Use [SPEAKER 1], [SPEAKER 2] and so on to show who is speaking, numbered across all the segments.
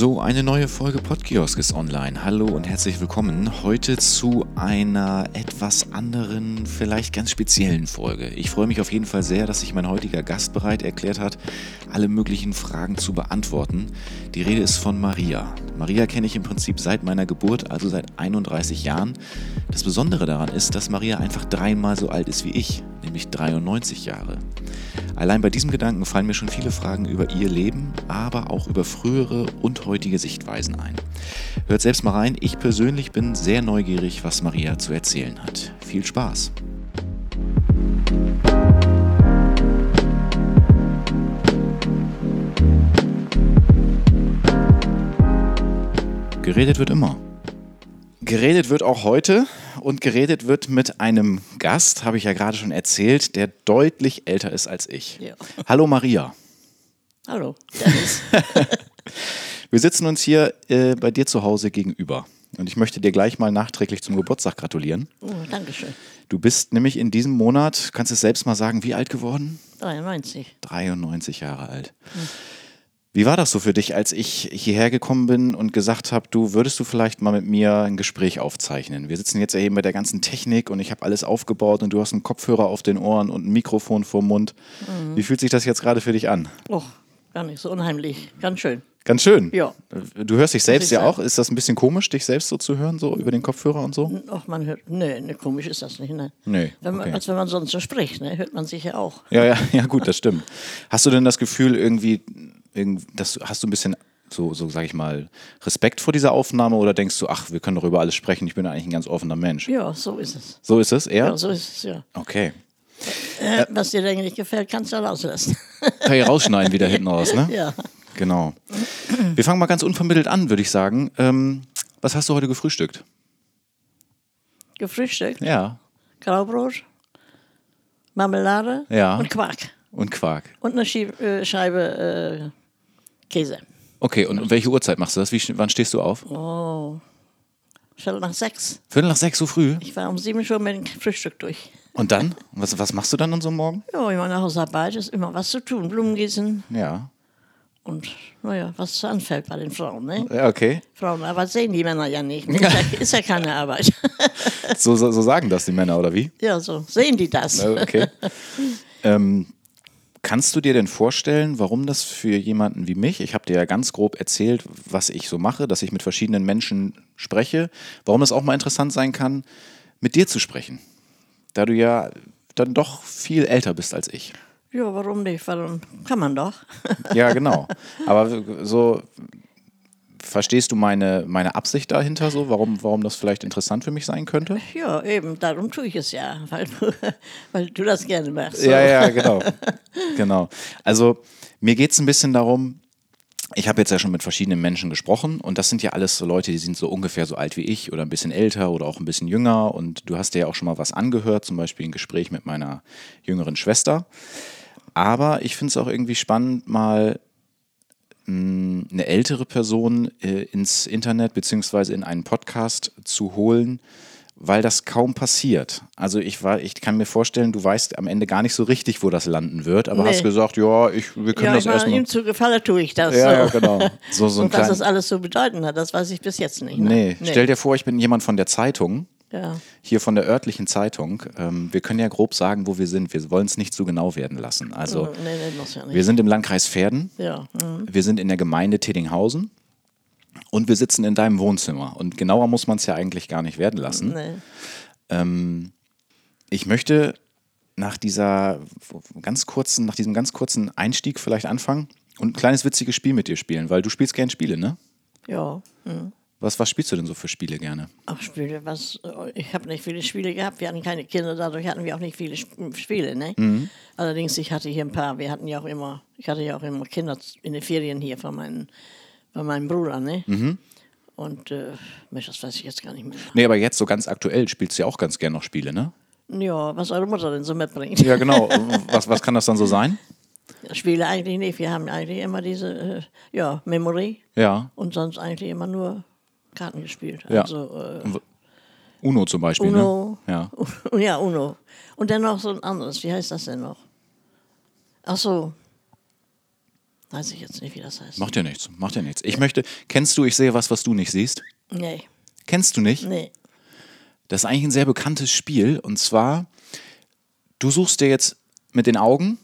[SPEAKER 1] Hallo, eine neue Folge Podkiosk ist online. Hallo und herzlich willkommen heute zu einer etwas anderen, vielleicht ganz speziellen Folge. Ich freue mich auf jeden Fall sehr, dass sich mein heutiger Gast bereit erklärt hat, alle möglichen Fragen zu beantworten. Die Rede ist von Maria. Maria kenne ich im Prinzip seit meiner Geburt, also seit 31 Jahren. Das Besondere daran ist, dass Maria einfach dreimal so alt ist wie ich, nämlich 93 Jahre. Allein bei diesem Gedanken fallen mir schon viele Fragen über ihr Leben, aber auch über frühere und heutige Sichtweisen ein. Hört selbst mal rein, ich persönlich bin sehr neugierig, was Maria zu erzählen hat. Viel Spaß! Geredet wird immer. Geredet wird auch heute und geredet wird mit einem Gast, habe ich ja gerade schon erzählt, der deutlich älter ist als ich.
[SPEAKER 2] Ja.
[SPEAKER 1] Hallo Maria.
[SPEAKER 2] Hallo, Dennis.
[SPEAKER 1] Wir sitzen uns hier äh, bei dir zu Hause gegenüber. Und ich möchte dir gleich mal nachträglich zum Geburtstag gratulieren.
[SPEAKER 2] Oh, Dankeschön.
[SPEAKER 1] Du bist nämlich in diesem Monat, kannst es selbst mal sagen, wie alt geworden?
[SPEAKER 2] 93.
[SPEAKER 1] 93 Jahre alt. Wie war das so für dich, als ich hierher gekommen bin und gesagt habe, du würdest du vielleicht mal mit mir ein Gespräch aufzeichnen? Wir sitzen jetzt ja eben bei der ganzen Technik und ich habe alles aufgebaut und du hast einen Kopfhörer auf den Ohren und ein Mikrofon vorm Mund. Wie fühlt sich das jetzt gerade für dich an?
[SPEAKER 2] Oh, gar nicht so unheimlich. Ganz schön.
[SPEAKER 1] Ganz schön.
[SPEAKER 2] Ja.
[SPEAKER 1] Du hörst dich selbst
[SPEAKER 2] ich
[SPEAKER 1] ja
[SPEAKER 2] sagen.
[SPEAKER 1] auch. Ist das ein bisschen komisch, dich selbst so zu hören, so über den Kopfhörer und so?
[SPEAKER 2] Ach, man hört. Nee, nee, komisch ist das nicht, ne?
[SPEAKER 1] Nee,
[SPEAKER 2] Wenn man,
[SPEAKER 1] okay.
[SPEAKER 2] Als wenn man sonst so spricht, ne? Hört man sich ja auch.
[SPEAKER 1] Ja, ja, ja, gut, das stimmt. Hast du denn das Gefühl, irgendwie, irgend- das, hast du ein bisschen, so, so sag ich mal, Respekt vor dieser Aufnahme oder denkst du, ach, wir können doch über alles sprechen, ich bin eigentlich ein ganz offener Mensch?
[SPEAKER 2] Ja, so ist es.
[SPEAKER 1] So ist es eher?
[SPEAKER 2] Ja, so ist es, ja.
[SPEAKER 1] Okay.
[SPEAKER 2] Äh, Was dir länger nicht gefällt, kannst du ja rauslassen.
[SPEAKER 1] Kann ich rausschneiden wieder hinten raus, ne?
[SPEAKER 2] Ja.
[SPEAKER 1] Genau. Wir fangen mal ganz unvermittelt an, würde ich sagen. Ähm, was hast du heute gefrühstückt?
[SPEAKER 2] Gefrühstückt,
[SPEAKER 1] Ja.
[SPEAKER 2] Graubrot, Marmelade
[SPEAKER 1] Ja.
[SPEAKER 2] und Quark.
[SPEAKER 1] Und Quark.
[SPEAKER 2] Und eine Schie äh, Scheibe äh, Käse.
[SPEAKER 1] Okay, und um welche Uhrzeit machst du das? Wie, sch- wann stehst du auf?
[SPEAKER 2] Viertel nach sechs.
[SPEAKER 1] Viertel nach sechs so früh?
[SPEAKER 2] Ich war um sieben schon mit dem Frühstück durch.
[SPEAKER 1] Und dann? Was, was machst du dann an so einem Morgen?
[SPEAKER 2] Ja, in meiner Hausarbeit ist immer was zu tun. Blumen gießen
[SPEAKER 1] Ja.
[SPEAKER 2] und, naja, was so anfällt bei den Frauen. Ne?
[SPEAKER 1] Ja, okay.
[SPEAKER 2] Frauenarbeit sehen die Männer ja nicht. ne? Ist ja, ist ja keine Arbeit.
[SPEAKER 1] So, so, so sagen das die Männer, oder wie?
[SPEAKER 2] ja, so sehen die das.
[SPEAKER 1] Äh, Okay. ähm, kannst du dir denn vorstellen, warum das für jemanden wie mich, ich habe dir ja ganz grob erzählt, was ich so mache, dass ich mit verschiedenen Menschen spreche, warum es auch mal interessant sein kann, mit dir zu sprechen? Da du ja dann doch viel älter bist als ich.
[SPEAKER 2] Ja, warum nicht? Warum kann man doch?
[SPEAKER 1] Ja, genau. Aber so verstehst du meine, meine Absicht dahinter so, warum, warum das vielleicht interessant für mich sein könnte?
[SPEAKER 2] Ja, eben, darum tue ich es ja, weil du, weil du das gerne machst.
[SPEAKER 1] Ja, ja, genau. genau. Also mir geht es ein bisschen darum, ich habe jetzt ja schon mit verschiedenen Menschen gesprochen und das sind ja alles so Leute, die sind so ungefähr so alt wie ich oder ein bisschen älter oder auch ein bisschen jünger und du hast dir ja auch schon mal was angehört, zum Beispiel ein Gespräch mit meiner jüngeren Schwester. Aber ich finde es auch irgendwie spannend, mal mh, eine ältere Person äh, ins Internet beziehungsweise in einen Podcast zu holen, weil das kaum passiert. Also ich war, ich kann mir vorstellen, du weißt am Ende gar nicht so richtig, wo das landen wird, aber
[SPEAKER 2] Nee.
[SPEAKER 1] hast gesagt, ja, ich, wir können
[SPEAKER 2] Ja,
[SPEAKER 1] das
[SPEAKER 2] ich meine,
[SPEAKER 1] erstmal.
[SPEAKER 2] ihm zu Gefallen tue ich das.
[SPEAKER 1] Ja, ja,
[SPEAKER 2] so.
[SPEAKER 1] genau. So, so ein
[SPEAKER 2] Und was das
[SPEAKER 1] klein...
[SPEAKER 2] alles zu bedeuten hat, das weiß ich bis jetzt nicht. Ne?
[SPEAKER 1] nee. stell dir vor, ich bin jemand von der Zeitung,
[SPEAKER 2] Ja.
[SPEAKER 1] hier von der örtlichen Zeitung. Ähm, wir können ja grob sagen, wo wir sind. Wir wollen es nicht zu genau werden lassen. Also,
[SPEAKER 2] Nee, nee, muss ja
[SPEAKER 1] wir
[SPEAKER 2] nicht.
[SPEAKER 1] sind im Landkreis Verden,
[SPEAKER 2] Ja, mhm.
[SPEAKER 1] wir sind in der Gemeinde Tedinghausen und wir sitzen in deinem Wohnzimmer. Und genauer muss man es ja eigentlich gar nicht werden lassen.
[SPEAKER 2] nee.
[SPEAKER 1] Ich möchte nach dieser ganz kurzen, nach diesem ganz kurzen Einstieg vielleicht anfangen und ein kleines witziges Spiel mit dir spielen, weil du spielst gern Spiele, ne?
[SPEAKER 2] ja.
[SPEAKER 1] Was, was spielst du denn so für Spiele gerne?
[SPEAKER 2] Ach, Spiele, was? äh, Ich habe nicht viele Spiele gehabt. Wir hatten keine Kinder, dadurch hatten wir auch nicht viele Sp- Spiele, ne?
[SPEAKER 1] Mhm.
[SPEAKER 2] Allerdings, ich hatte hier ein paar. Wir hatten ja auch immer, ich hatte ja auch immer Kinder z- in den Ferien hier von, meinen, von meinem Bruder, ne?
[SPEAKER 1] Mhm.
[SPEAKER 2] Und, äh, Mensch, das weiß ich jetzt gar nicht mehr.
[SPEAKER 1] Nee, aber jetzt so ganz aktuell spielst du ja auch ganz gern noch Spiele, ne?
[SPEAKER 2] Ja, was eure Mutter denn so mitbringt.
[SPEAKER 1] Ja, genau. was, was kann das dann so sein?
[SPEAKER 2] Spiele eigentlich nicht. Wir haben eigentlich immer diese, äh, ja, Memory
[SPEAKER 1] Ja.
[SPEAKER 2] und sonst eigentlich immer nur Karten gespielt.
[SPEAKER 1] Ja.
[SPEAKER 2] Also, äh,
[SPEAKER 1] Uno zum Beispiel,
[SPEAKER 2] Uno.
[SPEAKER 1] ne? Ja.
[SPEAKER 2] ja, Uno. Und dann noch so ein anderes. Wie heißt das denn noch? Ach so. Weiß ich jetzt nicht, wie das heißt.
[SPEAKER 1] Macht ja nichts, macht ja nichts. Ich möchte, kennst du, ich sehe was, was du nicht siehst?
[SPEAKER 2] Nee,
[SPEAKER 1] Kennst du nicht?
[SPEAKER 2] nee.
[SPEAKER 1] Das ist eigentlich ein sehr bekanntes Spiel. Und zwar, du suchst dir jetzt mit den Augen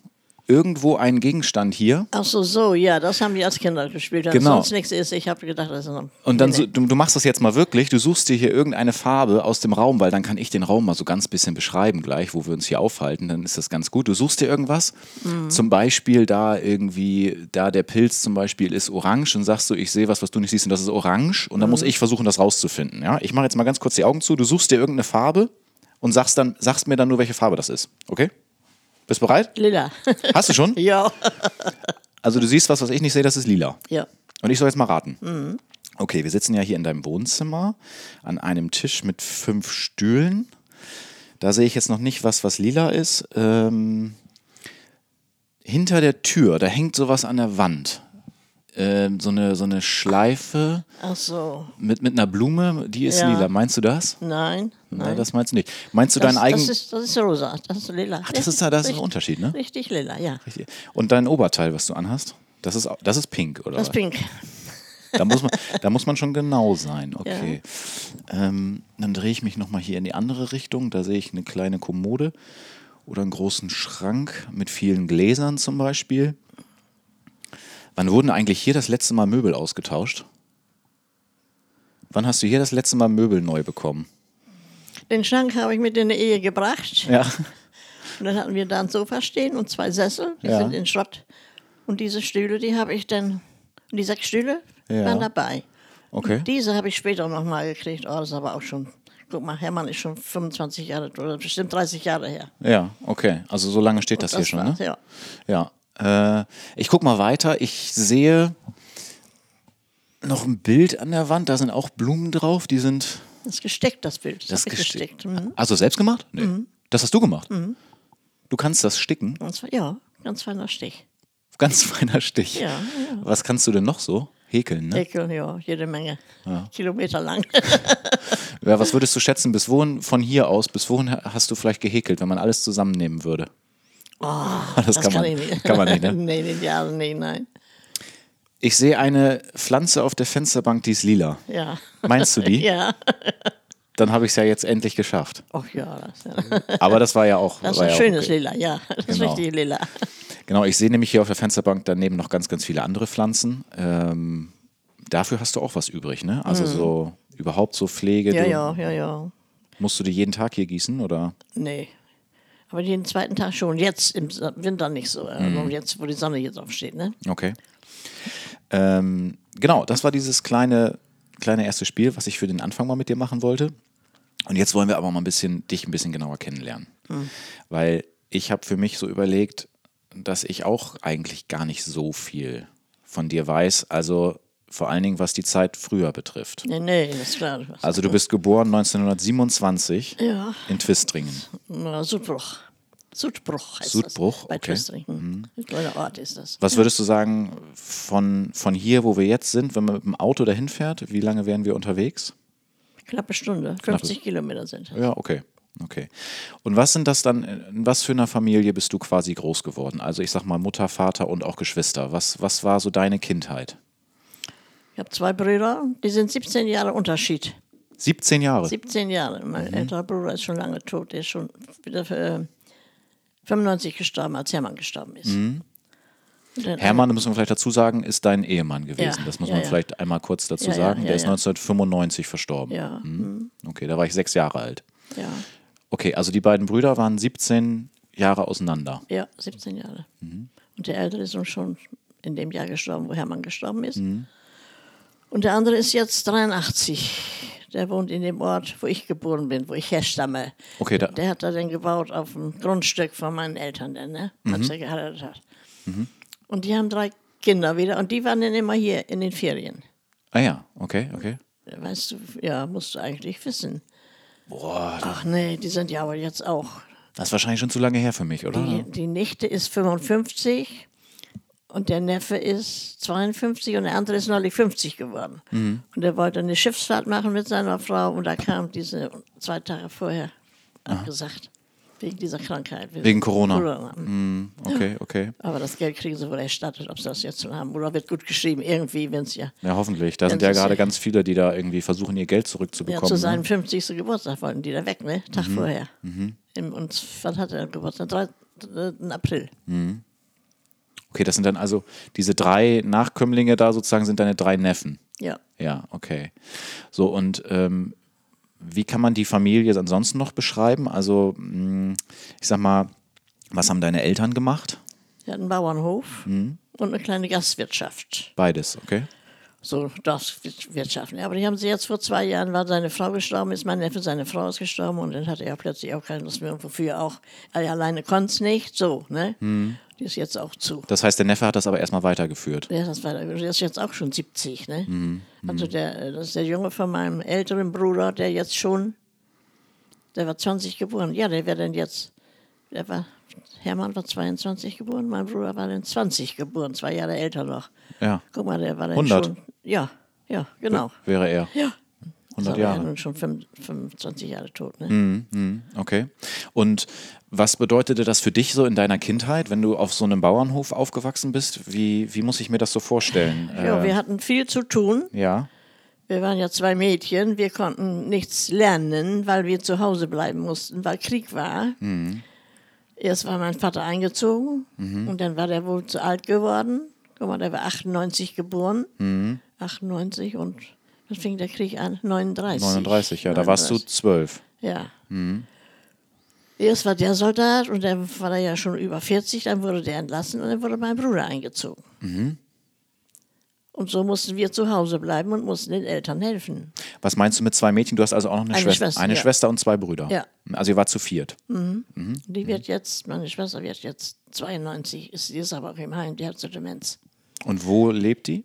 [SPEAKER 1] irgendwo einen Gegenstand hier.
[SPEAKER 2] Ach so, so, ja, das haben die als Kinder gespielt. Wenn
[SPEAKER 1] Genau.
[SPEAKER 2] sonst nichts ist, ich habe gedacht, das ist noch.
[SPEAKER 1] Und dann,
[SPEAKER 2] nee,
[SPEAKER 1] so, du, du machst das jetzt mal wirklich, du suchst dir hier irgendeine Farbe aus dem Raum, weil dann kann ich den Raum mal so ganz bisschen beschreiben gleich, wo wir uns hier aufhalten, dann ist das ganz gut. Du suchst dir irgendwas,
[SPEAKER 2] Mhm.
[SPEAKER 1] zum Beispiel da irgendwie, da der Pilz zum Beispiel ist orange und sagst du, ich sehe was, was du nicht siehst und das ist orange und dann
[SPEAKER 2] Mhm.
[SPEAKER 1] muss ich versuchen, das rauszufinden. Ja? Ich mache jetzt mal ganz kurz die Augen zu, du suchst dir irgendeine Farbe und sagst, dann, sagst mir dann nur, welche Farbe das ist, okay? Bist bereit?
[SPEAKER 2] nee. Lila.
[SPEAKER 1] Hast du schon?
[SPEAKER 2] ja.
[SPEAKER 1] Also du siehst was, was ich nicht sehe, das ist lila.
[SPEAKER 2] ja.
[SPEAKER 1] Und ich soll jetzt mal raten.
[SPEAKER 2] Mhm.
[SPEAKER 1] Okay, wir sitzen ja hier in deinem Wohnzimmer an einem Tisch mit fünf Stühlen. Da sehe ich jetzt noch nicht was, was lila ist. Ähm, hinter der Tür, da hängt sowas an der Wand. Ähm, so, eine, so eine Schleife
[SPEAKER 2] Ach so,
[SPEAKER 1] mit, mit einer Blume, die ist
[SPEAKER 2] Ja.
[SPEAKER 1] lila. Meinst du das?
[SPEAKER 2] nein.
[SPEAKER 1] Nein,
[SPEAKER 2] nein.
[SPEAKER 1] das meinst du nicht. Meinst du
[SPEAKER 2] das,
[SPEAKER 1] deinen eigenen.
[SPEAKER 2] das, ist, das ist rosa, das ist lila. Ach,
[SPEAKER 1] Das ist, da das ist ein Unterschied, ne?
[SPEAKER 2] Richtig lila, ja.
[SPEAKER 1] Und dein Oberteil, was du anhast? Das ist, au- das ist pink, oder? was?
[SPEAKER 2] Das ist pink.
[SPEAKER 1] Da muss man, da muss man schon genau sein. Okay. Ähm, dann drehe ich mich nochmal hier in die andere Richtung. Da sehe ich eine kleine Kommode oder einen großen Schrank mit vielen Gläsern zum Beispiel. Wann wurden eigentlich hier das letzte Mal Möbel ausgetauscht? Wann hast du hier das letzte Mal Möbel neu bekommen?
[SPEAKER 2] Den Schrank habe ich mit in die Ehe gebracht.
[SPEAKER 1] Ja.
[SPEAKER 2] Und dann hatten wir da ein Sofa stehen und zwei Sessel, die
[SPEAKER 1] Ja.
[SPEAKER 2] sind in Schrott. Und diese Stühle, die habe ich dann, und die sechs Stühle
[SPEAKER 1] Ja.
[SPEAKER 2] waren dabei.
[SPEAKER 1] Okay.
[SPEAKER 2] Diese habe ich später nochmal gekriegt. Oh, das ist aber auch schon, guck mal, Hermann ist schon 25 Jahre oder bestimmt 30 Jahre her.
[SPEAKER 1] Ja, okay. Also so lange steht das, hier schon, ne?
[SPEAKER 2] war's, ja.
[SPEAKER 1] Ja. Äh, ich guck mal weiter. Ich sehe noch ein Bild an der Wand. Da sind auch Blumen drauf. Die sind.
[SPEAKER 2] Das ist gesteckt, das Bild. Das, hab ich
[SPEAKER 1] gestick-
[SPEAKER 2] Mhm.
[SPEAKER 1] Also selbst gemacht? Nee. Das hast du gemacht. Du kannst das sticken.
[SPEAKER 2] Ganz, fe- ja, ganz feiner Stich.
[SPEAKER 1] Ganz feiner Stich.
[SPEAKER 2] Ja, ja.
[SPEAKER 1] Was kannst du denn noch so? Häkeln, ne?
[SPEAKER 2] Deckel, ja, jede Menge. Kilometer lang.
[SPEAKER 1] Ja, was würdest du schätzen? Bis wohin, von hier aus, bis wohin ha- hast du vielleicht gehäkelt, wenn man alles zusammennehmen würde? das, kann, man,
[SPEAKER 2] Oh, ich nicht.
[SPEAKER 1] kann man nicht, ne?
[SPEAKER 2] nee, den Jahren nicht, nein.
[SPEAKER 1] Ich sehe eine Pflanze auf der Fensterbank, die ist lila.
[SPEAKER 2] Ja.
[SPEAKER 1] Meinst du die?
[SPEAKER 2] Ja.
[SPEAKER 1] Dann habe ich es ja jetzt endlich geschafft.
[SPEAKER 2] Ach ja, das, ja.
[SPEAKER 1] Aber das war ja auch.
[SPEAKER 2] das ist
[SPEAKER 1] war
[SPEAKER 2] ein
[SPEAKER 1] ja auch
[SPEAKER 2] schönes
[SPEAKER 1] okay.
[SPEAKER 2] Lila, ja. Das ist
[SPEAKER 1] Genau.
[SPEAKER 2] richtig Lila.
[SPEAKER 1] Genau, ich sehe nämlich hier auf der Fensterbank daneben noch ganz, ganz viele andere Pflanzen. Ähm, dafür hast du auch was übrig, ne? Also so überhaupt so Pflege.
[SPEAKER 2] Mhm. Ja,
[SPEAKER 1] du,
[SPEAKER 2] ja, ja, ja.
[SPEAKER 1] Musst du die jeden Tag hier gießen oder?
[SPEAKER 2] Nee. Aber jeden zweiten Tag schon. Jetzt im Sa- Winter nicht so.
[SPEAKER 1] Mhm.
[SPEAKER 2] Also jetzt, wo die Sonne hier drauf steht, ne?
[SPEAKER 1] Okay. Ähm, genau, das war dieses kleine, kleine erste Spiel, was ich für den Anfang mal mit dir machen wollte. Und jetzt wollen wir aber mal ein bisschen dich ein bisschen genauer kennenlernen. Weil ich habe für mich so überlegt, dass ich auch eigentlich gar nicht so viel von dir weiß. Also vor allen Dingen, was die Zeit früher betrifft.
[SPEAKER 2] Nee, nee, das ist klar.
[SPEAKER 1] Also du bist geboren 1927
[SPEAKER 2] Ja.
[SPEAKER 1] in Twistringen.
[SPEAKER 2] Na, Sudbruch. Sudbruch heißt
[SPEAKER 1] Sudbruch,
[SPEAKER 2] das. Bei
[SPEAKER 1] okay. Mhm.
[SPEAKER 2] Twistringen. Ein kleiner Ort ist das.
[SPEAKER 1] Was würdest du sagen von, von hier, wo wir jetzt sind, wenn man mit dem Auto dahin fährt, wie lange wären wir unterwegs?
[SPEAKER 2] Knappe Stunde. 50 Kilometer sind das.
[SPEAKER 1] Ja, okay. Okay. Und was sind das dann, in was für einer Familie bist du quasi groß geworden? Also ich sag mal Mutter, Vater und auch Geschwister. Was, was war so deine Kindheit?
[SPEAKER 2] Ich habe zwei Brüder, die sind 17 Jahre Unterschied.
[SPEAKER 1] 17 Jahre.
[SPEAKER 2] 17 Jahre. Mein
[SPEAKER 1] Mhm.
[SPEAKER 2] älterer Bruder ist schon lange tot. Der ist schon wieder äh, 95 gestorben, als Hermann gestorben ist. Und dann-
[SPEAKER 1] Mhm. Hermann, müssen wir vielleicht dazu sagen, ist dein Ehemann gewesen.
[SPEAKER 2] Ja,
[SPEAKER 1] das muss
[SPEAKER 2] ja,
[SPEAKER 1] man
[SPEAKER 2] ja.
[SPEAKER 1] vielleicht einmal kurz dazu
[SPEAKER 2] Ja, ja,
[SPEAKER 1] sagen.
[SPEAKER 2] ja,
[SPEAKER 1] Der ist
[SPEAKER 2] ja.
[SPEAKER 1] 1995 verstorben.
[SPEAKER 2] Ja,
[SPEAKER 1] Mhm. Okay, da war ich sechs Jahre alt.
[SPEAKER 2] ja,
[SPEAKER 1] Okay, also die beiden Brüder waren 17 Jahre auseinander.
[SPEAKER 2] ja, 17 Jahre. Und der ältere ist nun schon in dem Jahr gestorben, wo Hermann gestorben ist. Und der andere ist jetzt 83. Der wohnt in dem Ort, wo ich geboren bin, wo ich herstamme.
[SPEAKER 1] Okay, da,
[SPEAKER 2] Der hat da dann gebaut auf dem Grundstück von meinen Eltern, dann, ne? als er geheiratet hat. Und die haben drei Kinder wieder und die waren dann immer hier in den Ferien.
[SPEAKER 1] ah ja, okay, okay.
[SPEAKER 2] Weißt du, ja, musst du eigentlich wissen.
[SPEAKER 1] Boah,
[SPEAKER 2] Ach nee, die sind ja aber jetzt auch.
[SPEAKER 1] das ist wahrscheinlich schon zu lange her für mich, oder?
[SPEAKER 2] Die, die Nichte ist 55 und der Neffe ist 52 und der andere ist neulich 50 geworden.
[SPEAKER 1] Mhm.
[SPEAKER 2] Und er wollte eine Schiffsfahrt machen mit seiner Frau und da kam diese zwei Tage vorher abgesagt. Wegen dieser Krankheit.
[SPEAKER 1] Wegen Corona. Mm, okay, okay.
[SPEAKER 2] Aber das Geld kriegen sie wohl erstattet, ob sie das jetzt haben. Oder wird gut geschrieben, irgendwie, wenn es ja.
[SPEAKER 1] Ja, hoffentlich. Da sind
[SPEAKER 2] Ja,
[SPEAKER 1] ja
[SPEAKER 2] das ist
[SPEAKER 1] gerade
[SPEAKER 2] ja-
[SPEAKER 1] ganz viele, die da irgendwie versuchen, ihr Geld
[SPEAKER 2] Ja,
[SPEAKER 1] zurückzubekommen.
[SPEAKER 2] zu
[SPEAKER 1] ne? Mhm.
[SPEAKER 2] seinem 50. Geburtstag wollten die da weg, ne? Tag vorher. Im, und was hat er Geburtstag? 3. April.
[SPEAKER 1] Okay, das sind dann also diese drei Nachkömmlinge da sozusagen sind deine drei Neffen.
[SPEAKER 2] Ja.
[SPEAKER 1] Ja, okay. So, und ähm, wie kann man die Familie ansonsten noch beschreiben? Also, mh, ich sag mal, was haben deine Eltern gemacht?
[SPEAKER 2] Er hat einen Bauernhof und eine kleine Gastwirtschaft.
[SPEAKER 1] Beides, okay?
[SPEAKER 2] So Dorfwirtschaften. ne? Aber die haben sie jetzt vor zwei Jahren, war seine Frau gestorben, ist mein Neffe, seine Frau ist gestorben und dann hatte er plötzlich auch keine Lust mehr und wofür auch. Er alleine konnte es nicht, so, ne? Die ist jetzt auch zu.
[SPEAKER 1] Das heißt, der Neffe hat das aber erstmal weitergeführt.
[SPEAKER 2] Der, das war, der ist jetzt auch schon 70, ne? Also der, das ist der Junge von meinem älteren Bruder, der jetzt schon, der war 20 geboren. Ja, der wäre denn jetzt, der war, Hermann war 22 geboren, mein Bruder war dann 20 geboren, zwei Jahre älter noch.
[SPEAKER 1] Ja,
[SPEAKER 2] Guck mal, der war dann
[SPEAKER 1] 100.
[SPEAKER 2] schon, ja, ja, genau.
[SPEAKER 1] wäre er.
[SPEAKER 2] Ja.
[SPEAKER 1] 100
[SPEAKER 2] Aber er
[SPEAKER 1] Jahre. Hm,
[SPEAKER 2] nun schon fünf- 25 Jahre tot. Ne?
[SPEAKER 1] Okay. Und was bedeutete das für dich so in deiner Kindheit, wenn du auf so einem Bauernhof aufgewachsen bist? Wie, wie muss ich mir das so vorstellen?
[SPEAKER 2] Ja,
[SPEAKER 1] Äh,
[SPEAKER 2] wir hatten viel zu tun.
[SPEAKER 1] ja.
[SPEAKER 2] Wir waren ja zwei Mädchen. Wir konnten nichts lernen, weil wir zu Hause bleiben mussten, weil Krieg war.
[SPEAKER 1] Hm.
[SPEAKER 2] Erst war mein Vater eingezogen
[SPEAKER 1] Mhm.
[SPEAKER 2] und dann war der wohl zu alt geworden. Guck mal, der war 98 geboren.
[SPEAKER 1] Mhm.
[SPEAKER 2] 98 und dann fing der Krieg an. 39.
[SPEAKER 1] 39, ja. Da warst du
[SPEAKER 2] 39.
[SPEAKER 1] zwölf.
[SPEAKER 2] Ja. Erst war der Soldat und dann war er ja schon über 40, dann wurde der entlassen und dann wurde mein Bruder eingezogen. Und so mussten wir zu Hause bleiben und mussten den Eltern helfen.
[SPEAKER 1] Was meinst du mit zwei Mädchen? Du hast also auch noch eine,
[SPEAKER 2] Eine
[SPEAKER 1] Schwester.
[SPEAKER 2] Schwester,
[SPEAKER 1] eine
[SPEAKER 2] ja.
[SPEAKER 1] Schwester und zwei Brüder.
[SPEAKER 2] Ja.
[SPEAKER 1] Also ihr wart zu viert.
[SPEAKER 2] Die wird jetzt, meine Schwester wird jetzt 92, ist, die ist aber auch im Heim, die hat so Demenz.
[SPEAKER 1] Und wo lebt die?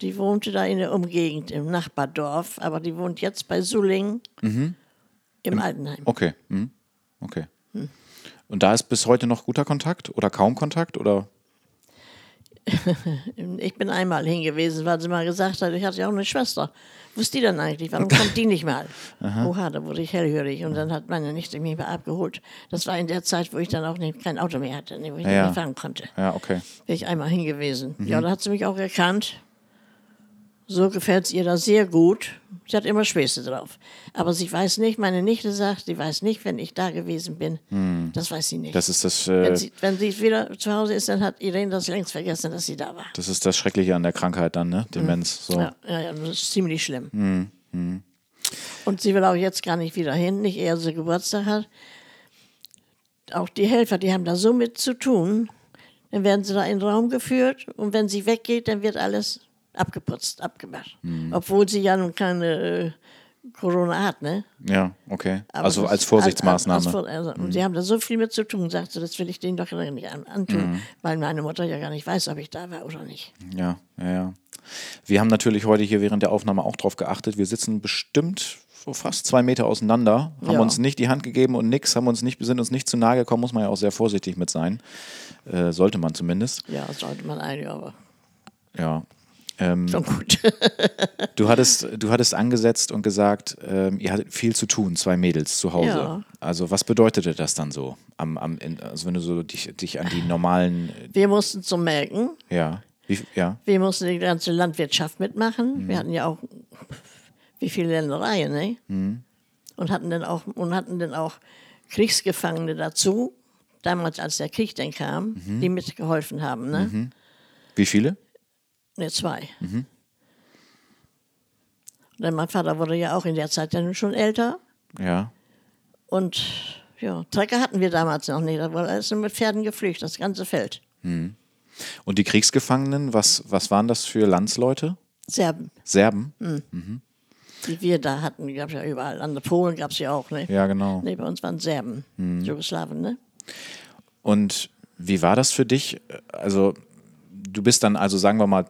[SPEAKER 2] Die wohnte da in der Umgegend, im Nachbardorf, aber die wohnt jetzt bei Suling im Altenheim.
[SPEAKER 1] Okay. Mhm. Okay.
[SPEAKER 2] Hm.
[SPEAKER 1] Und da ist bis heute noch guter Kontakt oder kaum Kontakt oder?
[SPEAKER 2] Ich bin einmal hingewesen, weil sie mal gesagt hat, ich hatte ja auch eine Schwester. Wo ist die denn eigentlich? Warum kommt die nicht mal? Oha, da wurde ich hellhörig. Und dann hat meine Nichte mich mal abgeholt. Das war in der Zeit, wo ich dann auch nicht, kein Auto mehr hatte, ne, wo ich
[SPEAKER 1] Ja. Mhm.
[SPEAKER 2] nicht fahren konnte.
[SPEAKER 1] Ja, okay.
[SPEAKER 2] Bin ich einmal hingewiesen. Ja, da hat sie mich auch erkannt. So gefällt es ihr da sehr gut. Sie hat immer Späße drauf. Aber sie weiß nicht, meine Nichte sagt, sie weiß nicht, wenn ich da gewesen bin. Das weiß sie nicht.
[SPEAKER 1] Hm. Das ist das,
[SPEAKER 2] wenn,
[SPEAKER 1] äh,
[SPEAKER 2] sie, wenn sie wieder zu Hause ist, dann hat Irene das längst vergessen, dass sie da war.
[SPEAKER 1] das ist das Schreckliche an der Krankheit dann, ne? Demenz. So.
[SPEAKER 2] Ja, ja, ja, das ist ziemlich schlimm.
[SPEAKER 1] Hm,
[SPEAKER 2] Und sie will auch jetzt gar nicht wieder hin, nicht eher sie Geburtstag hat. Auch die Helfer, die haben da so mit zu tun. Dann werden sie da in den Raum geführt und wenn sie weggeht, dann wird alles abgeputzt, abgemacht.
[SPEAKER 1] Hm.
[SPEAKER 2] Obwohl sie ja nun keine äh, Corona hat, ne?
[SPEAKER 1] Ja, okay.
[SPEAKER 2] Aber
[SPEAKER 1] also
[SPEAKER 2] das- halt-
[SPEAKER 1] als Vorsichtsmaßnahme. Hm.
[SPEAKER 2] als- als Vor- also, Und sie haben da so viel mit zu tun, sagte, das will ich denen doch nicht an- antun,
[SPEAKER 1] Hm.
[SPEAKER 2] weil meine Mutter ja gar nicht weiß, ob ich da war oder nicht.
[SPEAKER 1] Ja, ja, ja. Wir haben natürlich heute hier während der Aufnahme auch drauf geachtet. Wir sitzen bestimmt so fast zwei Meter auseinander, haben
[SPEAKER 2] Ja.
[SPEAKER 1] uns nicht die Hand gegeben und nix, haben uns nicht, sind uns nicht zu nahe gekommen, muss man ja auch sehr vorsichtig mit sein. Äh, sollte man zumindest.
[SPEAKER 2] Ja, das sollte man eigentlich, aber
[SPEAKER 1] Ja. Ähm,
[SPEAKER 2] schon gut.
[SPEAKER 1] du, hattest, du hattest angesetzt und gesagt, ähm, ihr hattet viel zu tun, zwei Mädels zu Hause.
[SPEAKER 2] Ja.
[SPEAKER 1] Also was bedeutete das dann so? Am, am, in- also wenn du so dich, dich an die normalen,
[SPEAKER 2] Wir mussten zum Melken,
[SPEAKER 1] äh, ja, wie, ja,
[SPEAKER 2] wir mussten die ganze Landwirtschaft mitmachen. Wir hatten ja auch wie viele Ländereien, ne? Und hatten dann auch und hatten dann auch Kriegsgefangene dazu, damals als der Krieg dann kam, die mitgeholfen haben, ne?
[SPEAKER 1] wie viele?
[SPEAKER 2] Ne, zwei. Und dann mein Vater wurde ja auch in der Zeit dann schon älter.
[SPEAKER 1] Ja,
[SPEAKER 2] Und ja, Trecker hatten wir damals noch nicht. Da wurde alles nur mit Pferden gepflügt, das ganze Feld.
[SPEAKER 1] Und die Kriegsgefangenen, was, was waren das für Landsleute?
[SPEAKER 2] Serben,
[SPEAKER 1] Serben?
[SPEAKER 2] die wir da hatten, gab es ja überall. An der Polen gab es ja auch, ne?
[SPEAKER 1] Ja, genau.
[SPEAKER 2] Nee, bei uns waren Serben,
[SPEAKER 1] Mhm.
[SPEAKER 2] Jugoslawen, ne?
[SPEAKER 1] Und wie war das für dich? Also, du bist dann, also sagen wir mal,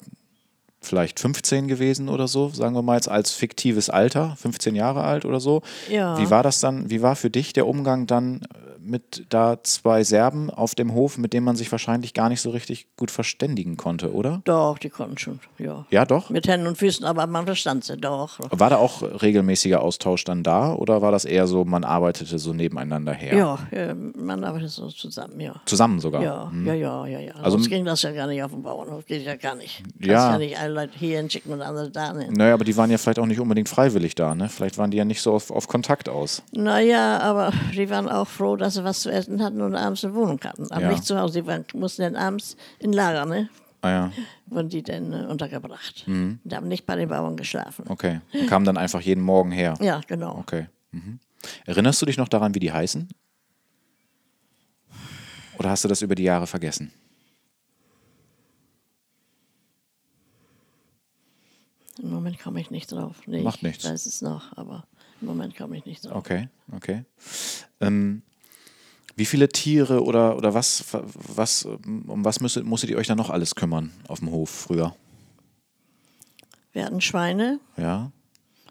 [SPEAKER 1] vielleicht 15 gewesen oder so, sagen wir mal jetzt als fiktives Alter, 15 Jahre alt oder so.
[SPEAKER 2] Ja.
[SPEAKER 1] Wie war das dann, wie war für dich der Umgang dann mit da zwei Serben auf dem Hof, mit denen man sich wahrscheinlich gar nicht so richtig gut verständigen konnte, oder?
[SPEAKER 2] Doch, die konnten schon, ja.
[SPEAKER 1] Ja, Oh, doch.
[SPEAKER 2] Mit Händen und Füßen, aber man verstand sie doch.
[SPEAKER 1] War da auch regelmäßiger Austausch dann da oder war das eher so, man arbeitete so nebeneinander her?
[SPEAKER 2] Ja, äh, man arbeitet so zusammen, ja.
[SPEAKER 1] Zusammen sogar.
[SPEAKER 2] Ja, ja, ja, ja, ja.
[SPEAKER 1] Also-
[SPEAKER 2] Sonst ging das ja gar nicht auf dem Bauernhof, geht ja gar nicht. Kannst
[SPEAKER 1] Ja.
[SPEAKER 2] ja nicht alle Leute hierhin schicken und andere dahin.
[SPEAKER 1] Naja, aber die waren ja vielleicht auch nicht unbedingt freiwillig da, ne? Vielleicht waren die ja nicht so auf, auf Kontakt aus.
[SPEAKER 2] Naja, aber die waren auch froh, dass sie was zu essen hatten und abends eine Wohnung hatten. Aber
[SPEAKER 1] Ja.
[SPEAKER 2] nicht zu Hause, die waren, mussten dann abends in Lager, ne?
[SPEAKER 1] Ah ja,
[SPEAKER 2] Wurden die dann äh, untergebracht.
[SPEAKER 1] Mhm.
[SPEAKER 2] Die haben nicht bei den Bauern geschlafen.
[SPEAKER 1] okay. Kamen dann einfach jeden Morgen her.
[SPEAKER 2] Ja, genau.
[SPEAKER 1] Okay. Mhm. Erinnerst du dich noch daran, wie die heißen? Oder hast du das über die Jahre vergessen?
[SPEAKER 2] Im Moment komme ich nicht drauf. Nee,
[SPEAKER 1] Macht nichts.
[SPEAKER 2] Ich weiß es noch, aber im Moment komme ich nicht drauf.
[SPEAKER 1] Okay, okay. Ähm, wie viele Tiere oder, oder was, was, um was müsstet, musstet ihr euch dann noch alles kümmern auf dem Hof früher?
[SPEAKER 2] Wir hatten Schweine
[SPEAKER 1] Ja,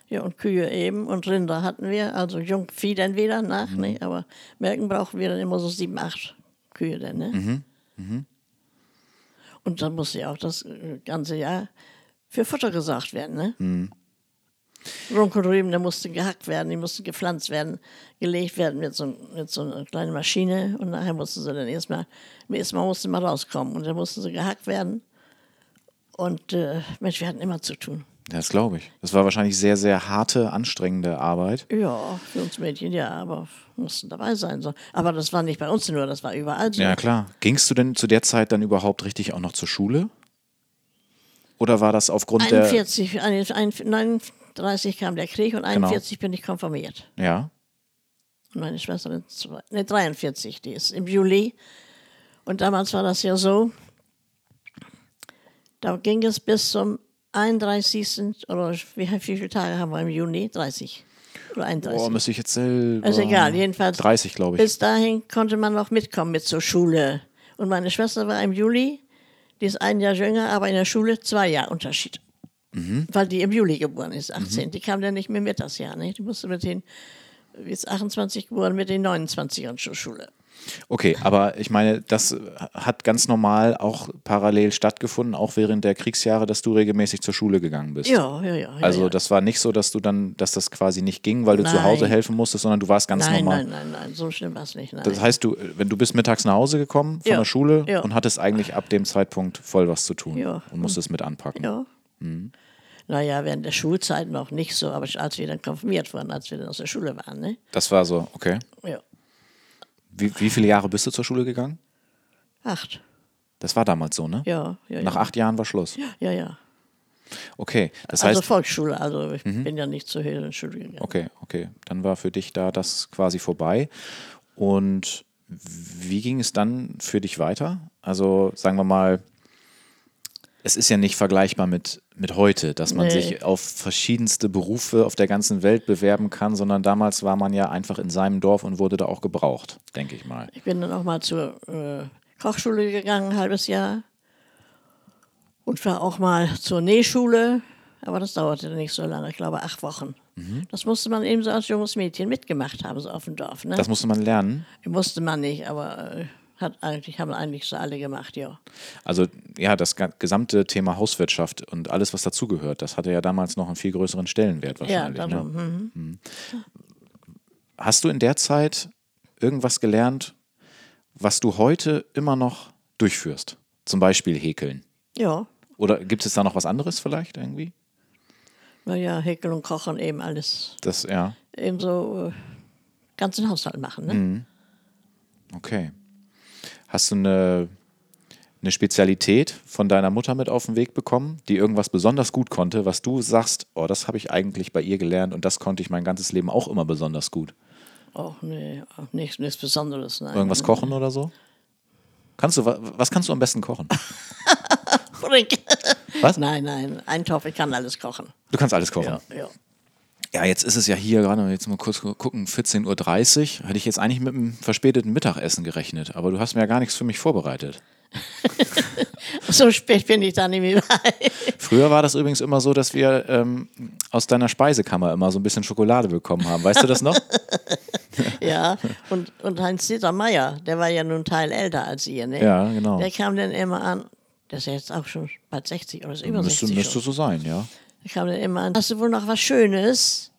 [SPEAKER 2] ja, und Kühe eben und Rinder hatten wir, also Jungvieh dann wieder nach, ne? aber merken brauchen wir dann immer so sieben, acht Kühe dann. Ne? Und dann muss ja auch das äh, ganze Jahr für Futter gesorgt werden. Ne? Runk und Rüben, der musste gehackt werden, die mussten gepflanzt werden, gelegt werden mit so, mit so einer kleinen Maschine und nachher mussten sie dann erstmal, erstmal mussten mal rauskommen und dann mussten sie gehackt werden. Und äh, Mensch, wir hatten immer zu tun.
[SPEAKER 1] das glaube ich. Das war wahrscheinlich sehr, sehr harte, anstrengende Arbeit.
[SPEAKER 2] Ja, für uns Mädchen ja, aber mussten dabei sein. So. Aber das war nicht bei uns nur, das war überall so.
[SPEAKER 1] Ja, klar. Gingst du denn zu der Zeit dann überhaupt richtig auch noch zur Schule? Oder war das aufgrund der.
[SPEAKER 2] 41, ein, ein, 39 kam der Krieg
[SPEAKER 1] Genau.
[SPEAKER 2] und 41 bin ich konfirmiert.
[SPEAKER 1] Ja,
[SPEAKER 2] Und meine Schwester, ist zwei- ne, 43, die ist im Juli. Und damals war das ja so, da ging es bis zum 31. oder wie, wie viele Tage haben wir im Juni? 30 oder 31.
[SPEAKER 1] Boah, ähm, müsste ich jetzt selber.
[SPEAKER 2] Ist egal, jedenfalls.
[SPEAKER 1] 30, glaube ich.
[SPEAKER 2] Bis dahin konnte man noch mitkommen mit zur Schule. Und meine Schwester war im Juli, die ist ein Jahr jünger, aber in der Schule zwei Jahre Unterschied.
[SPEAKER 1] Mhm.
[SPEAKER 2] Weil die im Juli geboren ist, 18. Die kam dann nicht mehr mit das Jahr. Ne? Die musste mit den, die ist 28 geboren, mit den 29ern zur Schule.
[SPEAKER 1] Okay, aber ich meine, das hat ganz normal auch parallel stattgefunden, auch während der Kriegsjahre, dass du regelmäßig zur Schule gegangen bist.
[SPEAKER 2] Ja, ja, ja. ja
[SPEAKER 1] Also
[SPEAKER 2] ja.
[SPEAKER 1] das war nicht so, dass du dann, dass das quasi nicht ging, weil du zu
[SPEAKER 2] Nein.
[SPEAKER 1] Hause helfen musstest, sondern du warst ganz
[SPEAKER 2] nein,
[SPEAKER 1] normal.
[SPEAKER 2] nein, nein, nein, so schlimm war es nicht. Nein.
[SPEAKER 1] Das heißt, du, wenn du bist mittags nach Hause gekommen von
[SPEAKER 2] Ja,
[SPEAKER 1] der Schule
[SPEAKER 2] ja.
[SPEAKER 1] und hattest eigentlich ab dem Zeitpunkt voll was zu tun
[SPEAKER 2] Ja.
[SPEAKER 1] und musstest mit anpacken.
[SPEAKER 2] Ja.
[SPEAKER 1] Mhm.
[SPEAKER 2] Naja, während der Schulzeit noch nicht so, aber als wir dann konfirmiert wurden, als wir dann aus der Schule waren. Ne?
[SPEAKER 1] Das war so, okay.
[SPEAKER 2] Ja.
[SPEAKER 1] Wie, wie viele Jahre bist du zur Schule gegangen?
[SPEAKER 2] Acht.
[SPEAKER 1] Das war damals so, ne?
[SPEAKER 2] Ja, ja,
[SPEAKER 1] Nach
[SPEAKER 2] ja.
[SPEAKER 1] acht Jahren war Schluss.
[SPEAKER 2] Ja, ja.
[SPEAKER 1] Okay, das
[SPEAKER 2] also
[SPEAKER 1] heißt, Mhm.
[SPEAKER 2] Volksschule, also ich bin ja nicht zur höheren Schule gegangen.
[SPEAKER 1] Okay, okay. Dann war für dich da das quasi vorbei. Und wie ging es dann für dich weiter? Also sagen wir mal, es ist ja nicht vergleichbar mit, mit heute, dass man
[SPEAKER 2] Nee.
[SPEAKER 1] sich auf verschiedenste Berufe auf der ganzen Welt bewerben kann, sondern damals war man ja einfach in seinem Dorf und wurde da auch gebraucht, denke ich mal.
[SPEAKER 2] Ich bin dann auch mal zur äh, Kochschule gegangen, ein halbes Jahr. Und war auch mal zur Nähschule, aber das dauerte nicht so lange, ich glaube acht Wochen.
[SPEAKER 1] Mhm.
[SPEAKER 2] Das musste man eben so als junges Mädchen mitgemacht haben, so auf dem Dorf. Ne?
[SPEAKER 1] Das musste man lernen.
[SPEAKER 2] musste man nicht, aber äh, hat eigentlich, haben eigentlich so alle gemacht, ja.
[SPEAKER 1] Also ja, das ga- gesamte Thema Hauswirtschaft und alles, was dazugehört, das hatte ja damals noch einen viel größeren Stellenwert
[SPEAKER 2] Ja,
[SPEAKER 1] wahrscheinlich. ne?
[SPEAKER 2] darum. mhm.
[SPEAKER 1] Hast du in der Zeit irgendwas gelernt, was du heute immer noch durchführst? Zum Beispiel häkeln.
[SPEAKER 2] Ja,
[SPEAKER 1] Oder gibt es da noch was anderes vielleicht irgendwie?
[SPEAKER 2] naja, Häkeln und Kochen eben alles.
[SPEAKER 1] Das, ja,
[SPEAKER 2] Eben so äh, ganzen Haushalt machen, ne?
[SPEAKER 1] Mhm. okay. Hast du eine, eine Spezialität von deiner Mutter mit auf den Weg bekommen, die irgendwas besonders gut konnte, was du sagst, oh, das habe ich eigentlich bei ihr gelernt und das konnte ich mein ganzes Leben auch immer besonders gut?
[SPEAKER 2] Auch nee, auch nichts, nichts Besonderes. Nein.
[SPEAKER 1] Irgendwas kochen oder so? Kannst du, wa- was kannst du am besten kochen?
[SPEAKER 2] Frick.
[SPEAKER 1] Was?
[SPEAKER 2] Nein, nein, Eintopf, ich kann alles kochen.
[SPEAKER 1] Du kannst alles kochen.
[SPEAKER 2] Ja, ja.
[SPEAKER 1] Ja, jetzt ist es ja hier gerade, jetzt mal kurz gu- gucken, 14.30 Uhr. Hätte ich jetzt eigentlich mit einem verspäteten Mittagessen gerechnet, aber du hast mir ja gar nichts für mich vorbereitet.
[SPEAKER 2] So spät bin ich da nicht mehr bei.
[SPEAKER 1] Früher war das übrigens immer so, dass wir ähm, aus deiner Speisekammer immer so ein bisschen Schokolade bekommen haben. Weißt du das noch?
[SPEAKER 2] ja, und, und Heinz-Dieter Meier, der war ja nun Teil älter als ihr, ne?
[SPEAKER 1] Ja, genau.
[SPEAKER 2] Der kam dann immer an, der ist ja jetzt auch schon bald 60 oder ist über
[SPEAKER 1] Müsste,
[SPEAKER 2] 60
[SPEAKER 1] müsste
[SPEAKER 2] schon.
[SPEAKER 1] so sein, ja.
[SPEAKER 2] Der kam dann immer an, hast du wohl noch was Schönes?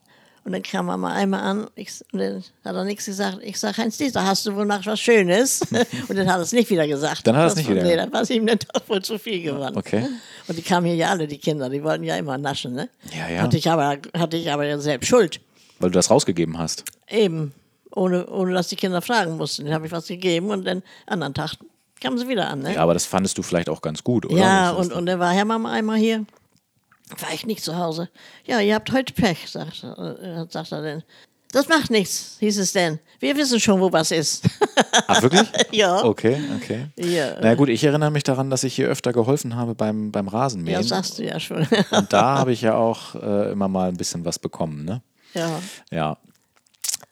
[SPEAKER 2] Und dann kam er mal einmal an, ich, und dann hat er nichts gesagt. Ich sage, Heinz-Dieter, hast du wohl noch was Schönes? und dann hat er es nicht wieder gesagt.
[SPEAKER 1] Dann hat er es
[SPEAKER 2] Das
[SPEAKER 1] nicht
[SPEAKER 2] war-
[SPEAKER 1] wieder
[SPEAKER 2] Nee,
[SPEAKER 1] gesagt.
[SPEAKER 2] dann war es ihm dann doch wohl zu viel geworden.
[SPEAKER 1] Okay.
[SPEAKER 2] Und die kamen hier ja alle, die Kinder, die wollten ja immer naschen, ne?
[SPEAKER 1] Ja, ja.
[SPEAKER 2] Hatte ich aber, hatte ich aber ja selbst Schuld.
[SPEAKER 1] Weil du das rausgegeben hast.
[SPEAKER 2] Eben, ohne, ohne dass die Kinder fragen mussten. Dann habe ich was gegeben und dann anderen Tag kamen sie wieder an. Ne?
[SPEAKER 1] Ja, aber das fandest du vielleicht auch ganz gut, oder?
[SPEAKER 2] Ja,
[SPEAKER 1] Das ist-
[SPEAKER 2] und, und dann war Herr Mama einmal hier. War ich nicht zu Hause. Ja, ihr habt heute Pech, sagt er, äh, sagt er denn. Das macht nichts, hieß es denn. Wir wissen schon, wo was ist.
[SPEAKER 1] Ach, wirklich?
[SPEAKER 2] ja.
[SPEAKER 1] Okay, okay.
[SPEAKER 2] Ja.
[SPEAKER 1] Na gut, ich erinnere mich daran, dass ich hier öfter geholfen habe beim, beim Rasenmähen.
[SPEAKER 2] Ja, sagst du ja schon.
[SPEAKER 1] und da habe ich ja auch äh, immer mal ein bisschen was bekommen, ne?
[SPEAKER 2] ja.
[SPEAKER 1] Ja.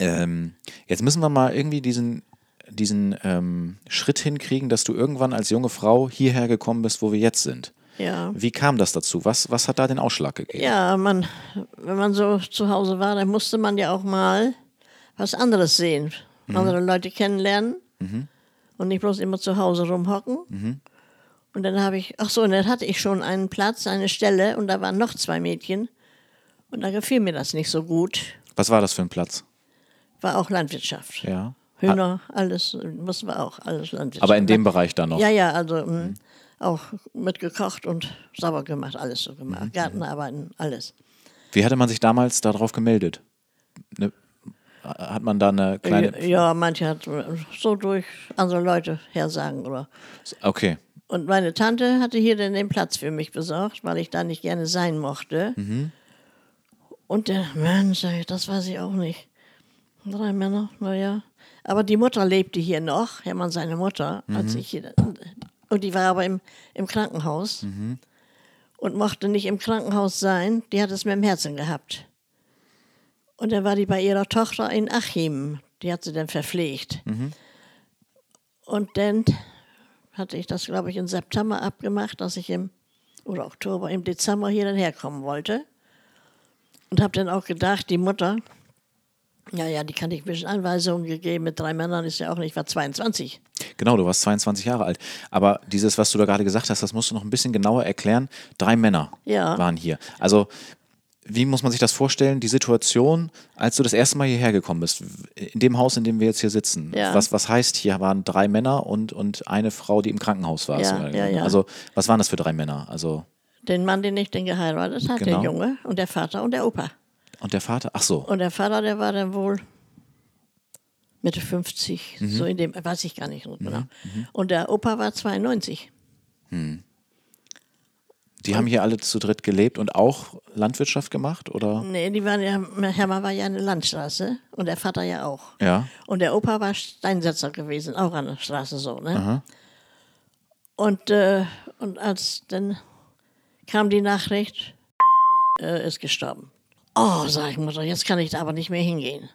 [SPEAKER 1] Ähm, jetzt müssen wir mal irgendwie diesen, diesen ähm, Schritt hinkriegen, dass du irgendwann als junge Frau hierher gekommen bist, wo wir jetzt sind.
[SPEAKER 2] Ja.
[SPEAKER 1] Wie kam das dazu? Was, was hat da den Ausschlag gegeben?
[SPEAKER 2] Ja, man, wenn man so zu Hause war, dann musste man ja auch mal was anderes sehen,
[SPEAKER 1] Mhm.
[SPEAKER 2] andere Leute kennenlernen und nicht bloß immer zu Hause rumhocken.
[SPEAKER 1] Mhm.
[SPEAKER 2] Und dann habe ich, ach so, und dann hatte ich schon einen Platz, eine Stelle und da waren noch zwei Mädchen und da gefiel mir das nicht so gut.
[SPEAKER 1] Was war das für ein Platz?
[SPEAKER 2] War auch Landwirtschaft.
[SPEAKER 1] Ja.
[SPEAKER 2] Hühner, alles, mussten wir auch, alles Landwirtschaft.
[SPEAKER 1] Aber in dem Bereich dann noch. Mhm.
[SPEAKER 2] Ja, ja, also mh, auch mitgekocht und sauber gemacht, alles so gemacht.
[SPEAKER 1] Mhm.
[SPEAKER 2] Gartenarbeiten, alles.
[SPEAKER 1] Wie hatte man sich damals darauf gemeldet? Ne? Hat man da eine kleine.
[SPEAKER 2] Ja, manche hat so durch andere Leute hersagen oder.
[SPEAKER 1] Okay.
[SPEAKER 2] Und meine Tante hatte hier dann den Platz für mich besorgt, weil ich da nicht gerne sein mochte. Und der Mann, sag ich, das weiß ich auch nicht. Drei Männer, naja. Aber die Mutter lebte hier noch, Hermann seine Mutter, als ich hier. Und die war aber im, im Krankenhaus und mochte nicht im Krankenhaus sein. Die hat es mit dem Herzen gehabt. Und dann war die bei ihrer Tochter in Achim. Die hat sie dann verpflegt. Und dann hatte ich das, glaube ich, im September abgemacht, dass ich im, oder Oktober, im Dezember hier dann herkommen wollte. Und habe dann auch gedacht, die Mutter, ja, ja, die kann ich ein bisschen Anweisungen gegeben, mit drei Männern ist ja auch nicht, ich war 22.
[SPEAKER 1] Genau, du warst 22 Jahre alt. Aber dieses, was du da gerade gesagt hast, das musst du noch ein bisschen genauer erklären. Drei Männer
[SPEAKER 2] Ja.
[SPEAKER 1] waren hier. Also, wie muss man sich das vorstellen, die Situation, als du das erste Mal hierher gekommen bist, in dem Haus, in dem wir jetzt hier sitzen?
[SPEAKER 2] Ja.
[SPEAKER 1] Was, was heißt, hier waren drei Männer und, und eine Frau, die im Krankenhaus war?
[SPEAKER 2] Ja,
[SPEAKER 1] so, äh,
[SPEAKER 2] ja, ja.
[SPEAKER 1] Also, was waren das für drei Männer? Also,
[SPEAKER 2] Den Mann, den ich dann geheiratet hat,
[SPEAKER 1] Genau.
[SPEAKER 2] der Junge und der Vater und der Opa.
[SPEAKER 1] und der Vater? Ach so.
[SPEAKER 2] Und der Vater, der war dann wohl Mitte 50, so in dem, weiß ich gar nicht so genau. Und der Opa war 92.
[SPEAKER 1] Die haben hier alle zu dritt gelebt und auch Landwirtschaft gemacht? Oder?
[SPEAKER 2] Nee, die waren ja, Hermann war ja eine Landstraße und der Vater ja auch.
[SPEAKER 1] Ja.
[SPEAKER 2] Und der Opa war Steinsetzer gewesen, auch an der Straße so. Ne? Und, äh, und als dann kam die Nachricht, äh, ist gestorben. Oh, sag ich Mutter, jetzt kann ich da aber nicht mehr hingehen.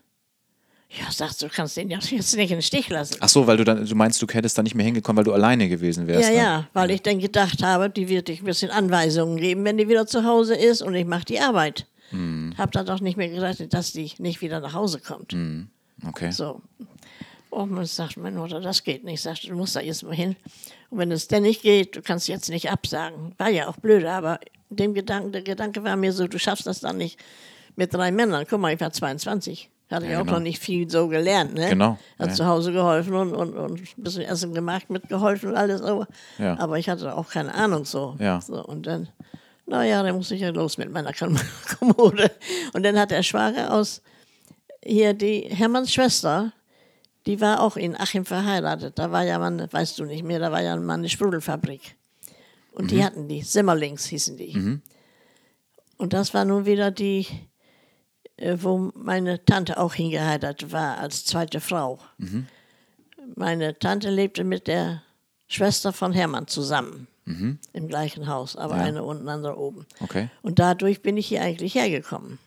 [SPEAKER 2] Ja, sagst du, kannst den ja jetzt nicht in den Stich lassen.
[SPEAKER 1] Ach so, weil du dann, du meinst, du hättest da nicht mehr hingekommen, weil du alleine gewesen wärst. dann.
[SPEAKER 2] Ja, ja, weil ich dann gedacht habe, die wird dich ein bisschen Anweisungen geben, wenn die wieder zu Hause ist und ich mache die Arbeit.
[SPEAKER 1] Hm.
[SPEAKER 2] Hab dann doch nicht mehr gedacht, dass die nicht wieder nach Hause kommt.
[SPEAKER 1] Okay.
[SPEAKER 2] So. Und Also, oh, man sagt, meine Mutter, das geht nicht. Sagt, du musst da jetzt mal hin. Und wenn es denn nicht geht, du kannst jetzt nicht absagen. War ja auch blöde, aber dem Gedanken, der Gedanke war mir so, du schaffst das dann nicht mit drei Männern. Guck mal, ich war 22. Hatte ich auch
[SPEAKER 1] genau.
[SPEAKER 2] noch nicht viel so gelernt. Ne?
[SPEAKER 1] Genau,
[SPEAKER 2] Hat
[SPEAKER 1] ja.
[SPEAKER 2] zu Hause geholfen und, und, und ein bisschen Essen gemacht, mitgeholfen und alles. Aber,
[SPEAKER 1] Ja.
[SPEAKER 2] aber ich hatte auch keine Ahnung so.
[SPEAKER 1] Ja.
[SPEAKER 2] so und dann, naja, dann muss ich ja los mit meiner Komm- Kommode. Und dann hat der Schwager aus hier die Hermanns Schwester, die war auch in Achim verheiratet. Da war ja man, weißt du nicht mehr, da war ja mal eine Sprudelfabrik. Und
[SPEAKER 1] Mhm.
[SPEAKER 2] die hatten die, Simmerlings hießen die. Und das war nun wieder die, äh, wo meine Tante auch hingeheiratet war, als zweite Frau. Meine Tante lebte mit der Schwester von Hermann zusammen.
[SPEAKER 1] Mhm.
[SPEAKER 2] Im gleichen Haus, aber eine unten, andere oben.
[SPEAKER 1] Okay.
[SPEAKER 2] Und dadurch bin ich hier eigentlich hergekommen.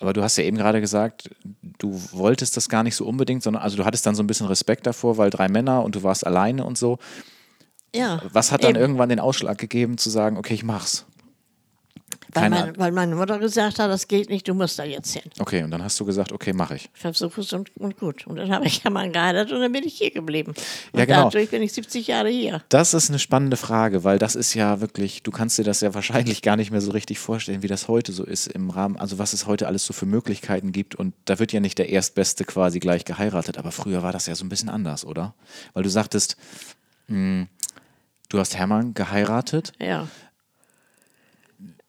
[SPEAKER 1] Aber du hast ja eben gerade gesagt, du wolltest das gar nicht so unbedingt, sondern also du hattest dann so ein bisschen Respekt davor, weil drei Männer und du warst alleine und so.
[SPEAKER 2] Ja.
[SPEAKER 1] Was hat dann
[SPEAKER 2] Eben.
[SPEAKER 1] irgendwann den Ausschlag gegeben zu sagen, okay, ich mach's?
[SPEAKER 2] Weil,
[SPEAKER 1] Keine
[SPEAKER 2] meine,
[SPEAKER 1] Ahnung.
[SPEAKER 2] weil meine Mutter gesagt hat, das geht nicht, du musst da jetzt hin.
[SPEAKER 1] Okay, und dann hast du gesagt, okay, mache ich.
[SPEAKER 2] Versuch es und, und gut. Und dann habe ich ja mal geheiratet und dann bin ich hier geblieben. Und
[SPEAKER 1] Ja, genau.
[SPEAKER 2] dadurch bin ich 70 Jahre hier.
[SPEAKER 1] Das ist eine spannende Frage, weil das ist ja wirklich, du kannst dir das ja wahrscheinlich gar nicht mehr so richtig vorstellen, wie das heute so ist im Rahmen, also was es heute alles so für Möglichkeiten gibt und da wird ja nicht der Erstbeste quasi gleich geheiratet, aber früher war das ja so ein bisschen anders, oder? Weil du sagtest, mh, du hast Hermann geheiratet.
[SPEAKER 2] Ja.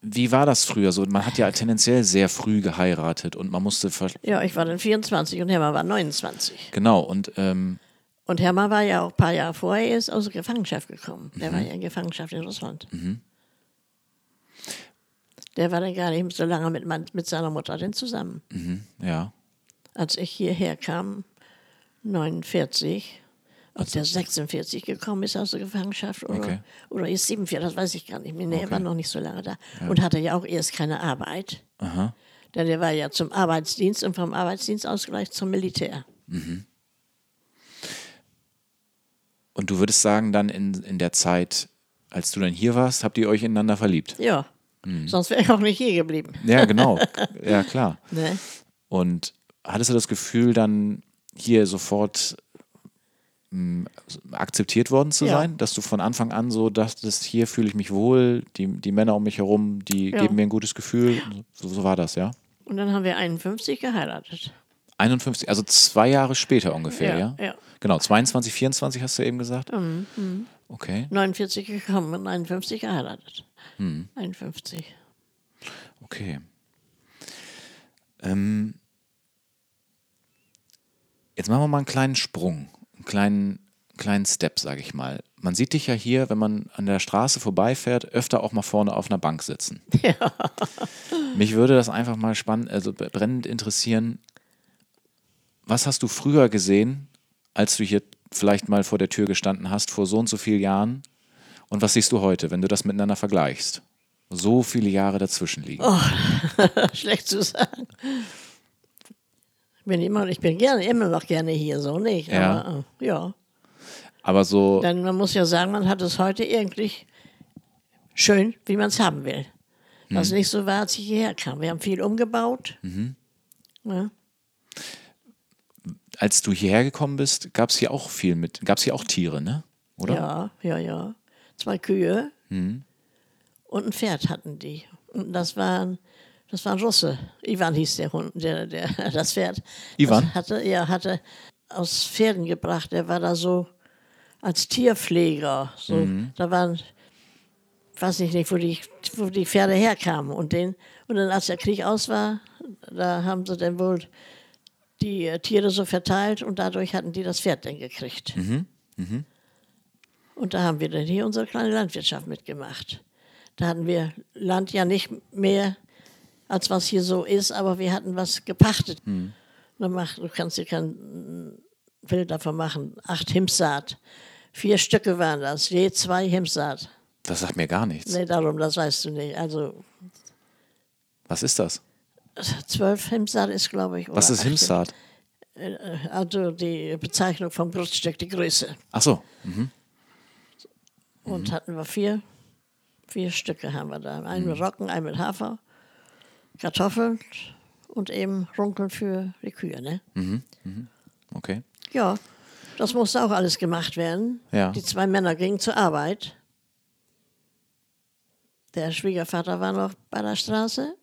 [SPEAKER 1] Wie war das früher so? Man hat ja tendenziell sehr früh geheiratet und man musste, ver-
[SPEAKER 2] ja, ich war dann 24 und Hermann war 29.
[SPEAKER 1] genau, und ähm,
[SPEAKER 2] Und Hermann war ja auch ein paar Jahre vorher er ist aus der Gefangenschaft gekommen. Der war ja in Gefangenschaft in Russland. Der war dann gar nicht so lange mit, mein, mit seiner Mutter denn zusammen.
[SPEAKER 1] ja,
[SPEAKER 2] als ich hierher kam, 49, ob der 46 gekommen ist aus der Gefangenschaft oder,
[SPEAKER 1] Okay.
[SPEAKER 2] oder ist 47, das weiß ich gar nicht mehr. Nee, Er war noch nicht so lange da und hatte ja auch erst keine Arbeit. Denn er war ja zum Arbeitsdienst und vom Arbeitsdienst aus gleich zum Militär.
[SPEAKER 1] und du würdest sagen, dann in, in der Zeit, als du dann hier warst, habt ihr euch ineinander verliebt.
[SPEAKER 2] Ja, sonst wäre ich auch nicht hier geblieben.
[SPEAKER 1] Ja, genau, ja klar.
[SPEAKER 2] Ne?
[SPEAKER 1] Und hattest du das Gefühl, dann hier sofort m, akzeptiert worden zu
[SPEAKER 2] Ja.
[SPEAKER 1] sein? Dass du von Anfang an so dachtest, hier fühle ich mich wohl, die, die Männer um mich herum, die
[SPEAKER 2] Ja.
[SPEAKER 1] geben mir ein gutes Gefühl. So, so war das, ja?
[SPEAKER 2] Und dann haben wir 51 geheiratet.
[SPEAKER 1] 51, also zwei Jahre später ungefähr, ja?
[SPEAKER 2] Ja, ja.
[SPEAKER 1] Genau, 22, 24 hast du eben gesagt. Okay,
[SPEAKER 2] 49 gekommen und 51 geheiratet. 51.
[SPEAKER 1] okay. Ähm, jetzt machen wir mal einen kleinen Sprung, einen kleinen, kleinen Step, sage ich mal. Man sieht dich ja hier, wenn man an der Straße vorbeifährt, öfter auch mal vorne auf einer Bank sitzen. Mich würde das einfach mal spannend, also b- brennend interessieren. Was hast du früher gesehen, als du hier vielleicht mal vor der Tür gestanden hast, vor so und so vielen Jahren? Und was siehst du heute, wenn du das miteinander vergleichst? So viele Jahre dazwischen liegen.
[SPEAKER 2] schlecht zu sagen. Ich bin immer, ich bin gerne, immer noch gerne hier, so nicht.
[SPEAKER 1] Ja.
[SPEAKER 2] Aber, äh, ja.
[SPEAKER 1] Aber so,
[SPEAKER 2] Denn man muss ja sagen, man hat es heute eigentlich schön, wie man es haben will. Was nicht so war, als ich hierher kam. Wir haben viel umgebaut. Ja.
[SPEAKER 1] als du hierher gekommen bist, gab es hier auch viel mit, gab es hier auch Tiere, ne? Oder?
[SPEAKER 2] ja, ja, ja. Zwei Kühe und ein Pferd hatten die. Und das waren, das waren Russe. Ivan hieß der Hund, der, der, das Pferd.
[SPEAKER 1] Ivan?
[SPEAKER 2] Das hatte, ja, hatte aus Pferden gebracht. Der war da so als Tierpfleger. So, Da waren, weiß ich nicht, wo die, wo die Pferde herkamen. Und, den, und dann, als der Krieg aus war, da haben sie dann wohl die äh, Tiere so verteilt und dadurch hatten die das Pferd dann gekriegt. Und da haben wir dann hier unsere kleine Landwirtschaft mitgemacht. Da hatten wir Land ja nicht mehr, als was hier so ist, aber wir hatten was gepachtet.
[SPEAKER 1] Hm.
[SPEAKER 2] Dann mach, du kannst dir kein mm, Bild davon machen. Acht Himsaat. Vier Stücke waren das, je zwei Himsaat.
[SPEAKER 1] Das sagt mir gar nichts.
[SPEAKER 2] Nee, darum, das weißt du nicht. Also
[SPEAKER 1] Was ist das?
[SPEAKER 2] zwölf Himsaat ist, glaube ich.
[SPEAKER 1] Was
[SPEAKER 2] oder
[SPEAKER 1] ist
[SPEAKER 2] 18.
[SPEAKER 1] Himstat?
[SPEAKER 2] Also die Bezeichnung vom Grundstück, die Größe.
[SPEAKER 1] Ach so.
[SPEAKER 2] Und hatten wir vier, vier Stücke haben wir da. Einen mit Roggen, einen mit Hafer, Kartoffeln und eben Runkeln für die Kühe. Ne?
[SPEAKER 1] Okay.
[SPEAKER 2] Ja, das musste auch alles gemacht werden.
[SPEAKER 1] Ja.
[SPEAKER 2] Die zwei Männer gingen zur Arbeit. Der Schwiegervater war noch bei der Straße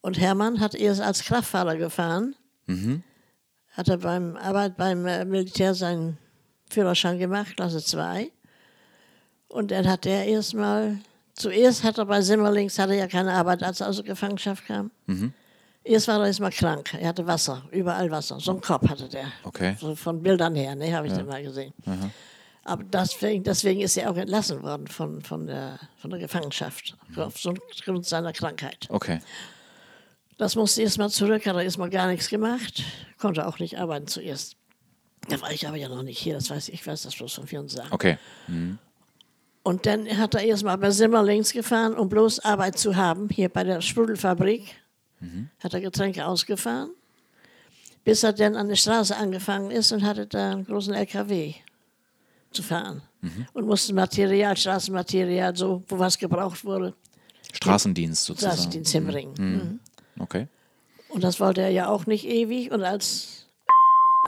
[SPEAKER 2] und Hermann hat erst als Kraftfahrer gefahren. Hat er beim Arbeit beim äh, Militär seinen Führerschein gemacht, Klasse 2. Und dann hat er erstmal, zuerst hat er bei Simmerlings, hatte ja keine Arbeit, als er aus der Gefangenschaft kam. Erst war er erstmal krank. Er hatte Wasser, überall Wasser. So einen Korb hatte der.
[SPEAKER 1] Okay.
[SPEAKER 2] So von Bildern her, ne, habe ich dann mal gesehen. Aber deswegen, deswegen ist er auch entlassen worden von, von, der, von der Gefangenschaft, aufgrund seiner Krankheit.
[SPEAKER 1] Okay.
[SPEAKER 2] Das musste erstmal zurück, hat er erstmal gar nichts gemacht, konnte auch nicht arbeiten zuerst. Da war ich aber ja noch nicht hier, das weiß ich, ich weiß das bloß von vielen Sachen.
[SPEAKER 1] Okay.
[SPEAKER 2] Und dann hat er erstmal bei Simmerlings gefahren, um bloß Arbeit zu haben, hier bei der Sprudelfabrik. Hat er Getränke ausgefahren, bis er dann an der Straße angefangen ist und hatte da einen großen LKW Mhm. zu fahren. Und musste Material, Straßenmaterial, so, wo was gebraucht wurde,
[SPEAKER 1] Straßendienst sozusagen.
[SPEAKER 2] Straßendienst hinbringen. Mhm.
[SPEAKER 1] Okay.
[SPEAKER 2] Und das wollte er ja auch nicht ewig. Und als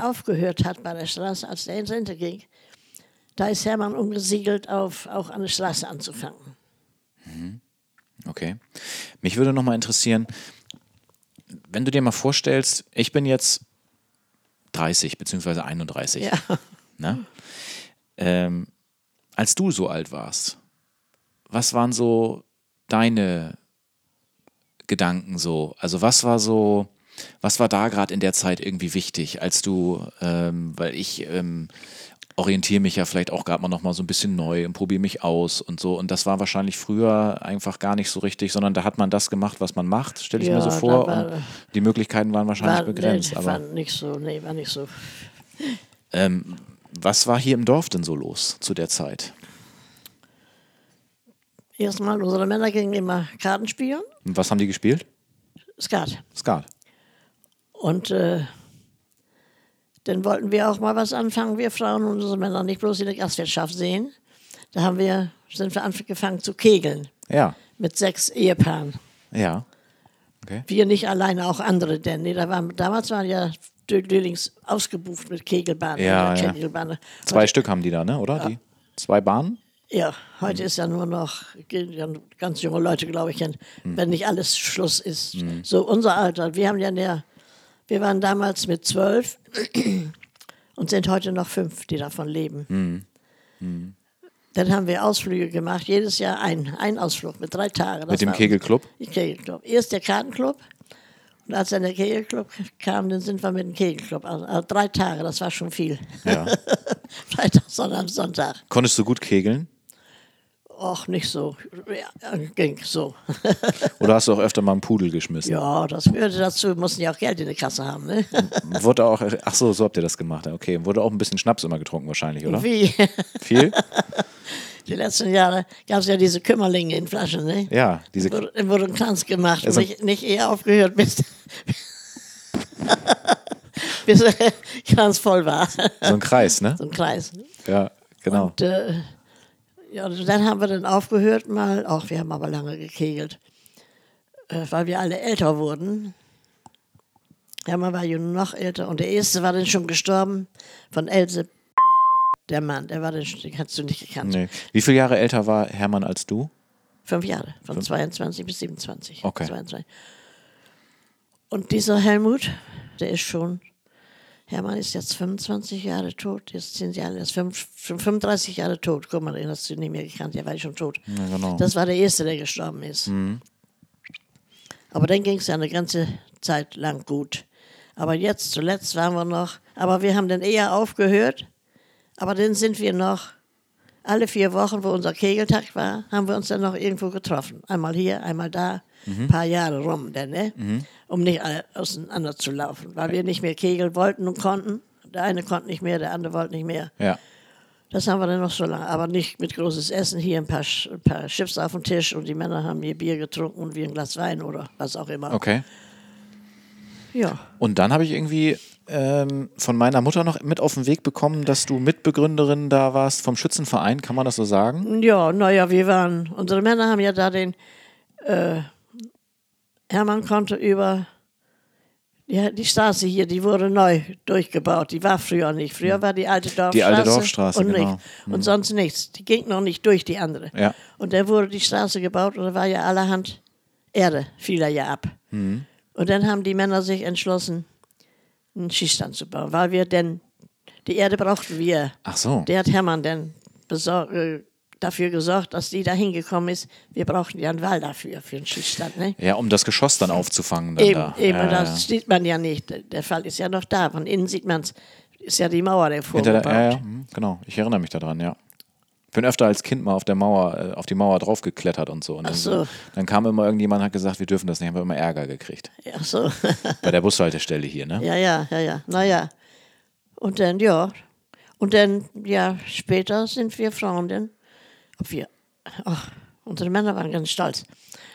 [SPEAKER 2] aufgehört hat bei der Straße, als der in Rente ging, da ist Hermann umgesiedelt auf auch an der Straße anzufangen.
[SPEAKER 1] Okay. Mich würde nochmal interessieren, wenn du dir mal vorstellst, ich bin jetzt 30 bzw. 31.
[SPEAKER 2] Ja.
[SPEAKER 1] Ne? Ähm, als du so alt warst, was waren so deine Gedanken so? Also was war so, was war da gerade in der Zeit irgendwie wichtig, als du, ähm, weil ich ähm, orientiere mich ja vielleicht auch gerade mal nochmal so ein bisschen neu und probiere mich aus und so. Und das war wahrscheinlich früher einfach gar nicht so richtig, sondern da hat man das gemacht, was man macht, stelle ich
[SPEAKER 2] Ja,
[SPEAKER 1] mir so
[SPEAKER 2] da
[SPEAKER 1] vor.
[SPEAKER 2] war-
[SPEAKER 1] Und die Möglichkeiten waren wahrscheinlich
[SPEAKER 2] War,
[SPEAKER 1] begrenzt.
[SPEAKER 2] nee, war
[SPEAKER 1] aber
[SPEAKER 2] nicht so, nee, war nicht so.
[SPEAKER 1] was war hier im Dorf denn so los zu der Zeit?
[SPEAKER 2] Erstmal, unsere Männer gingen immer Karten spielen,
[SPEAKER 1] Und was haben die gespielt?
[SPEAKER 2] Skat.
[SPEAKER 1] Skat.
[SPEAKER 2] Und äh, dann wollten wir auch mal was anfangen, wir Frauen und unsere Männer, nicht bloß in der Gastwirtschaft sehen. Da haben wir, sind wir angefangen zu kegeln
[SPEAKER 1] Ja,
[SPEAKER 2] mit sechs Ehepaaren.
[SPEAKER 1] ja.
[SPEAKER 2] Wir nicht alleine, auch andere, denn nee, da waren, damals waren ja Dö- Dölings ausgebucht mit Kegelbahnen.
[SPEAKER 1] Ja, ja.
[SPEAKER 2] Kegelbahnen.
[SPEAKER 1] Zwei Stück haben die da, ne? Oder? Die zwei Bahnen?
[SPEAKER 2] Ja, heute ist ja nur noch gehen ja ganz junge Leute, glaube ich, hin,
[SPEAKER 1] Hm.
[SPEAKER 2] wenn nicht alles Schluss ist. So unser Alter, wir haben ja der, wir waren damals mit zwölf und sind heute noch fünf, die davon leben.
[SPEAKER 1] Hm.
[SPEAKER 2] Dann haben wir Ausflüge gemacht, jedes Jahr ein, ein Ausflug mit drei Tagen. Das
[SPEAKER 1] Mit dem
[SPEAKER 2] war-
[SPEAKER 1] Kegelclub?
[SPEAKER 2] Die Kegelclub. Erst der Kartenclub und als dann der Kegelclub kam, dann sind wir mit dem Kegelclub. Also, also drei Tage, das war schon viel.
[SPEAKER 1] Ja.
[SPEAKER 2] Freitag, Sonntag, Sonntag.
[SPEAKER 1] Konntest du gut kegeln?
[SPEAKER 2] Och, nicht so. Ja, ging so.
[SPEAKER 1] Oder hast du auch öfter mal einen Pudel geschmissen?
[SPEAKER 2] Ja, das gehörte dazu. Wir mussten ja auch Geld in die Kasse haben, ne?
[SPEAKER 1] Wurde auch, ach so, so habt ihr das gemacht. Okay, wurde auch ein bisschen Schnaps immer getrunken wahrscheinlich, oder?
[SPEAKER 2] Wie
[SPEAKER 1] Viel?
[SPEAKER 2] die letzten Jahre gab es ja diese Kümmerlinge in Flaschen, ne?
[SPEAKER 1] Ja, diese,
[SPEAKER 2] Wurde, wurde ein Tanz gemacht
[SPEAKER 1] Also-
[SPEAKER 2] und nicht, nicht eher aufgehört, bis, bis er ganz voll war.
[SPEAKER 1] so ein Kreis, ne?
[SPEAKER 2] So ein Kreis.
[SPEAKER 1] Ja, genau.
[SPEAKER 2] Und, äh, ja, und dann haben wir dann aufgehört mal, auch wir haben aber lange gekegelt, äh, weil wir alle älter wurden. Ja, man war ja noch älter und der erste war dann schon gestorben von Else, der Mann, der war dann, schon- den hast du nicht gekannt.
[SPEAKER 1] Nee. Wie viele Jahre älter war Hermann als du?
[SPEAKER 2] Fünf Jahre, von 22 bis 27.
[SPEAKER 1] Okay.
[SPEAKER 2] 22. Und dieser Helmut, der ist schon, Hermann ist jetzt 25 Jahre tot, jetzt sind sie alle erst fünf, schon 35 Jahre tot. Guck mal, den hast du nicht mehr gekannt, der war ja schon tot.
[SPEAKER 1] Ja, genau. Mhm.
[SPEAKER 2] Das war der Erste, der gestorben ist. Aber dann ging es ja eine ganze Zeit lang gut. Aber jetzt, zuletzt waren wir noch, aber wir haben dann eher aufgehört, aber dann sind wir noch alle vier Wochen, wo unser Kegeltag war, haben wir uns dann noch irgendwo getroffen. Einmal hier, einmal da, ein paar Jahre rum, denn, ne? um nicht alle auseinander zu laufen, weil wir nicht mehr kegeln wollten und konnten. Der eine konnte nicht mehr, der andere wollte nicht mehr.
[SPEAKER 1] Ja.
[SPEAKER 2] Das haben wir dann noch so lange, aber nicht mit großes Essen. Hier ein paar, Sch- ein paar Chips auf dem Tisch und die Männer haben hier Bier getrunken und wir ein Glas Wein oder was auch immer.
[SPEAKER 1] Okay.
[SPEAKER 2] Ja.
[SPEAKER 1] Und dann habe ich irgendwie ähm, von meiner Mutter noch mit auf den Weg bekommen, dass du Mitbegründerin da warst vom Schützenverein, kann man das so sagen?
[SPEAKER 2] Ja, naja, wir waren, unsere Männer haben ja da den, äh, Hermann konnte über, ja, die Straße hier, die wurde neu durchgebaut, die war früher nicht. Früher war die alte Dorfstraße.
[SPEAKER 1] Hm. Die alte Dorfstraße,
[SPEAKER 2] und
[SPEAKER 1] genau.
[SPEAKER 2] Nicht, und sonst nichts. Die ging noch nicht durch, die andere.
[SPEAKER 1] Ja.
[SPEAKER 2] Und dann wurde die Straße gebaut und da war ja allerhand Erde, fiel da ja ab.
[SPEAKER 1] Hm.
[SPEAKER 2] Und dann haben die Männer sich entschlossen, einen Schießstand zu bauen, weil wir denn, die Erde brauchten wir.
[SPEAKER 1] Ach so.
[SPEAKER 2] Der hat Hermann denn besor- äh, dafür gesorgt, dass die da hingekommen ist. Wir brauchten ja einen Wall dafür, für einen Schießstand. Ne?
[SPEAKER 1] Ja, um das Geschoss dann aufzufangen. Dann
[SPEAKER 2] Eben,
[SPEAKER 1] da.
[SPEAKER 2] eben
[SPEAKER 1] ja,
[SPEAKER 2] das
[SPEAKER 1] ja.
[SPEAKER 2] sieht man ja nicht. Der- Der Fall ist ja noch da. Von innen sieht man es. Ist ja die Mauer der
[SPEAKER 1] Hinter
[SPEAKER 2] vorgebaut.
[SPEAKER 1] der, ja, ja, hm, genau. Ich erinnere mich daran, ja. Ich bin öfter als Kind mal auf der Mauer, äh, auf die Mauer draufgeklettert und so. Und dann,
[SPEAKER 2] Ach so.
[SPEAKER 1] dann kam immer irgendjemand und hat gesagt, wir dürfen das nicht, haben wir immer Ärger gekriegt.
[SPEAKER 2] Ach so.
[SPEAKER 1] Bei der Bushaltestelle hier, ne?
[SPEAKER 2] ja, ja, ja, ja. Naja. Und dann, ja. Und dann, ja, später sind wir Frauen denn. Ob wir. Ach, unsere Männer waren ganz stolz,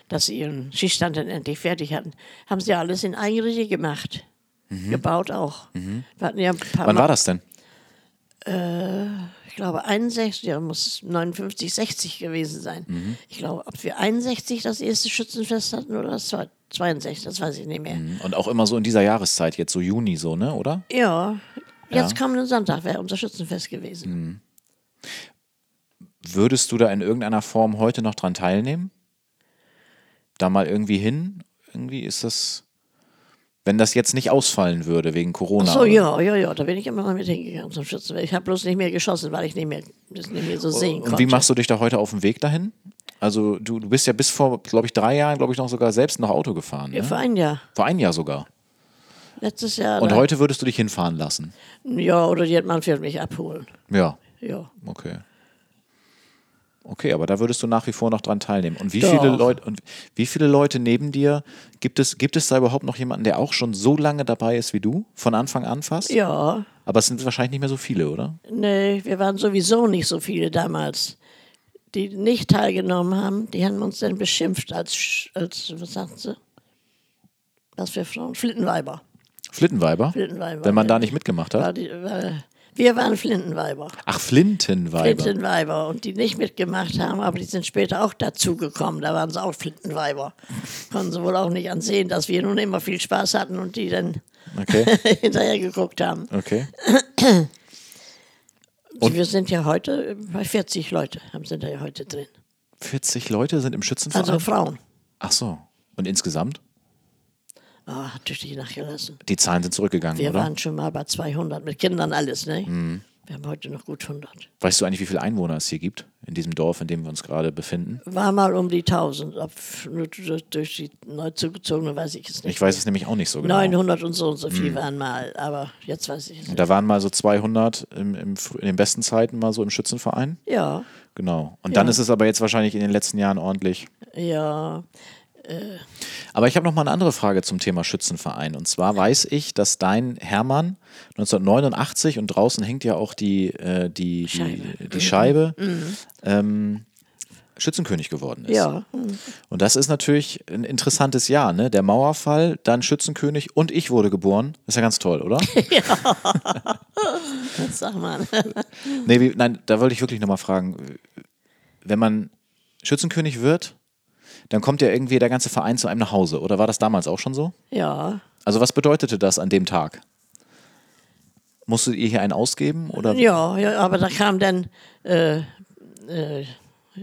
[SPEAKER 2] dass sie ihren Schießstand dann endlich fertig hatten. Haben sie alles in Eigenregie gemacht. Gebaut auch. Wir hatten ja ein paar
[SPEAKER 1] Wann
[SPEAKER 2] Mal-
[SPEAKER 1] war das denn?
[SPEAKER 2] ich glaube 61, ja, muss 59, 60 gewesen sein. Ich glaube, ob wir 61 das erste Schützenfest hatten oder das zweite, 62, das weiß ich nicht mehr.
[SPEAKER 1] Und auch immer so in dieser Jahreszeit, jetzt so Juni so, ne, oder?
[SPEAKER 2] Ja, jetzt kommenden Sonntag wäre unser Schützenfest gewesen.
[SPEAKER 1] Würdest du da in irgendeiner Form heute noch dran teilnehmen? Da mal irgendwie hin? Irgendwie ist das, wenn das jetzt nicht ausfallen würde wegen Corona.
[SPEAKER 2] So,
[SPEAKER 1] oder-
[SPEAKER 2] ja, ja, ja, da bin ich immer noch mit hingegangen zum Schützenfest. Ich habe bloß nicht mehr geschossen, weil ich nicht mehr, das nicht mehr so sehen konnte.
[SPEAKER 1] Oh, Und wie machst du dich da heute auf den Weg dahin? Also du, du bist ja bis vor, glaube ich, drei Jahren, glaube ich, noch sogar selbst noch Auto gefahren.
[SPEAKER 2] ja,
[SPEAKER 1] Ne?
[SPEAKER 2] Für ein Jahr.
[SPEAKER 1] Vor einem Jahr sogar.
[SPEAKER 2] Letztes Jahr.
[SPEAKER 1] Und
[SPEAKER 2] da-
[SPEAKER 1] heute würdest du dich hinfahren lassen.
[SPEAKER 2] Ja, oder die Mann wird mich abholen.
[SPEAKER 1] Ja,
[SPEAKER 2] Ja.
[SPEAKER 1] okay. Okay, aber da würdest du nach wie vor noch dran teilnehmen. Und wie
[SPEAKER 2] Doch.
[SPEAKER 1] viele Leute und wie viele Leute neben dir gibt es gibt es da überhaupt noch jemanden, der auch schon so lange dabei ist wie du, von Anfang an fast?
[SPEAKER 2] Ja.
[SPEAKER 1] Aber es sind wahrscheinlich nicht mehr so viele, oder?
[SPEAKER 2] Nee, wir waren sowieso nicht so viele damals. Die nicht teilgenommen haben, die haben uns dann beschimpft als, Sch- als was sagt sie? Was für Frauen? Flittenweiber.
[SPEAKER 1] Flittenweiber?
[SPEAKER 2] Flittenweiber,
[SPEAKER 1] Wenn man
[SPEAKER 2] ja.
[SPEAKER 1] da nicht mitgemacht hat.
[SPEAKER 2] Weil die, weil wir waren Flintenweiber.
[SPEAKER 1] Ach, Flintenweiber.
[SPEAKER 2] Flintenweiber. Und die nicht mitgemacht haben, aber die sind später auch dazugekommen. Da waren sie auch Flintenweiber. Konnten sie wohl auch nicht ansehen, dass wir nun immer viel Spaß hatten und die dann
[SPEAKER 1] Okay,
[SPEAKER 2] hinterher geguckt haben.
[SPEAKER 1] okay.
[SPEAKER 2] Und wir sind ja heute bei 40 Leute, haben- sind da ja heute drin.
[SPEAKER 1] 40 Leute sind im Schützenverein.
[SPEAKER 2] Also Frauen.
[SPEAKER 1] Ach so. Und insgesamt?
[SPEAKER 2] Ah, hat natürlich nachgelassen.
[SPEAKER 1] Die Zahlen sind zurückgegangen,
[SPEAKER 2] Wir
[SPEAKER 1] oder? Mhm.
[SPEAKER 2] waren schon mal bei 200 mit Kindern alles, ne? Wir haben heute noch gut 100.
[SPEAKER 1] Weißt du eigentlich, wie viele Einwohner es hier gibt in diesem Dorf, in dem wir uns gerade befinden?
[SPEAKER 2] War mal um die 1000, ob nur durch durch die neu zugezogene weiß ich es nicht.
[SPEAKER 1] Ich weiß es nämlich auch Mhm. nicht so genau.
[SPEAKER 2] 900 und so und so viel waren mal, aber jetzt weiß ich es nicht.
[SPEAKER 1] Da waren mal so 200 im, im, Fr- in den besten Zeiten mal so im Schützenverein.
[SPEAKER 2] Ja,
[SPEAKER 1] Genau. Und dann
[SPEAKER 2] Ja.
[SPEAKER 1] ist es aber jetzt wahrscheinlich in den letzten Jahren ordentlich.
[SPEAKER 2] ja.
[SPEAKER 1] Aber ich habe noch mal eine andere Frage zum Thema Schützenverein. Und zwar weiß ich, dass dein Hermann 1989 und draußen hängt ja auch die, äh, die, die,
[SPEAKER 2] Scheibe. Mhm.
[SPEAKER 1] die Scheibe ähm, Schützenkönig geworden ist.
[SPEAKER 2] Ja,
[SPEAKER 1] Und das ist natürlich ein interessantes Jahr, ne? Der Mauerfall, dann Schützenkönig und ich wurde geboren. Ist ja ganz toll, oder?
[SPEAKER 2] sag mal.
[SPEAKER 1] nee, wie, nein, da wollte ich wirklich nochmal fragen. Wenn man Schützenkönig wird, dann kommt ja irgendwie der ganze Verein zu einem nach Hause, oder war das damals auch schon so?
[SPEAKER 2] Ja.
[SPEAKER 1] Also, was bedeutete das an dem Tag? Musstet ihr hier einen ausgeben? Oder?
[SPEAKER 2] Ja, ja, aber da kam dann, äh, äh,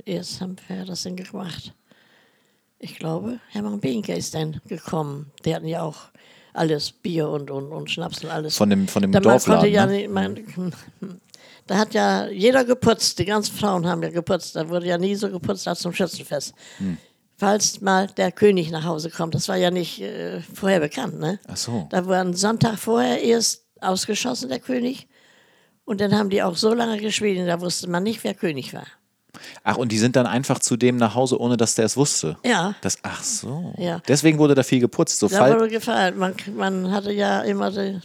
[SPEAKER 2] erst haben wir das denn gemacht. Ich glaube, Hermann Behnke ist dann gekommen. Die hatten ja auch alles, Bier und, und, und Schnaps und alles.
[SPEAKER 1] Von dem, von dem
[SPEAKER 2] da man konnte
[SPEAKER 1] Dorfladen.
[SPEAKER 2] ja
[SPEAKER 1] ne?
[SPEAKER 2] nicht, man, da hat ja jeder geputzt, die ganzen Frauen haben ja geputzt. Da wurde ja nie so geputzt als zum Schützenfest.
[SPEAKER 1] Hm.
[SPEAKER 2] Falls mal der König nach Hause kommt, das war ja nicht äh, vorher bekannt, ne?
[SPEAKER 1] Ach so.
[SPEAKER 2] Da war ein Sonntag vorher erst ausgeschossen, der König. Und dann haben die auch so lange geschwiegen, da wusste man nicht, wer König war.
[SPEAKER 1] Ach, und die sind dann einfach zu dem nach Hause, ohne dass der es wusste.
[SPEAKER 2] Ja.
[SPEAKER 1] Das, ach so.
[SPEAKER 2] Ja.
[SPEAKER 1] Deswegen wurde da viel geputzt. So
[SPEAKER 2] Da
[SPEAKER 1] Fall,
[SPEAKER 2] wurde gefeiert. Man, man hatte ja immer, die,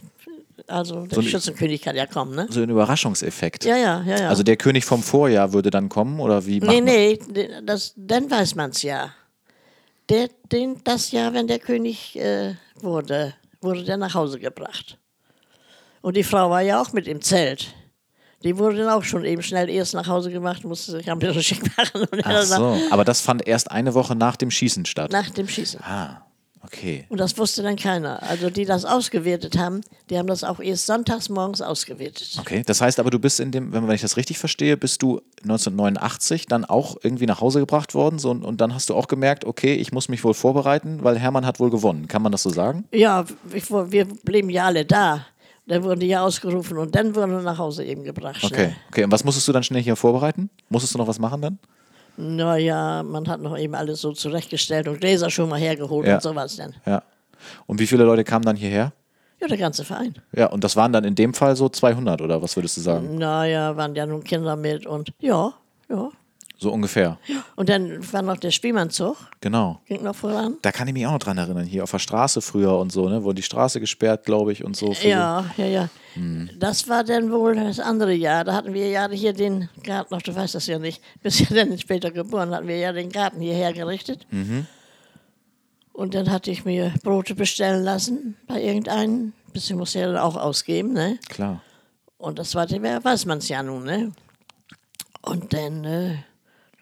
[SPEAKER 2] also der
[SPEAKER 1] So ein-
[SPEAKER 2] Schützenkönig kann ja kommen, ne?
[SPEAKER 1] so ein Überraschungseffekt.
[SPEAKER 2] Ja, ja, ja, ja.
[SPEAKER 1] Also der König vom Vorjahr würde dann kommen oder wie? macht
[SPEAKER 2] nee,
[SPEAKER 1] man-
[SPEAKER 2] nee, de- das, dann weiß man es ja. Der, den, das Jahr, wenn der König äh, wurde, wurde der nach Hause gebracht. Und die Frau war ja auch mit im Zelt. Die wurde dann auch schon eben schnell erst nach Hause gemacht, musste sich am bisschen schick machen. Und
[SPEAKER 1] Ach
[SPEAKER 2] dann
[SPEAKER 1] so. Aber das fand erst eine Woche nach dem Schießen statt.
[SPEAKER 2] Nach dem Schießen.
[SPEAKER 1] Ah, okay.
[SPEAKER 2] Und das wusste dann keiner. Also die das ausgewertet haben, die haben das auch erst sonntags morgens ausgewertet.
[SPEAKER 1] Okay, das heißt aber, du bist in dem, wenn wenn ich das richtig verstehe, bist du 1989 dann auch irgendwie nach Hause gebracht worden so, und, und dann hast du auch gemerkt, okay, ich muss mich wohl vorbereiten, weil Hermann hat wohl gewonnen. Kann man das so sagen?
[SPEAKER 2] Ja, ich, wo- wir blieben ja alle da. Dann wurden die ja ausgerufen und dann wurden wir nach Hause eben gebracht. schnell.
[SPEAKER 1] Okay, okay. Und was musstest du dann schnell hier vorbereiten? Musstest du noch was machen dann?
[SPEAKER 2] Naja, man hat noch eben alles so zurechtgestellt und Gläser schon mal hergeholt
[SPEAKER 1] Ja.
[SPEAKER 2] und sowas dann.
[SPEAKER 1] Ja. Und wie viele Leute kamen dann hierher?
[SPEAKER 2] Ja, der ganze Verein.
[SPEAKER 1] Ja, und das waren dann in dem Fall so 200 oder was würdest du
[SPEAKER 2] Mhm.
[SPEAKER 1] sagen?
[SPEAKER 2] Naja, waren ja nun Kinder mit und ja, ja.
[SPEAKER 1] So ungefähr.
[SPEAKER 2] Und dann war noch der Spielmannzug,
[SPEAKER 1] Genau.
[SPEAKER 2] ging noch voran.
[SPEAKER 1] Da kann ich mich auch noch dran erinnern, hier auf der Straße früher und so, ne? Wurde die Straße gesperrt, glaube ich, und so. Hm. für-
[SPEAKER 2] Ja, ja, ja. Das war dann wohl das andere Jahr. Da hatten wir ja hier den Garten, noch, du weißt das ja nicht, bis ja dann später geboren, hatten wir ja den Garten hierher gerichtet.
[SPEAKER 1] Mhm.
[SPEAKER 2] Und dann hatte ich mir Brote bestellen lassen bei irgendeinem. Bisschen musste ja dann auch ausgeben, ne?
[SPEAKER 1] Klar.
[SPEAKER 2] Und das zweite wäre, weiß man es ja nun, ne? Und dann, äh,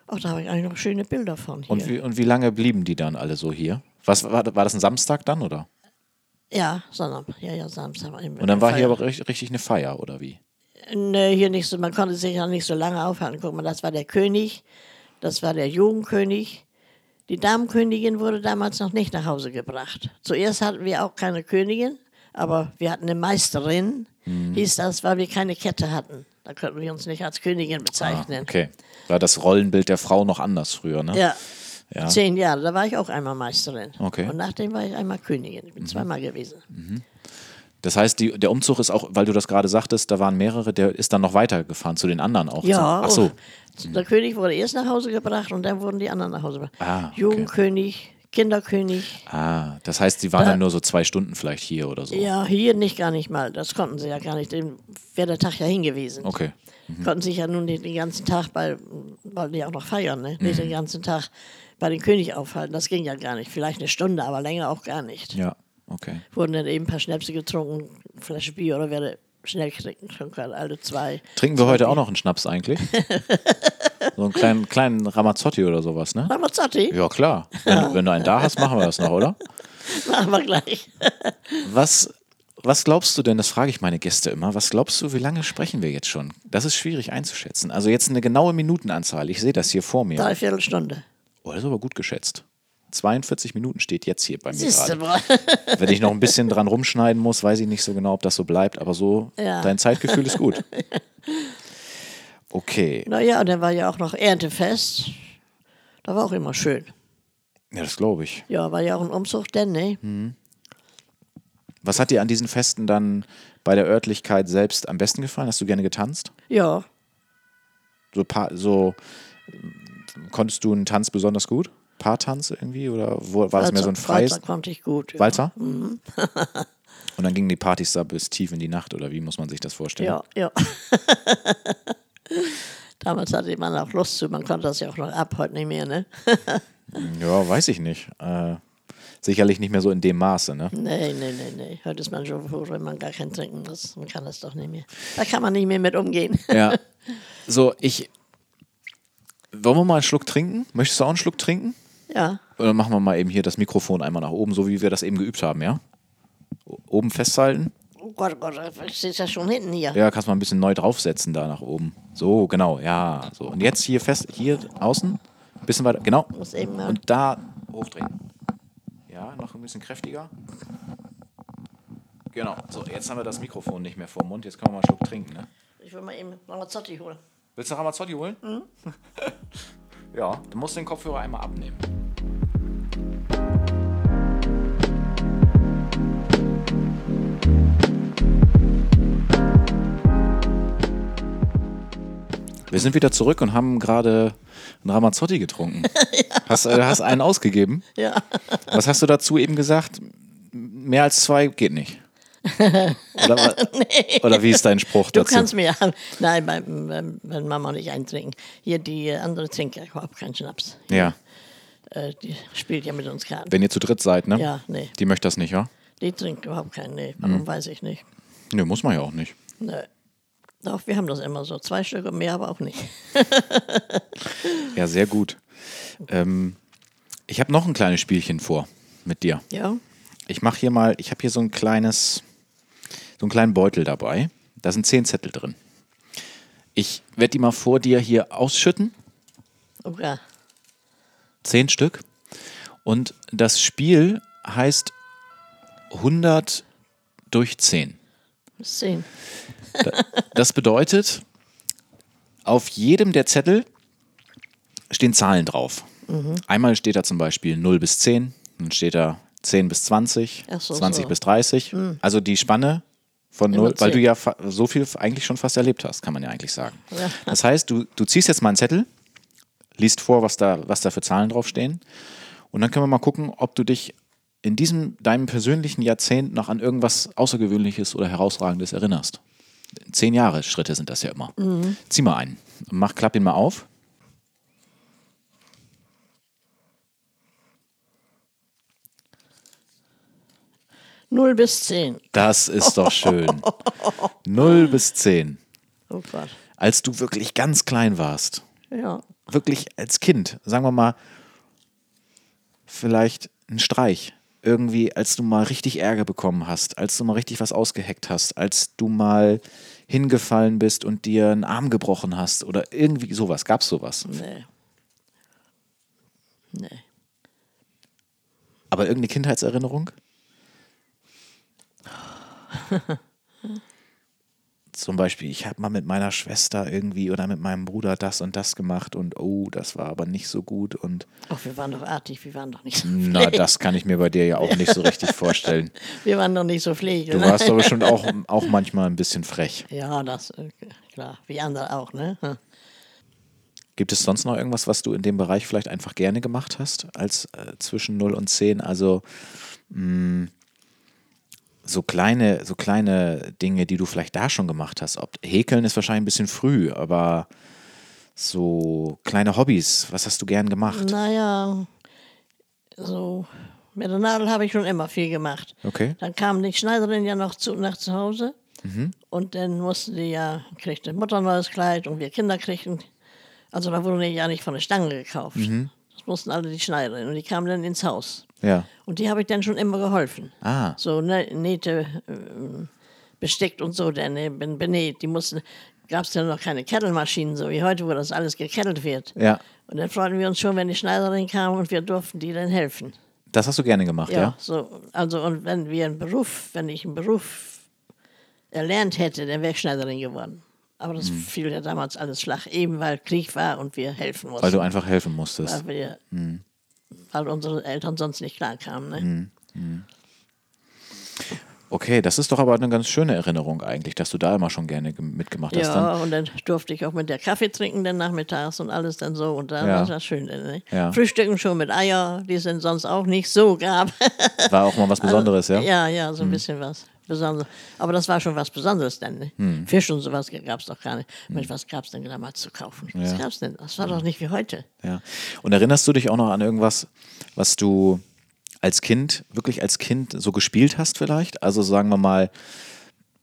[SPEAKER 2] oh, da habe ich eigentlich noch schöne Bilder von hier.
[SPEAKER 1] Und wie, und wie lange blieben die dann alle so hier? Was, war, war das ein Samstag dann, oder?
[SPEAKER 2] ja, Sonnabend, ja, ja, Samstag.
[SPEAKER 1] Und dann war hier aber rech- richtig eine Feier, oder wie?
[SPEAKER 2] Nee, Ne, hier nicht so, man konnte sich ja nicht so lange aufhalten. Guck mal, das war der König, das war der Jugendkönig. Die Damenkönigin wurde damals noch nicht nach Hause gebracht. Zuerst hatten wir auch keine Königin, aber wir hatten eine Meisterin,
[SPEAKER 1] Mhm.
[SPEAKER 2] hieß das, weil wir keine Kette hatten. Da konnten wir uns nicht als Königin
[SPEAKER 1] Ah,
[SPEAKER 2] bezeichnen.
[SPEAKER 1] okay. War das Rollenbild der Frau noch anders früher, ne?
[SPEAKER 2] Ja.
[SPEAKER 1] Ja.
[SPEAKER 2] Zehn Jahre, da war ich auch einmal Meisterin.
[SPEAKER 1] Okay. Mhm.
[SPEAKER 2] Und nachdem war ich einmal Königin. Ich bin zweimal gewesen.
[SPEAKER 1] Das heißt, die, der Umzug ist auch, weil du das gerade sagtest, da waren mehrere, der ist dann noch weitergefahren zu den anderen auch.
[SPEAKER 2] Ja,
[SPEAKER 1] Ach so.
[SPEAKER 2] und der König wurde erst nach Hause gebracht und dann wurden die anderen nach Hause gebracht.
[SPEAKER 1] Ah, okay.
[SPEAKER 2] Jugendkönig, Kinderkönig.
[SPEAKER 1] Ah, das heißt, sie waren dann nur so zwei Stunden vielleicht hier oder so.
[SPEAKER 2] Ja, hier nicht gar nicht mal. Das konnten sie ja gar nicht. Dem wäre der Tag ja hingewiesen.
[SPEAKER 1] Okay. Mhm.
[SPEAKER 2] Konnten sich ja nun nicht den ganzen Tag bei, wollten die auch noch feiern, ne?
[SPEAKER 1] Mhm.
[SPEAKER 2] Nicht den ganzen Tag bei dem König aufhalten. Das ging ja gar nicht. Vielleicht eine Stunde, aber länger auch gar nicht.
[SPEAKER 1] Ja, okay.
[SPEAKER 2] Wurden dann eben ein paar Schnäpse getrunken, eine Flasche Bier oder wäre schnell kriegen können, alle zwei.
[SPEAKER 1] Trinken wir heute auch noch einen Schnaps eigentlich? so einen kleinen, kleinen Ramazzotti oder sowas, ne?
[SPEAKER 2] Ramazzotti,
[SPEAKER 1] Ja, klar. Wenn, du- wenn du einen da hast, machen wir das noch, oder?
[SPEAKER 2] machen wir gleich.
[SPEAKER 1] Was, was glaubst du denn, das frage ich meine Gäste immer, was glaubst du, wie lange sprechen wir jetzt schon? Das ist schwierig einzuschätzen. Also jetzt eine genaue Minutenanzahl, ich sehe das hier vor mir.
[SPEAKER 2] Dreiviertel Stunde.
[SPEAKER 1] Oh, das ist aber gut geschätzt. 42 Minuten steht jetzt hier bei mir
[SPEAKER 2] Siehst du,
[SPEAKER 1] gerade.
[SPEAKER 2] Bra-
[SPEAKER 1] Wenn ich noch ein bisschen dran rumschneiden muss, weiß ich nicht so genau, ob das so bleibt, aber so,
[SPEAKER 2] Ja.
[SPEAKER 1] dein Zeitgefühl ist gut. Okay,
[SPEAKER 2] Naja, und dann war ja auch noch Erntefest. Da war auch immer schön.
[SPEAKER 1] ja, das glaube ich.
[SPEAKER 2] Ja, war ja auch ein Umzug, denn, ne?
[SPEAKER 1] Hm. Was hat dir an diesen Festen dann bei der Örtlichkeit selbst am besten gefallen? Hast du gerne getanzt?
[SPEAKER 2] Ja.
[SPEAKER 1] So, pa so ähm, konntest du einen Tanz besonders gut? Paartanz irgendwie? Oder wo, war das mehr so ein freies
[SPEAKER 2] Walzer konnte ich gut. Ja.
[SPEAKER 1] Walzer? Und dann gingen die Partys da bis tief in die Nacht, oder wie muss man sich das vorstellen?
[SPEAKER 2] Ja, ja. Damals hatte man auch Lust zu, man konnte das ja auch noch ab, heute nicht mehr, ne?
[SPEAKER 1] Ja, weiß ich nicht. Äh, sicherlich nicht mehr so in dem Maße, ne?
[SPEAKER 2] Nee, nee, nee, nee. Heute ist man schon froh, wenn man gar kein Trinken muss. Man kann das doch nicht mehr. Da kann man nicht mehr mit umgehen.
[SPEAKER 1] Ja. So, ich. Wollen wir mal einen Schluck trinken? Möchtest du auch einen Schluck trinken?
[SPEAKER 2] Ja,
[SPEAKER 1] Oder machen wir mal eben hier das Mikrofon einmal nach oben, so wie wir das eben geübt haben, ja? O- Oben festhalten?
[SPEAKER 2] oh Gott, oh Gott, ich sitze ja schon hinten hier.
[SPEAKER 1] Ja, kannst mal ein bisschen neu draufsetzen da nach oben. So, genau, ja. So, und jetzt hier fest, hier außen. Bisschen weiter, genau.
[SPEAKER 2] Muss eben mal-
[SPEAKER 1] Und da hochdrehen. Ja, noch ein bisschen kräftiger. Genau, so, jetzt haben wir das Mikrofon nicht mehr vor dem Mund. Jetzt können wir mal einen Schluck trinken, ne?
[SPEAKER 2] Ich will mal eben Ramazzotti holen.
[SPEAKER 1] Willst du Ramazzotti holen?
[SPEAKER 2] Mhm.
[SPEAKER 1] ja, du musst den Kopfhörer einmal abnehmen. Wir sind wieder zurück und haben gerade einen Ramazzotti getrunken. Hast, äh, hast einen ausgegeben.
[SPEAKER 2] Ja,
[SPEAKER 1] Was hast du dazu eben gesagt? Mehr als zwei geht nicht. Oder, wa- oder wie ist dein Spruch
[SPEAKER 2] du
[SPEAKER 1] dazu?
[SPEAKER 2] kannst mir. Nein, beim, beim, wenn Mama nicht eintrinken. Hier, die äh, andere trinkt ja überhaupt keinen Schnaps.
[SPEAKER 1] ja.
[SPEAKER 2] Äh, die spielt ja mit uns Karten.
[SPEAKER 1] Wenn ihr zu dritt seid, ne?
[SPEAKER 2] Ja, nee.
[SPEAKER 1] Die möchte das nicht, ja?
[SPEAKER 2] Die trinkt überhaupt keinen. Nee, warum weiß ich nicht.
[SPEAKER 1] Nö, muss man ja auch nicht.
[SPEAKER 2] Nee. Doch, wir haben das immer so. Zwei Stück und mehr aber auch nicht.
[SPEAKER 1] Ja, sehr gut. Ähm, ich habe noch ein kleines Spielchen vor mit dir.
[SPEAKER 2] Ja,
[SPEAKER 1] Ich mache hier mal, ich habe hier so ein kleines, so einen kleinen Beutel dabei. Da sind zehn Zettel drin. Ich werde die mal vor dir hier ausschütten.
[SPEAKER 2] okay.
[SPEAKER 1] Zehn Stück. Und das Spiel heißt 100 durch 10.
[SPEAKER 2] Bis zehn.
[SPEAKER 1] Das bedeutet, auf jedem der Zettel stehen Zahlen drauf.
[SPEAKER 2] Mhm.
[SPEAKER 1] Einmal steht da zum Beispiel 0 bis 10, dann steht da 10 bis 20,
[SPEAKER 2] Ach so,
[SPEAKER 1] 20
[SPEAKER 2] so. Mhm.
[SPEAKER 1] bis 30. Also die Spanne von 0, weil du
[SPEAKER 2] 10.
[SPEAKER 1] ja fa- so viel eigentlich schon fast erlebt hast, kann man ja eigentlich sagen. Das heißt, du, du ziehst jetzt mal einen Zettel, liest vor, was da, was da für Zahlen draufstehen. Und dann können wir mal gucken, ob du dich in diesem deinem persönlichen Jahrzehnt noch an irgendwas Außergewöhnliches oder Herausragendes erinnerst. Zehn Jahre Schritte sind das ja immer. Zieh mal einen. Mach, klapp ihn mal auf.
[SPEAKER 2] 0 bis 10.
[SPEAKER 1] Das ist doch schön. 0 bis 10.
[SPEAKER 2] Oh Gott.
[SPEAKER 1] Als du wirklich ganz klein warst,
[SPEAKER 2] Ja.
[SPEAKER 1] wirklich als Kind, sagen wir mal, vielleicht ein Streich. Irgendwie, als du mal richtig Ärger bekommen hast, als du mal richtig was ausgeheckt hast, als du mal hingefallen bist und dir einen Arm gebrochen hast oder irgendwie sowas. Gab's sowas?
[SPEAKER 2] Nee. Nee.
[SPEAKER 1] Aber irgendeine Kindheitserinnerung? Zum Beispiel, ich habe mal mit meiner Schwester irgendwie oder mit meinem Bruder das und das gemacht und oh, das war aber nicht so gut und
[SPEAKER 2] Ach, wir waren doch artig, wir waren doch nicht so
[SPEAKER 1] na, das kann ich mir bei dir ja auch nicht so richtig vorstellen.
[SPEAKER 2] Wir waren doch nicht so pflege.
[SPEAKER 1] Du
[SPEAKER 2] ne?
[SPEAKER 1] warst aber bestimmt auch, auch manchmal ein bisschen frech.
[SPEAKER 2] Ja, das, äh, klar. Wie andere auch, ne? Hm.
[SPEAKER 1] Gibt es sonst noch irgendwas, was du in dem Bereich vielleicht einfach gerne gemacht hast, als äh, zwischen 0 und 10? Also mh, so kleine, so kleine Dinge, die du vielleicht da schon gemacht hast. Ob, Häkeln ist wahrscheinlich ein bisschen früh, aber so kleine Hobbys, was hast du gern gemacht?
[SPEAKER 2] Naja, so mit der Nadel habe ich schon immer viel gemacht.
[SPEAKER 1] Okay. Mhm.
[SPEAKER 2] Dann kam die Schneiderin ja noch zu, nach zu Hause und dann mussten die ja, kriegte Mutter ein neues Kleid und wir Kinder kriegten. Also da wurde ja nicht von der Stange gekauft.
[SPEAKER 1] Mhm.
[SPEAKER 2] Das mussten alle die Schneiderin und die kamen dann ins Haus.
[SPEAKER 1] Ja.
[SPEAKER 2] Und die habe ich dann schon immer geholfen.
[SPEAKER 1] Ah.
[SPEAKER 2] So ne, Nähte, ähm, Besteck und so, denn äh, ben- benäht. Die mussten, gab es ja noch keine Kettelmaschinen, so wie heute, wo das alles gekettelt wird.
[SPEAKER 1] Ja.
[SPEAKER 2] Und dann freuten wir uns schon, wenn die Schneiderin kam und wir durften die dann helfen.
[SPEAKER 1] Das hast du gerne gemacht,
[SPEAKER 2] Ja,
[SPEAKER 1] ja?
[SPEAKER 2] so. Also, und wenn wir einen Beruf, wenn ich einen Beruf erlernt hätte, dann wäre ich Schneiderin geworden. Aber
[SPEAKER 1] Mhm.
[SPEAKER 2] das fiel ja damals alles flach, eben weil Krieg war und wir helfen mussten.
[SPEAKER 1] Weil du einfach helfen musstest.
[SPEAKER 2] weil, wir,
[SPEAKER 1] mhm.
[SPEAKER 2] weil unsere Eltern sonst nicht klarkamen. Ne?
[SPEAKER 1] Okay, das ist doch aber eine ganz schöne Erinnerung eigentlich, dass du da immer schon gerne gem- mitgemacht hast. Dann
[SPEAKER 2] Ja, und dann durfte ich auch mit der Kaffee trinken, dann nachmittags und alles dann so. Und da
[SPEAKER 1] Ja.
[SPEAKER 2] war das schön. Ne?
[SPEAKER 1] Ja.
[SPEAKER 2] Frühstücken schon mit Eier, die es denn sonst auch nicht so gab.
[SPEAKER 1] war auch mal was Besonderes, ja? Hm.
[SPEAKER 2] Ja, ja, so ein bisschen was Besonderes. Aber das war schon was Besonderes dann. Ne?
[SPEAKER 1] Hm.
[SPEAKER 2] Fisch und sowas gab es doch gar nicht. Mensch, was gab es denn damals zu kaufen?
[SPEAKER 1] Ja.
[SPEAKER 2] Was
[SPEAKER 1] Hm.
[SPEAKER 2] gab es denn? Das war doch nicht wie heute.
[SPEAKER 1] Ja. Und erinnerst du dich auch noch an irgendwas, was du als Kind, wirklich als Kind so gespielt hast vielleicht? Also sagen wir mal,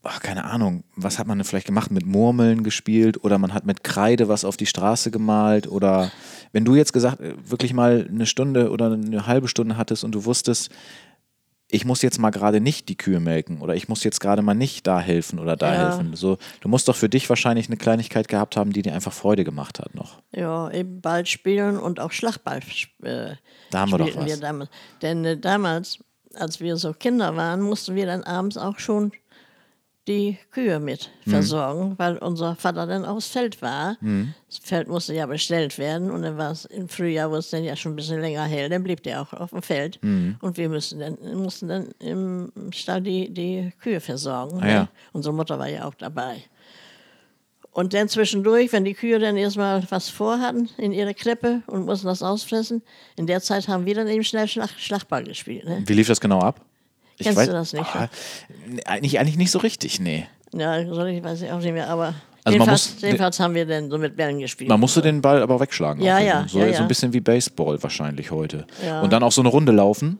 [SPEAKER 1] ach, keine Ahnung, was hat man denn vielleicht gemacht? Mit Murmeln gespielt oder man hat mit Kreide was auf die Straße gemalt oder wenn du jetzt gesagt, äh, wirklich mal eine Stunde oder eine halbe Stunde hattest und du wusstest, ich muss jetzt mal gerade nicht die Kühe melken oder ich muss jetzt gerade mal nicht da helfen oder da
[SPEAKER 2] Ja.
[SPEAKER 1] helfen. So, du musst doch für dich wahrscheinlich eine Kleinigkeit gehabt haben, die dir einfach Freude gemacht hat noch.
[SPEAKER 2] Ja, eben Ball spielen und auch Schlagball sp- äh,
[SPEAKER 1] Da haben wir doch
[SPEAKER 2] spielten
[SPEAKER 1] was.
[SPEAKER 2] wir damals. Denn äh, damals, als wir so Kinder waren, mussten wir dann abends auch schon die Kühe mit
[SPEAKER 1] Mhm.
[SPEAKER 2] versorgen, weil unser Vater dann aufs Feld war.
[SPEAKER 1] Mhm.
[SPEAKER 2] Das Feld musste ja bestellt werden und dann war es im Frühjahr, wo es dann ja schon ein bisschen länger hell, dann blieb der auch auf dem Feld.
[SPEAKER 1] Mhm.
[SPEAKER 2] Und wir müssen dann, mussten dann im Stall die, die Kühe versorgen. ne?
[SPEAKER 1] Ah ja.
[SPEAKER 2] Unsere Mutter war ja auch dabei. Und dann zwischendurch, wenn die Kühe dann erstmal was vorhatten in ihrer Krippe und mussten das ausfressen, in der Zeit haben wir dann eben schnell Schlag, Schlagball gespielt. Ne?
[SPEAKER 1] Wie lief das genau ab? Ich
[SPEAKER 2] Kennst du das nicht,
[SPEAKER 1] Ah, nee, eigentlich, eigentlich nicht so richtig, nee.
[SPEAKER 2] Ja, soll ich weiß ich auch nicht mehr, aber
[SPEAKER 1] Also man
[SPEAKER 2] jedenfalls,
[SPEAKER 1] muss-
[SPEAKER 2] jedenfalls haben wir dann so mit Bällen gespielt.
[SPEAKER 1] Man musste den Ball aber wegschlagen.
[SPEAKER 2] Ja,
[SPEAKER 1] auch
[SPEAKER 2] ja,
[SPEAKER 1] so,
[SPEAKER 2] ja, ja.
[SPEAKER 1] so ein bisschen wie Baseball wahrscheinlich heute.
[SPEAKER 2] Ja.
[SPEAKER 1] Und dann auch so eine Runde laufen.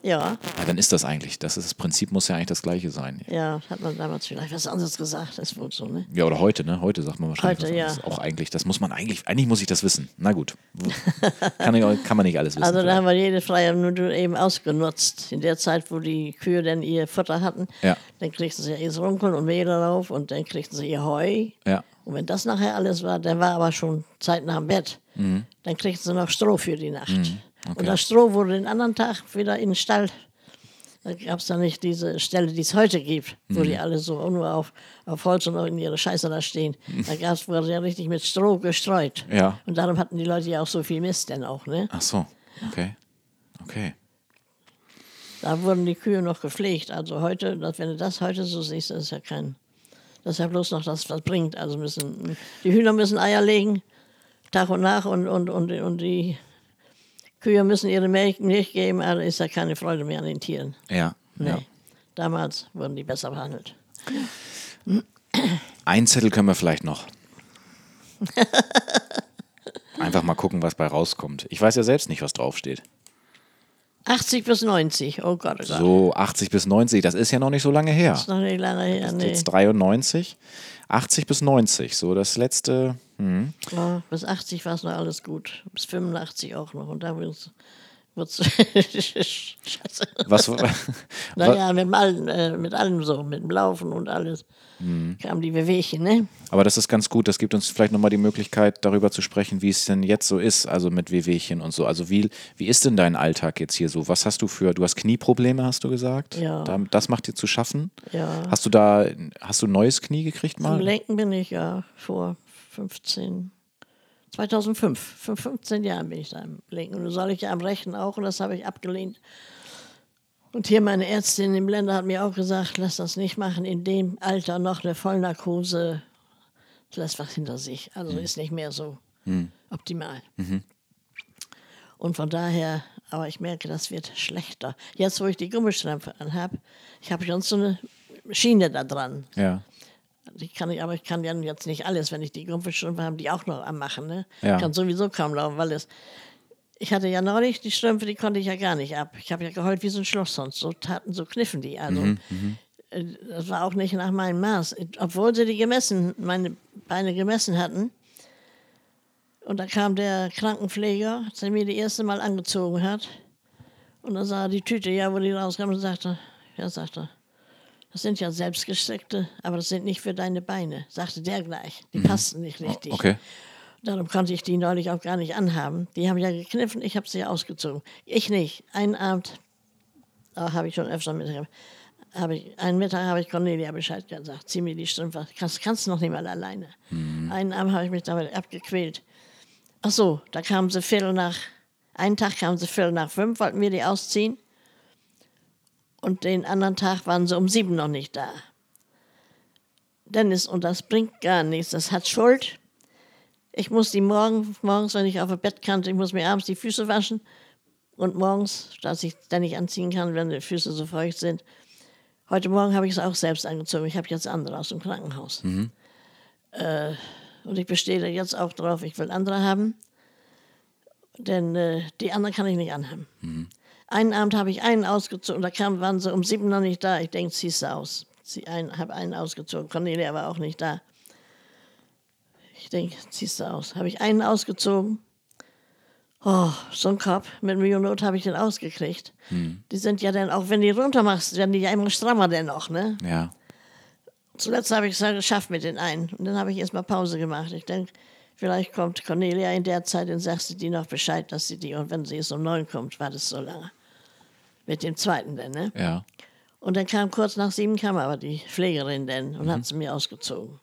[SPEAKER 2] ja,
[SPEAKER 1] Ja, dann ist das eigentlich. Das, ist, das Prinzip muss ja eigentlich das gleiche sein.
[SPEAKER 2] ja, hat man damals vielleicht was anderes gesagt, das ist wohl so, ne?
[SPEAKER 1] Ja, oder heute, ne? Heute sagt man wahrscheinlich
[SPEAKER 2] Heute,
[SPEAKER 1] was
[SPEAKER 2] ja.
[SPEAKER 1] anderes. Auch eigentlich, das muss man eigentlich, eigentlich muss ich das wissen. Na gut. kann, ich, auch- kann man nicht alles wissen.
[SPEAKER 2] Also da
[SPEAKER 1] vielleicht.
[SPEAKER 2] haben wir jede freie Minute eben ausgenutzt. In der Zeit, wo die Kühe dann ihr Futter hatten,
[SPEAKER 1] Ja.
[SPEAKER 2] dann kriegten sie ihr Runkeln und Mehl darauf und dann kriegten sie ihr Heu.
[SPEAKER 1] ja.
[SPEAKER 2] Und wenn das nachher alles war, dann war aber schon Zeit nach dem Bett. Dann kriegten sie noch Stroh für die Nacht. Und das Stroh wurde den anderen Tag wieder in den Stall. Da gab es dann nicht diese Stelle, die es heute gibt, wo die alle so nur auf, auf Holz und in ihre Scheiße da stehen. Da gab's, wurde ja richtig mit Stroh gestreut.
[SPEAKER 1] Ja. Ah.
[SPEAKER 2] Und darum hatten die Leute ja auch so viel Mist denn auch. Ne?
[SPEAKER 1] Ach so. Okay. Okay.
[SPEAKER 2] Da wurden die Kühe noch gepflegt. Also heute, das- wenn du das heute so siehst, das ist ja kein. Das ist ja bloß noch das, was bringt. Also müssen, die Hühner müssen Eier legen, Tag und Nacht, und, und, und, und die Kühe müssen ihre Milch, Milch geben. Also ist ja keine Freude mehr an den Tieren.
[SPEAKER 1] Ja.
[SPEAKER 2] Nee.
[SPEAKER 1] ja.
[SPEAKER 2] Damals wurden die besser behandelt.
[SPEAKER 1] Ein Zettel können wir vielleicht noch. Einfach mal gucken, was bei rauskommt. Ich weiß ja selbst nicht, was draufsteht.
[SPEAKER 2] 80 bis 90, oh Gott, oh Gott.
[SPEAKER 1] So 80 bis 90, das ist ja noch nicht so lange her.
[SPEAKER 2] Das ist noch nicht lange her, nee.
[SPEAKER 1] Jetzt 93, 80 bis 90, so das letzte. Hm.
[SPEAKER 2] Ja, bis 80 war es noch alles gut, bis 85 auch noch und da wird's wird's Scheiße.
[SPEAKER 1] Was,
[SPEAKER 2] Naja, mit, dem allen, äh, mit allem so, mit dem Laufen und alles kamen die Bewegchen, ne?
[SPEAKER 1] aber das ist ganz gut, das gibt uns vielleicht nochmal die Möglichkeit, darüber zu sprechen, wie es denn jetzt so ist, also mit Wehwehchen und so. Also wie, wie ist denn dein Alltag jetzt hier so? Was hast du für, du hast Knieprobleme, hast du gesagt?
[SPEAKER 2] Ja.
[SPEAKER 1] Da- Das macht dir zu schaffen?
[SPEAKER 2] Ja.
[SPEAKER 1] Hast du da, hast du ein neues Knie gekriegt
[SPEAKER 2] Zum
[SPEAKER 1] mal?
[SPEAKER 2] Lenken bin ich ja vor 15, 2005, vor 15 Jahren bin ich da am Lenken. Und da soll ich ja am Rechten auch und das habe ich abgelehnt. Und hier meine Ärztin im Länder hat mir auch gesagt, lass das nicht machen, in dem Alter noch eine Vollnarkose, lass was hinter sich. Also ist nicht mehr so optimal. Und von daher, aber ich merke, das wird schlechter. Jetzt, wo ich die Gummistrümpfe anhabe, ich habe schon so eine Schiene da dran.
[SPEAKER 1] Ja.
[SPEAKER 2] Also Ich kann nicht, aber ich kann ja jetzt nicht alles, wenn ich die Gumpelstrümpfe habe, die auch noch am machen. Ne?
[SPEAKER 1] Ja.
[SPEAKER 2] Ich kann sowieso kaum laufen, weil es. Ich hatte ja neulich die Strümpfe, die konnte ich ja gar nicht ab. Ich habe ja geheult wie so ein Schloss sonst. So taten, so kniffen die. Also äh, das war auch nicht nach meinem Maß. Obwohl sie die gemessen, meine Beine gemessen hatten. Und da kam der Krankenpfleger, der mir die erste Mal angezogen hat. Und dann sah er die Tüte, ja, wo die rauskam und sagte, ja, sagte er, das sind ja selbstgesteckte, aber das sind nicht für deine Beine, sagte der gleich. Die passten nicht richtig.
[SPEAKER 1] Okay.
[SPEAKER 2] Darum konnte ich die neulich auch gar nicht anhaben. Die haben ja gekniffen, ich habe sie ausgezogen. Ich nicht. Einen Abend, da habe ich schon öfter mitgekriegt, habe ich, einen Mittag habe ich Cornelia Bescheid gesagt, zieh mir die Strümpfe, kannst, kannst noch nicht mal alleine. Einen Abend habe ich mich damit abgequält. Ach so, da kamen sie viertel nach, einen Tag kamen sie viertel nach fünf, wollten wir die ausziehen. Und den anderen Tag waren sie um sieben noch nicht da. Dennis, und das bringt gar nichts, das hat Schuld. Ich muss die morgen, morgens, wenn ich auf dem Bett kann, ich muss mir abends die Füße waschen und morgens, dass ich dann nicht anziehen kann, wenn die Füße so feucht sind. Heute Morgen habe ich es auch selbst angezogen. Ich habe jetzt andere aus dem Krankenhaus. Äh, und ich bestehe da jetzt auch drauf, ich will andere haben, denn äh, die anderen kann ich nicht anhaben. Einen Abend habe ich einen ausgezogen, da kam, waren sie um sieben noch nicht da. Ich denke, ziehst du aus. Sie ein, habe einen ausgezogen. Cornelia war auch nicht da. Ich denke, ziehst du aus. Habe ich einen ausgezogen. Oh, so ein Kopf. Mit Mionot habe ich den ausgekriegt. Die sind ja dann, auch wenn die runter machst, werden die ja immer strammer dennoch, ne?
[SPEAKER 1] Ja.
[SPEAKER 2] Zuletzt habe ich es ja geschafft mit den einen. Und dann habe ich erstmal Pause gemacht. Ich denke, vielleicht kommt Cornelia in der Zeit und sagst du die noch Bescheid, dass sie die, und wenn sie jetzt um neun kommt, war das so lange. Mit dem zweiten dann, ne?
[SPEAKER 1] Ja.
[SPEAKER 2] Und dann kam kurz nach sieben kam aber die Pflegerin denn und hat sie mir ausgezogen.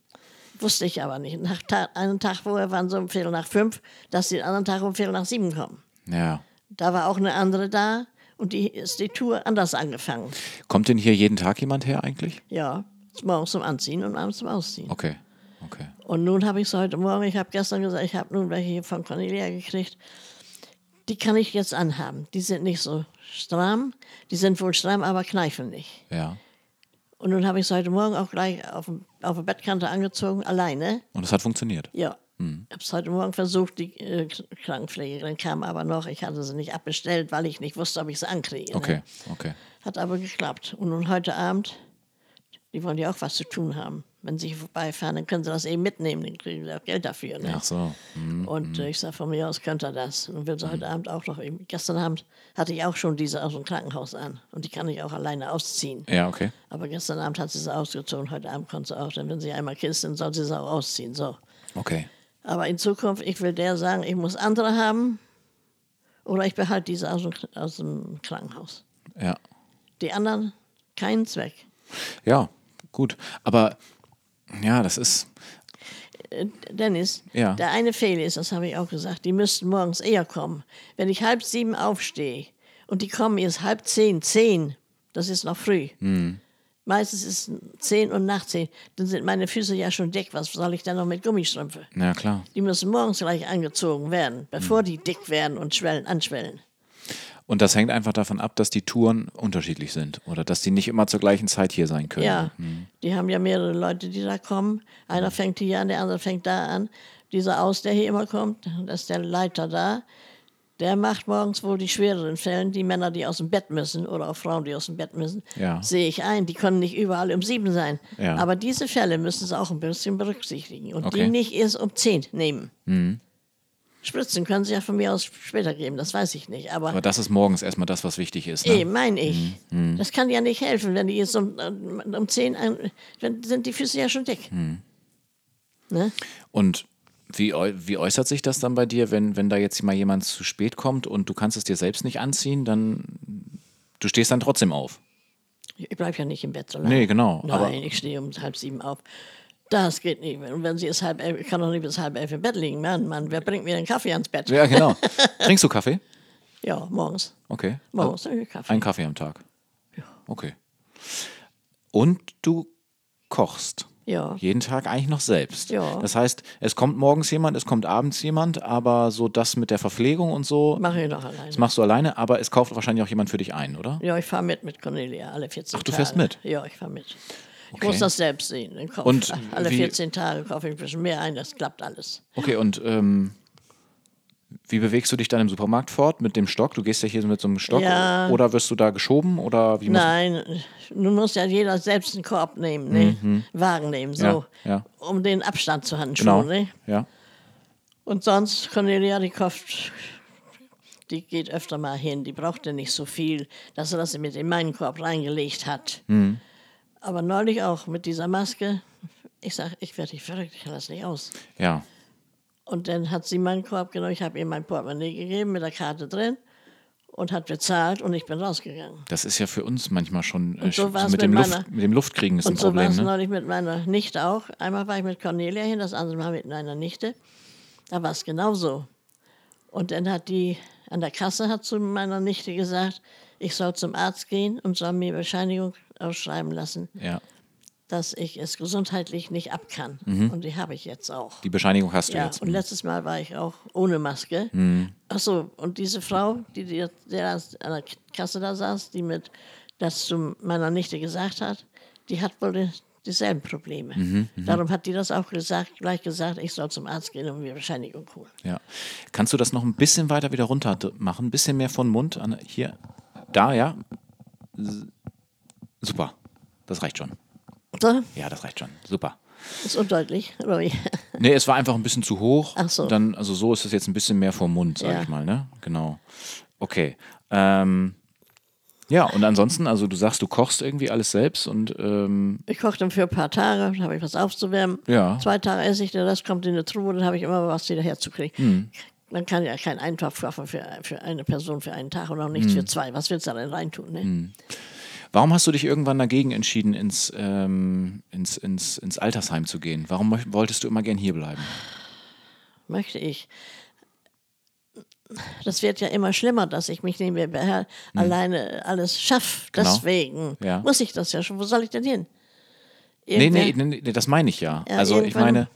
[SPEAKER 2] Wusste ich aber nicht. Nach Ta einen Tag vorher waren sie um Viertel nach fünf, dass sie den anderen Tag um Viertel nach sieben kommen.
[SPEAKER 1] Ja.
[SPEAKER 2] Da war auch eine andere da und die ist die Tour anders angefangen.
[SPEAKER 1] Kommt denn hier jeden Tag jemand her eigentlich?
[SPEAKER 2] Ja, morgens zum Anziehen und abends zum Ausziehen.
[SPEAKER 1] Okay. Okay.
[SPEAKER 2] Und nun habe ich es heute Morgen, ich habe gestern gesagt, ich habe nun welche von Cornelia gekriegt. Die kann ich jetzt anhaben. Die sind nicht so stramm. Die sind wohl stramm, aber kneifen nicht.
[SPEAKER 1] Ja.
[SPEAKER 2] Und nun habe ich es heute Morgen auch gleich auf, dem- auf der Bettkante angezogen, alleine.
[SPEAKER 1] Und das hat funktioniert.
[SPEAKER 2] Ja.
[SPEAKER 1] Mhm.
[SPEAKER 2] Ich habe es heute Morgen versucht, die äh, K- Krankenpflegerin kam aber noch. Ich hatte sie nicht abbestellt, weil ich nicht wusste, ob ich sie ankriege. ne?
[SPEAKER 1] Okay. Okay.
[SPEAKER 2] Hat aber geklappt. Und nun heute Abend, die wollen ja auch was zu tun haben. Wenn sie vorbeifahren, dann können sie das eben mitnehmen, dann kriegen sie auch Geld dafür. Ne?
[SPEAKER 1] Ach so. Mhm. Hm.
[SPEAKER 2] Und äh, ich sage, von mir aus könnte er das. Und will sie heute Abend auch noch eben. Gestern Abend hatte ich auch schon diese aus dem Krankenhaus an. Und die kann ich auch alleine ausziehen.
[SPEAKER 1] Ja, okay.
[SPEAKER 2] Aber gestern Abend hat sie sie ausgezogen, heute Abend konnte sie auch. Denn wenn sie einmal kisst, dann soll sie es auch ausziehen. So.
[SPEAKER 1] Okay.
[SPEAKER 2] Aber in Zukunft, ich will der sagen, ich muss andere haben oder ich behalte diese aus dem, aus dem Krankenhaus.
[SPEAKER 1] Ja.
[SPEAKER 2] Die anderen, keinen Zweck.
[SPEAKER 1] Ja, gut. Aber ja, das ist.
[SPEAKER 2] Äh, Dennis,
[SPEAKER 1] Ja.
[SPEAKER 2] der eine Fehler ist, das habe ich auch gesagt, die müssten morgens eher kommen. Wenn ich halb sieben aufstehe und die kommen erst halb zehn, zehn, das ist noch früh. Meistens ist es zehn und nach zehn, dann sind meine Füße ja schon dick. Was soll ich dann noch mit Gummistrümpfe?
[SPEAKER 1] Na klar.
[SPEAKER 2] Die müssen morgens gleich angezogen werden, bevor
[SPEAKER 1] Mhm.
[SPEAKER 2] die dick werden und schwellen, anschwellen.
[SPEAKER 1] Und das hängt einfach davon ab, dass die Touren unterschiedlich sind oder dass die nicht immer zur gleichen Zeit hier sein können.
[SPEAKER 2] Ja,
[SPEAKER 1] Mhm.
[SPEAKER 2] die haben ja mehrere Leute, die da kommen. Einer fängt hier an, der andere fängt da an. Dieser aus, der hier immer kommt, da ist der Leiter da. Der macht morgens wohl die schwereren Fällen, die Männer, die aus dem Bett müssen oder auch Frauen, die aus dem Bett müssen,
[SPEAKER 1] Ja.
[SPEAKER 2] sehe ich ein. Die können nicht überall um sieben sein.
[SPEAKER 1] Ja.
[SPEAKER 2] Aber diese Fälle müssen sie auch ein bisschen berücksichtigen und
[SPEAKER 1] Okay. Mhm.
[SPEAKER 2] die nicht erst um zehn nehmen. Spritzen können sie ja von mir aus später geben, das weiß ich nicht. Aber,
[SPEAKER 1] Aber das ist morgens erstmal das, was wichtig ist. Ne?
[SPEAKER 2] eh, meine ich,
[SPEAKER 1] Mhm,
[SPEAKER 2] das kann ja nicht helfen, wenn die jetzt um, um zehn, ein- dann sind die Füße ja schon dick.
[SPEAKER 1] Mhm.
[SPEAKER 2] Ne?
[SPEAKER 1] Und wie, äu- wie äußert sich das dann bei dir, wenn, wenn da jetzt mal jemand zu spät kommt und du kannst es dir selbst nicht anziehen, dann du stehst dann trotzdem auf.
[SPEAKER 2] Ich bleibe ja nicht im Bett so lange.
[SPEAKER 1] Nee, genau.
[SPEAKER 2] Nein,
[SPEAKER 1] aber
[SPEAKER 2] ich stehe um halb sieben auf. Das geht nicht. Und wenn sie es halb elf, ich kann doch nicht bis halb elf im Bett liegen. Mann, Mann, wer bringt mir den Kaffee ans Bett?
[SPEAKER 1] ja, genau. Trinkst du Kaffee?
[SPEAKER 2] Ja, morgens.
[SPEAKER 1] Okay.
[SPEAKER 2] Morgens trinke ich Kaffee.
[SPEAKER 1] Ein Kaffee am Tag. Okay. Und du kochst.
[SPEAKER 2] Ja.
[SPEAKER 1] Jeden Tag eigentlich noch selbst.
[SPEAKER 2] Ja.
[SPEAKER 1] Das heißt, es kommt morgens jemand, es kommt abends jemand, aber so das mit der Verpflegung und so,
[SPEAKER 2] Mache ich noch alleine.
[SPEAKER 1] das machst du alleine, aber es kauft wahrscheinlich auch jemand für dich ein, oder?
[SPEAKER 2] Ja, ich fahre mit mit Cornelia alle 14 Tage. Ach,
[SPEAKER 1] du fährst mit?
[SPEAKER 2] Ja, ich fahre mit.
[SPEAKER 1] Okay.
[SPEAKER 2] Ich muss das selbst sehen. Dann kauf,
[SPEAKER 1] Und
[SPEAKER 2] alle
[SPEAKER 1] wie-
[SPEAKER 2] 14 Tage kaufe ich ein bisschen mehr ein. Das klappt alles.
[SPEAKER 1] Okay, und ähm, wie bewegst du dich dann im Supermarkt fort mit dem Stock? Du gehst ja hier mit so einem Stock
[SPEAKER 2] Ja.
[SPEAKER 1] oder wirst du da geschoben oder wie muss-
[SPEAKER 2] Nein, nun muss ja jeder selbst einen Korb nehmen, ne? Wagen nehmen, so.
[SPEAKER 1] Mhm. Ja, ja.
[SPEAKER 2] Um den Abstand zu
[SPEAKER 1] Genau.
[SPEAKER 2] handschuhen, ne?
[SPEAKER 1] Ja.
[SPEAKER 2] Und sonst, Cornelia, die kauft, die geht öfter mal hin, die brauchte nicht so viel, dass sie das mit in meinen Korb reingelegt hat.
[SPEAKER 1] Mhm.
[SPEAKER 2] Aber neulich auch mit dieser Maske, ich sag, ich werde dich verrückt, ich halte das nicht aus.
[SPEAKER 1] Ja.
[SPEAKER 2] Und dann hat sie meinen Korb genommen, ich habe ihr mein Portemonnaie gegeben mit der Karte drin und hat bezahlt und ich bin rausgegangen.
[SPEAKER 1] Das ist ja für uns manchmal schon äh,
[SPEAKER 2] Und so
[SPEAKER 1] sch-
[SPEAKER 2] war's
[SPEAKER 1] mit, dem
[SPEAKER 2] mit
[SPEAKER 1] Luft,
[SPEAKER 2] meiner-
[SPEAKER 1] mit dem Luftkriegen ist ein
[SPEAKER 2] Und so war
[SPEAKER 1] Problem.
[SPEAKER 2] es
[SPEAKER 1] Ne?
[SPEAKER 2] neulich mit meiner Nichte auch. Einmal war ich mit Cornelia hin, das andere Mal mit meiner Nichte. Da war es genauso. Und dann hat die an der Kasse hat zu meiner Nichte gesagt, ich soll zum Arzt gehen und soll mir Bescheinigung ausschreiben lassen,
[SPEAKER 1] Ja.
[SPEAKER 2] dass ich es gesundheitlich nicht ab kann.
[SPEAKER 1] Mhm.
[SPEAKER 2] Und die habe ich jetzt auch.
[SPEAKER 1] Die Bescheinigung hast du
[SPEAKER 2] Ja,
[SPEAKER 1] jetzt.
[SPEAKER 2] und letztes Mal war ich auch ohne Maske. Ach so, und diese Frau, die, die, der an der Kasse da saß, die mit das zu meiner Nichte gesagt hat, die hat wohl die, dieselben Probleme. Darum hat die das auch gesagt, gleich gesagt, ich soll zum Arzt gehen und mir Bescheinigung holen.
[SPEAKER 1] Ja. Kannst du das noch ein bisschen weiter wieder runter d- machen? Ein bisschen mehr von Mund? An, hier. Da, ja. S- Super. Das reicht schon.
[SPEAKER 2] So,
[SPEAKER 1] Ja, das reicht schon. Super.
[SPEAKER 2] ist undeutlich. oder wie?
[SPEAKER 1] Nee, es war einfach ein bisschen zu hoch.
[SPEAKER 2] Ach so.
[SPEAKER 1] Dann, also so ist es jetzt ein bisschen mehr vom Mund, sag
[SPEAKER 2] Ja.
[SPEAKER 1] ich mal, ne? Genau. Okay. Ähm, ja, und ansonsten, also du sagst, du kochst irgendwie alles selbst und ähm,
[SPEAKER 2] Ich koche dann für ein paar Tage, dann habe ich was aufzuwärmen.
[SPEAKER 1] Ja.
[SPEAKER 2] Zwei Tage esse ich, der Rest kommt in eine Truhe, dann habe ich immer was wieder herzukriegen.
[SPEAKER 1] Hm.
[SPEAKER 2] Man kann ja keinen Eintopf kochen für, für eine Person für einen Tag und auch
[SPEAKER 1] Hm.
[SPEAKER 2] nichts für zwei. Was willst du da denn reintun? Ne?
[SPEAKER 1] warum hast du dich irgendwann dagegen entschieden, ins, ähm, ins, ins, ins Altersheim zu gehen? Warum möcht- wolltest du immer gern hier bleiben?
[SPEAKER 2] Möchte ich. Das wird ja immer schlimmer, dass ich mich nicht mehr beher- alleine alles schaffe.
[SPEAKER 1] Hm. Genau.
[SPEAKER 2] Deswegen
[SPEAKER 1] Ja.
[SPEAKER 2] muss ich das ja schon. Wo soll ich denn hin?
[SPEAKER 1] Nee,
[SPEAKER 2] Irgendwer-
[SPEAKER 1] nee, nee, nee, das meine ich ja.
[SPEAKER 2] Ja,
[SPEAKER 1] also ich
[SPEAKER 2] irgendwann-
[SPEAKER 1] meine,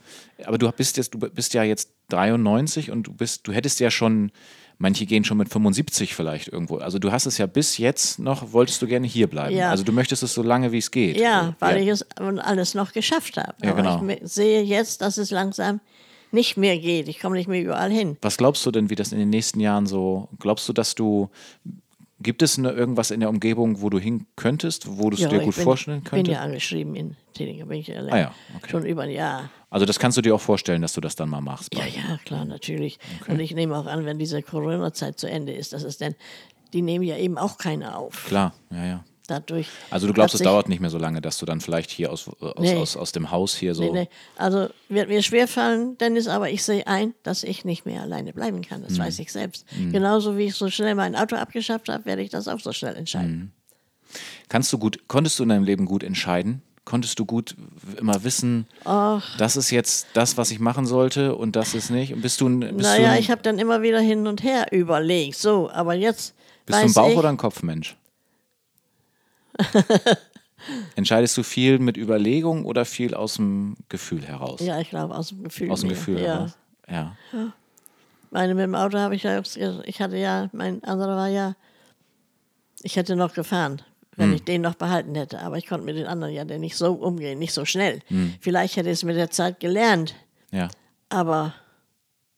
[SPEAKER 1] aber du bist jetzt, du bist ja jetzt 93 und du bist, du hättest ja schon, manche gehen schon mit 75 vielleicht irgendwo. Also du hast es ja bis jetzt noch, wolltest du gerne hier bleiben.
[SPEAKER 2] Ja.
[SPEAKER 1] Also du möchtest es so lange wie es geht.
[SPEAKER 2] Ja, weil
[SPEAKER 1] Äh, ja.
[SPEAKER 2] ich es und alles noch geschafft habe.
[SPEAKER 1] Ja,
[SPEAKER 2] Aber
[SPEAKER 1] genau.
[SPEAKER 2] Ich me- sehe jetzt, dass es langsam nicht mehr geht. Ich komme nicht mehr überall hin.
[SPEAKER 1] Was glaubst du denn, wie das in den nächsten Jahren so? Glaubst du, dass du gibt es eine, irgendwas in der Umgebung, wo du hin könntest, wo du es dir
[SPEAKER 2] ich
[SPEAKER 1] gut
[SPEAKER 2] bin,
[SPEAKER 1] vorstellen
[SPEAKER 2] bin
[SPEAKER 1] könntest?
[SPEAKER 2] ja angeschrieben in Tübingen, bin ich ja
[SPEAKER 1] Ah ja, okay.
[SPEAKER 2] schon über ein Jahr.
[SPEAKER 1] Also das kannst du dir auch vorstellen, dass du das dann mal machst.
[SPEAKER 2] Ja, ja, klar, natürlich. Und ich nehme auch an, wenn diese Corona-Zeit zu Ende ist, dass es denn, die nehmen ja eben auch keine auf.
[SPEAKER 1] Klar, ja, ja.
[SPEAKER 2] Dadurch
[SPEAKER 1] Also du glaubst,
[SPEAKER 2] hat
[SPEAKER 1] es
[SPEAKER 2] sich-
[SPEAKER 1] dauert nicht mehr so lange, dass du dann vielleicht hier aus, äh, aus,
[SPEAKER 2] Nee.
[SPEAKER 1] aus, aus dem Haus hier so.
[SPEAKER 2] Nee, nee. Also wird mir schwerfallen, Dennis, aber ich sehe ein, dass ich nicht mehr alleine bleiben kann.
[SPEAKER 1] Hm.
[SPEAKER 2] Das weiß ich selbst. Genauso wie ich so schnell mein Auto abgeschafft habe, werde ich das auch so schnell entscheiden.
[SPEAKER 1] Kannst du gut, konntest du in deinem Leben gut entscheiden? Konntest du gut w- immer wissen, das ist jetzt das, was ich machen sollte und das ist nicht? Und bist du ein, bist du
[SPEAKER 2] Naja,
[SPEAKER 1] ein,
[SPEAKER 2] ich habe dann immer wieder hin und her überlegt. So, aber jetzt
[SPEAKER 1] bist du
[SPEAKER 2] weiß
[SPEAKER 1] ein Bauch-
[SPEAKER 2] ich,
[SPEAKER 1] oder ein Kopfmensch? Entscheidest du viel mit Überlegung oder viel aus dem Gefühl heraus?
[SPEAKER 2] ja, ich glaube aus dem Gefühl.
[SPEAKER 1] aus dem
[SPEAKER 2] mehr.
[SPEAKER 1] Gefühl
[SPEAKER 2] ja.
[SPEAKER 1] heraus. Ja.
[SPEAKER 2] Meine mit dem Auto habe ich ja, ich hatte ja, mein anderer war ja, ich hätte noch gefahren, wenn
[SPEAKER 1] Hm.
[SPEAKER 2] ich den noch behalten hätte. Aber ich konnte mit den anderen ja dann nicht so umgehen, nicht so schnell.
[SPEAKER 1] Hm.
[SPEAKER 2] Vielleicht hätte ich es mit der Zeit gelernt,
[SPEAKER 1] ja,
[SPEAKER 2] aber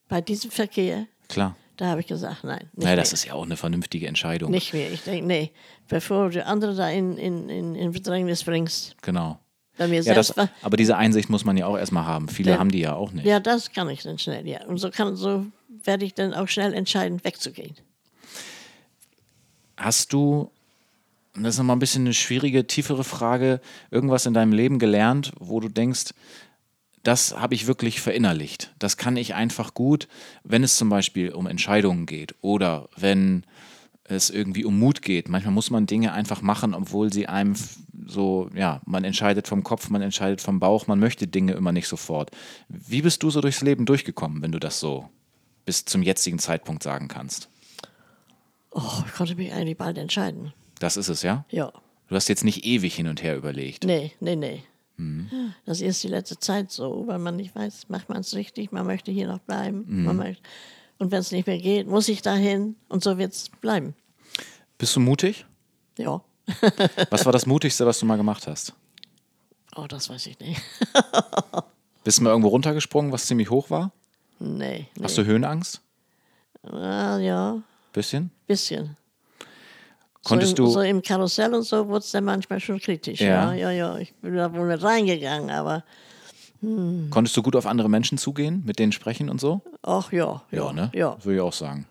[SPEAKER 2] bei diesem Verkehr,
[SPEAKER 1] klar.
[SPEAKER 2] Da habe ich gesagt, nein. Nicht
[SPEAKER 1] Naja, das
[SPEAKER 2] mehr.
[SPEAKER 1] ist ja auch eine vernünftige Entscheidung.
[SPEAKER 2] Nicht mehr. Ich denke, nee, bevor du andere da in, in, in, in Bedrängnis bringst.
[SPEAKER 1] Genau.
[SPEAKER 2] Bei mir
[SPEAKER 1] Ja, das,
[SPEAKER 2] selbst war,
[SPEAKER 1] aber diese Einsicht muss man ja auch erstmal haben. Viele
[SPEAKER 2] Ja.
[SPEAKER 1] haben die ja auch nicht.
[SPEAKER 2] ja, das kann ich dann schnell, ja. Und so, kann, so werde ich dann auch schnell entscheiden, wegzugehen.
[SPEAKER 1] Hast du, und das ist nochmal ein bisschen eine schwierige, tiefere Frage, irgendwas in deinem Leben gelernt, wo du denkst, das habe ich wirklich verinnerlicht. Das kann ich einfach gut, wenn es zum Beispiel um Entscheidungen geht oder wenn es irgendwie um Mut geht. Manchmal muss man Dinge einfach machen, obwohl sie einem f- so, ja, man entscheidet vom Kopf, man entscheidet vom Bauch, man möchte Dinge immer nicht sofort. Wie bist du so durchs Leben durchgekommen, wenn du das so bis zum jetzigen Zeitpunkt sagen kannst?
[SPEAKER 2] Oh, ich konnte mich eigentlich bald entscheiden.
[SPEAKER 1] Das ist es, ja?
[SPEAKER 2] Ja.
[SPEAKER 1] Du hast jetzt nicht ewig hin und her überlegt.
[SPEAKER 2] Nee, nee, nee.
[SPEAKER 1] Mhm.
[SPEAKER 2] Das ist die letzte Zeit so, weil man nicht weiß, macht man es richtig, man möchte hier noch bleiben. Man
[SPEAKER 1] Mhm.
[SPEAKER 2] möchte, und wenn es nicht mehr geht, muss ich dahin und so wird es bleiben.
[SPEAKER 1] Bist du mutig?
[SPEAKER 2] Ja.
[SPEAKER 1] Was war das Mutigste, was du mal gemacht hast?
[SPEAKER 2] Oh, das weiß ich nicht.
[SPEAKER 1] Bist du mal irgendwo runtergesprungen, was ziemlich hoch war?
[SPEAKER 2] Nee. nee.
[SPEAKER 1] Hast du Höhenangst?
[SPEAKER 2] Ah, ja,
[SPEAKER 1] Bisschen?
[SPEAKER 2] bisschen.
[SPEAKER 1] Konntest
[SPEAKER 2] so im,
[SPEAKER 1] du.
[SPEAKER 2] So im Karussell und so wurde es dann manchmal schon kritisch.
[SPEAKER 1] Ja.
[SPEAKER 2] Ja. ja, ja, Ich bin da wohl mit reingegangen, aber
[SPEAKER 1] Konntest du gut auf andere Menschen zugehen, mit denen sprechen und so?
[SPEAKER 2] ach ja.
[SPEAKER 1] ne?
[SPEAKER 2] Ja.
[SPEAKER 1] Würde ich auch sagen.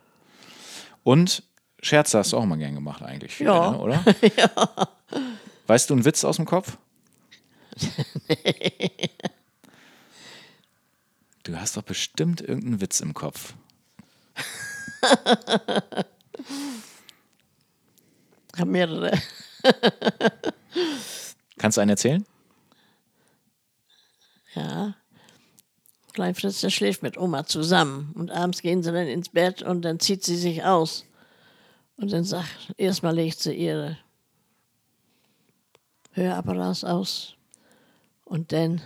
[SPEAKER 1] Und Scherze hast du auch mal gern gemacht, eigentlich. Viele,
[SPEAKER 2] Ja.
[SPEAKER 1] Ne, oder? Weißt du einen Witz aus dem Kopf? Du hast doch bestimmt irgendeinen Witz im Kopf.
[SPEAKER 2] Hab mehrere.
[SPEAKER 1] Kannst du einen erzählen?
[SPEAKER 2] Ja. Klein Fritz, der schläft mit Oma zusammen. Und abends gehen sie dann ins Bett und dann zieht sie sich aus. Und dann sagt, erstmal legt sie ihre Hörapparats aus und dann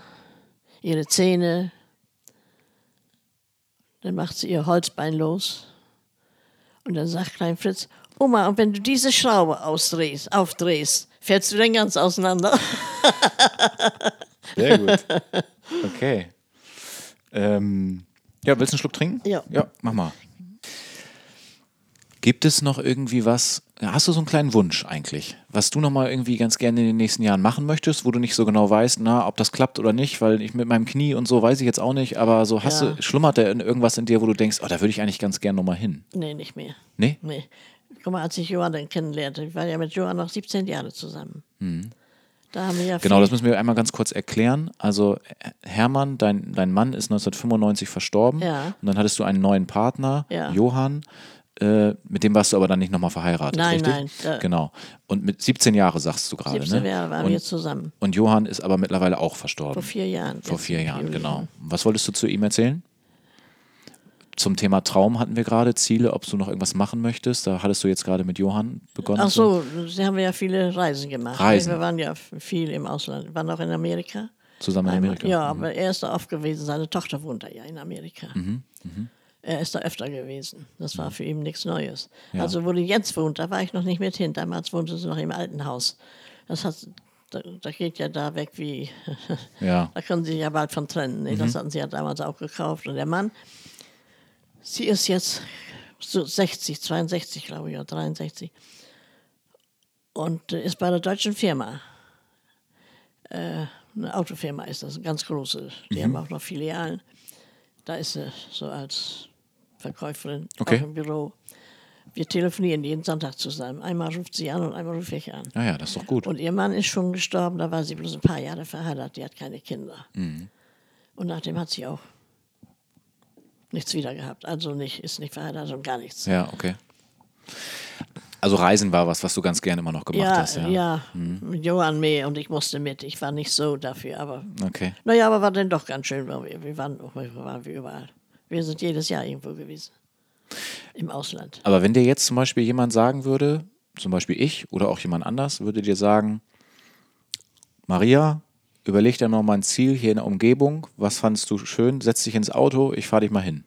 [SPEAKER 2] ihre Zähne. Dann macht sie ihr Holzbein los. Und dann sagt Klein Fritz, Oma, und wenn du diese Schraube ausdrehst, aufdrehst, fällst du dann ganz auseinander.
[SPEAKER 1] Sehr gut. Okay. Ähm, ja, willst du einen Schluck trinken?
[SPEAKER 2] Ja.
[SPEAKER 1] Ja, mach mal. Gibt es noch irgendwie was? ja, Hast du so einen kleinen Wunsch eigentlich, was du nochmal irgendwie ganz gerne in den nächsten Jahren machen möchtest, wo du nicht so genau weißt, na, ob das klappt oder nicht, weil ich mit meinem Knie und so weiß ich jetzt auch nicht, aber so hast
[SPEAKER 2] Ja.
[SPEAKER 1] du, schlummert da in- irgendwas in dir, wo du denkst, oh, da würde ich eigentlich ganz gerne nochmal hin. ne?
[SPEAKER 2] Nee, nicht mehr.
[SPEAKER 1] Nee?
[SPEAKER 2] Nee. Guck mal, als ich Johann dann kennenlernte, ich war ja mit Johann noch 17 Jahre zusammen. Da haben wir ja
[SPEAKER 1] Hm. Genau,
[SPEAKER 2] viel-
[SPEAKER 1] das müssen wir einmal ganz kurz erklären. Also H- Hermann, dein, dein Mann ist 1995 verstorben
[SPEAKER 2] Ja.
[SPEAKER 1] und dann hattest du einen neuen Partner,
[SPEAKER 2] Ja.
[SPEAKER 1] Johann. Äh, mit dem warst du aber dann nicht nochmal verheiratet,
[SPEAKER 2] Nein,
[SPEAKER 1] richtig?
[SPEAKER 2] nein, da-
[SPEAKER 1] genau. Und mit 17 Jahre sagst du gerade,
[SPEAKER 2] 17
[SPEAKER 1] ne?
[SPEAKER 2] Jahre waren
[SPEAKER 1] und,
[SPEAKER 2] wir zusammen.
[SPEAKER 1] und Johann ist aber mittlerweile auch verstorben.
[SPEAKER 2] Vor vier Jahren.
[SPEAKER 1] Vor
[SPEAKER 2] Jetzt
[SPEAKER 1] vier
[SPEAKER 2] im
[SPEAKER 1] Jahren,
[SPEAKER 2] Juli.
[SPEAKER 1] genau. Was wolltest du zu ihm erzählen? Zum Thema Traum hatten wir gerade, Ziele, ob du noch irgendwas machen möchtest. Da hattest du jetzt gerade mit Johann begonnen.
[SPEAKER 2] Ach so, da haben wir ja viele Reisen gemacht.
[SPEAKER 1] Reisen.
[SPEAKER 2] Wir waren ja viel im Ausland. Wir waren auch in Amerika.
[SPEAKER 1] Zusammen in Amerika. Mhm.
[SPEAKER 2] Ja, aber er ist da oft gewesen. Seine Tochter wohnt da ja in Amerika.
[SPEAKER 1] Mhm,
[SPEAKER 2] Er ist da öfter gewesen. Das war für ihn nichts Neues. Also, wo die jetzt wohnt, da war ich noch nicht mit hin. Damals wohnte sie noch im alten Haus. Das hat, da, da geht ja da weg wie.
[SPEAKER 1] Ja.
[SPEAKER 2] Da können sie sich ja bald von trennen. Ne? Das hatten sie ja damals auch gekauft. Und der Mann, sie ist jetzt so 60, 62, glaube ich, oder 63. Und äh, ist bei der deutschen Firma. Äh, eine Autofirma ist das, eine ganz große. Die haben auch noch Filialen. Da ist sie so als Verkäuferin
[SPEAKER 1] Okay.
[SPEAKER 2] auch im Büro. Wir telefonieren jeden Sonntag zusammen. Einmal ruft sie an und einmal rufe ich an.
[SPEAKER 1] Ja, ja, das ist doch gut.
[SPEAKER 2] Und ihr Mann ist schon gestorben, da war sie bloß ein paar Jahre verheiratet, die hat keine Kinder.
[SPEAKER 1] Mhm.
[SPEAKER 2] Und nachdem hat sie auch nichts wieder gehabt. Also nicht, ist nicht verheiratet und gar nichts.
[SPEAKER 1] Ja, okay. Also Reisen war was, was du ganz gerne immer noch gemacht
[SPEAKER 2] Ja,
[SPEAKER 1] hast, ja. Mhm.
[SPEAKER 2] ja, mit Johann May und ich musste mit. Ich war nicht so dafür, aber
[SPEAKER 1] Okay.
[SPEAKER 2] naja, aber war dann doch ganz schön, weil wir, wir waren, waren wir überall. Wir sind jedes Jahr irgendwo gewesen. Im Ausland.
[SPEAKER 1] Aber wenn dir jetzt zum Beispiel jemand sagen würde, zum Beispiel ich oder auch jemand anders, würde dir sagen, Maria, überleg dir noch mal ein Ziel hier in der Umgebung. Was fandst du schön? Setz dich ins Auto, ich fahre dich mal hin.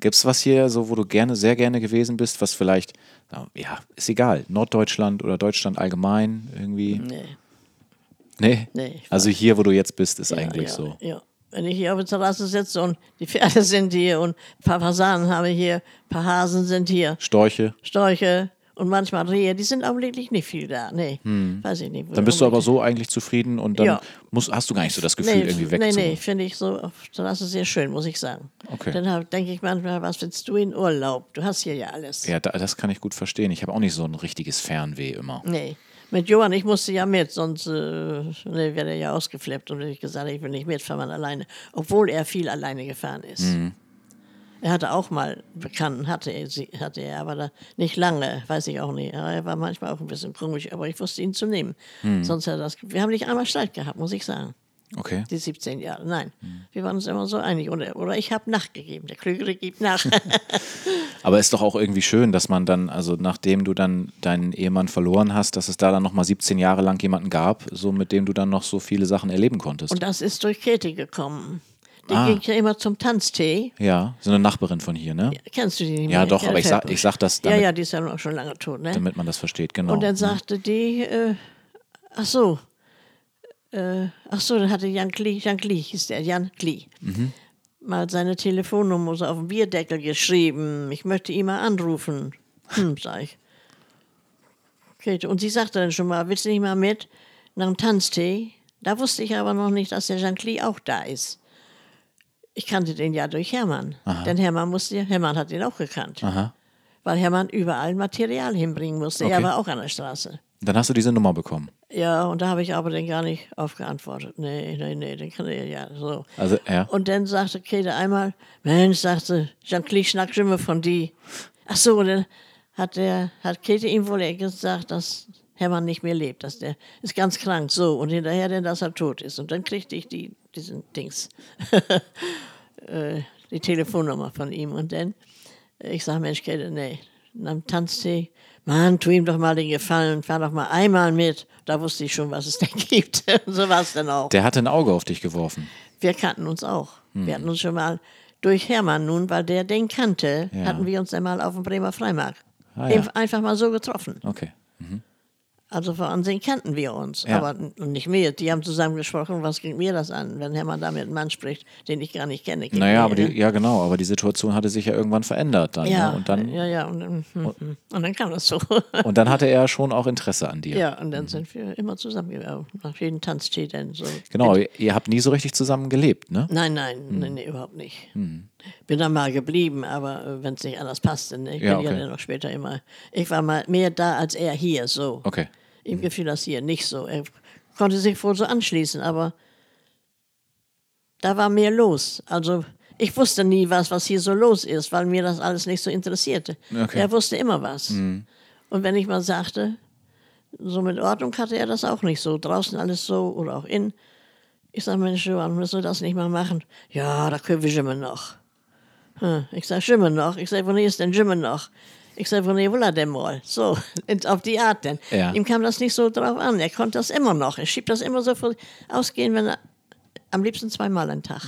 [SPEAKER 1] Gibt es was hier, so wo du gerne, sehr gerne gewesen bist, was vielleicht, na, ja, ist egal, Norddeutschland oder Deutschland allgemein irgendwie?
[SPEAKER 2] Nee,
[SPEAKER 1] Nee.
[SPEAKER 2] Mhm. nee. ich war-
[SPEAKER 1] Also hier, wo du jetzt bist, ist
[SPEAKER 2] ja,
[SPEAKER 1] eigentlich
[SPEAKER 2] ja,
[SPEAKER 1] so.
[SPEAKER 2] Ja. wenn ich hier auf der Terrasse sitze und die Pferde sind hier und ein paar Fasanen habe ich hier, ein paar Hasen sind hier,
[SPEAKER 1] Storche.
[SPEAKER 2] Storche und manchmal Rehe, die sind augenblicklich nicht viel da. Nee, weiß ich nicht.
[SPEAKER 1] Hm. Dann bist du aber so eigentlich zufrieden und dann
[SPEAKER 2] Ja.
[SPEAKER 1] musst, hast du gar nicht so das Gefühl,
[SPEAKER 2] Nee,
[SPEAKER 1] irgendwie
[SPEAKER 2] nee,
[SPEAKER 1] wegzu.
[SPEAKER 2] nee, finde ich so auf Terrasse sehr schön, muss ich sagen.
[SPEAKER 1] Okay.
[SPEAKER 2] Dann hab- denke ich manchmal, was willst du in Urlaub? Du hast hier ja alles.
[SPEAKER 1] Ja, da, das kann ich gut verstehen. Ich habe auch nicht so ein richtiges Fernweh immer.
[SPEAKER 2] Nee. Mit Johann, ich musste ja mit, sonst äh, nee, wäre er ja ausgeflippt und hätte ich gesagt, ich will nicht mitfahren alleine. Obwohl er viel alleine gefahren ist. Er hatte auch mal Bekannten, hatte er, sie- hatte er, aber da, nicht lange, weiß ich auch nicht. Aber er war manchmal auch ein bisschen komisch, aber ich wusste ihn zu nehmen. Sonst hätte er das. Wir haben nicht einmal Streit gehabt, muss ich sagen.
[SPEAKER 1] Okay.
[SPEAKER 2] Die 17 Jahre, nein. Wir waren uns immer so einig. Oder, oder ich habe nachgegeben. Der Klügere gibt nach.
[SPEAKER 1] Aber ist doch auch irgendwie schön, dass man dann, also nachdem du dann deinen Ehemann verloren hast, dass es da dann nochmal 17 Jahre lang jemanden gab, so mit dem du dann noch so viele Sachen erleben konntest.
[SPEAKER 2] und das ist durch Käthe gekommen. Die
[SPEAKER 1] Ah.
[SPEAKER 2] ging ja immer zum Tanztee.
[SPEAKER 1] ja, so eine Nachbarin von hier, ne?
[SPEAKER 2] Kennst du die nicht
[SPEAKER 1] Ja,
[SPEAKER 2] mehr?
[SPEAKER 1] doch, aber ich sag-
[SPEAKER 2] Feldbusch.
[SPEAKER 1] ich sag das,
[SPEAKER 2] Ja,
[SPEAKER 1] damit-
[SPEAKER 2] ja, die ist ja noch schon lange tot, ne?
[SPEAKER 1] Damit man das versteht, genau.
[SPEAKER 2] Und dann sagte die, äh, ach so, äh, ach so, dann hatte Jan Klee, Jan Klee hieß der, Jan Klee, mal seine Telefonnummer so auf den Bierdeckel geschrieben. Ich möchte ihn mal anrufen. Hm, sag ich. Okay, und sie sagte dann schon mal, willst du nicht mal mit nach dem Tanztee? Da wusste ich aber noch nicht, dass der Jan Klee auch da ist. Ich kannte den ja durch Hermann. Denn Hermann musste, Hermann hat ihn auch gekannt.
[SPEAKER 1] Aha.
[SPEAKER 2] Weil Hermann überall Material hinbringen musste.
[SPEAKER 1] Okay.
[SPEAKER 2] Er war auch an der Straße.
[SPEAKER 1] Dann hast du diese Nummer bekommen.
[SPEAKER 2] Ja, und da habe ich aber den gar nicht aufgeantwortet. Nee, nee, nee, den kann er ja so.
[SPEAKER 1] Also, ja.
[SPEAKER 2] Und dann sagte Käthe einmal, Mensch, sagte Jean-Claude schnackt schon mal von die. Ach so, und dann hat der, hat Käthe ihm wohl eher gesagt, dass Hermann nicht mehr lebt, dass der ist ganz krank, so. Und hinterher denn, dass er tot ist. Und dann kriegte ich die, diesen Dings, äh, die Telefonnummer von ihm. Und dann, äh, ich sage, Mensch, Käthe, nee, und am Tanztee, Mann, tu ihm doch mal den Gefallen, fahr doch mal einmal mit. Da wusste ich schon, was es denn gibt. Und so war es dann auch
[SPEAKER 1] Der hat ein Auge auf dich geworfen.
[SPEAKER 2] wir kannten uns auch.
[SPEAKER 1] Hm.
[SPEAKER 2] Wir hatten uns schon mal durch Hermann nun, weil der den kannte,
[SPEAKER 1] Ja.
[SPEAKER 2] hatten wir uns dann mal auf dem Bremer Freimarkt.
[SPEAKER 1] Ah, ja.
[SPEAKER 2] Eben Einfach mal so getroffen.
[SPEAKER 1] Okay.
[SPEAKER 2] Also vor Ansehen kannten wir uns,
[SPEAKER 1] Ja.
[SPEAKER 2] aber n- nicht mehr. Die haben zusammengesprochen, was ging mir das an, wenn Hermann da mit einem Mann spricht, den ich gar nicht kenne. Geht
[SPEAKER 1] Naja,
[SPEAKER 2] mir,
[SPEAKER 1] aber die,
[SPEAKER 2] ne?
[SPEAKER 1] ja genau, aber die Situation hatte sich ja irgendwann verändert dann.
[SPEAKER 2] ja,
[SPEAKER 1] Ne? Und, dann
[SPEAKER 2] ja, ja, und dann, hm, hm. und dann kam das so.
[SPEAKER 1] und dann hatte er schon auch Interesse an dir.
[SPEAKER 2] ja, und dann sind wir immer zusammengegangen, nach jedem Tanztee dann so.
[SPEAKER 1] Genau, ihr, ihr habt nie so richtig zusammen gelebt, ne?
[SPEAKER 2] Nein, nein, nee, nee, überhaupt nicht.
[SPEAKER 1] Hm.
[SPEAKER 2] Bin dann mal geblieben, aber wenn es nicht anders passte, ne? ich
[SPEAKER 1] Ja,
[SPEAKER 2] bin ja
[SPEAKER 1] okay.
[SPEAKER 2] dann noch später immer. Ich war mal mehr da als er hier, so.
[SPEAKER 1] Okay.
[SPEAKER 2] Ihm gefiel das hier nicht so. Er konnte sich wohl so anschließen, aber da war mehr los. Also ich wusste nie was, was hier so los ist, weil mir das alles nicht so interessierte.
[SPEAKER 1] Okay. Mhm.
[SPEAKER 2] Er wusste immer was. Und wenn ich mal sagte, so mit Ordnung hatte er das auch nicht so. Draußen alles so oder auch innen. Ich sage, Mensch, Johann, müssen wir das nicht mal machen? Ja, da können wir schimmen noch. Hm. Ich sage, schimmen noch. Ich sage, wo ist denn schimmen noch? Ich sage, wo will er denn mal? So, und auf die Art denn.
[SPEAKER 1] Ja.
[SPEAKER 2] Ihm kam das nicht so drauf an. Er konnte das immer noch. Er schiebt das immer so vor ausgehen, wenn er am liebsten zweimal am Tag.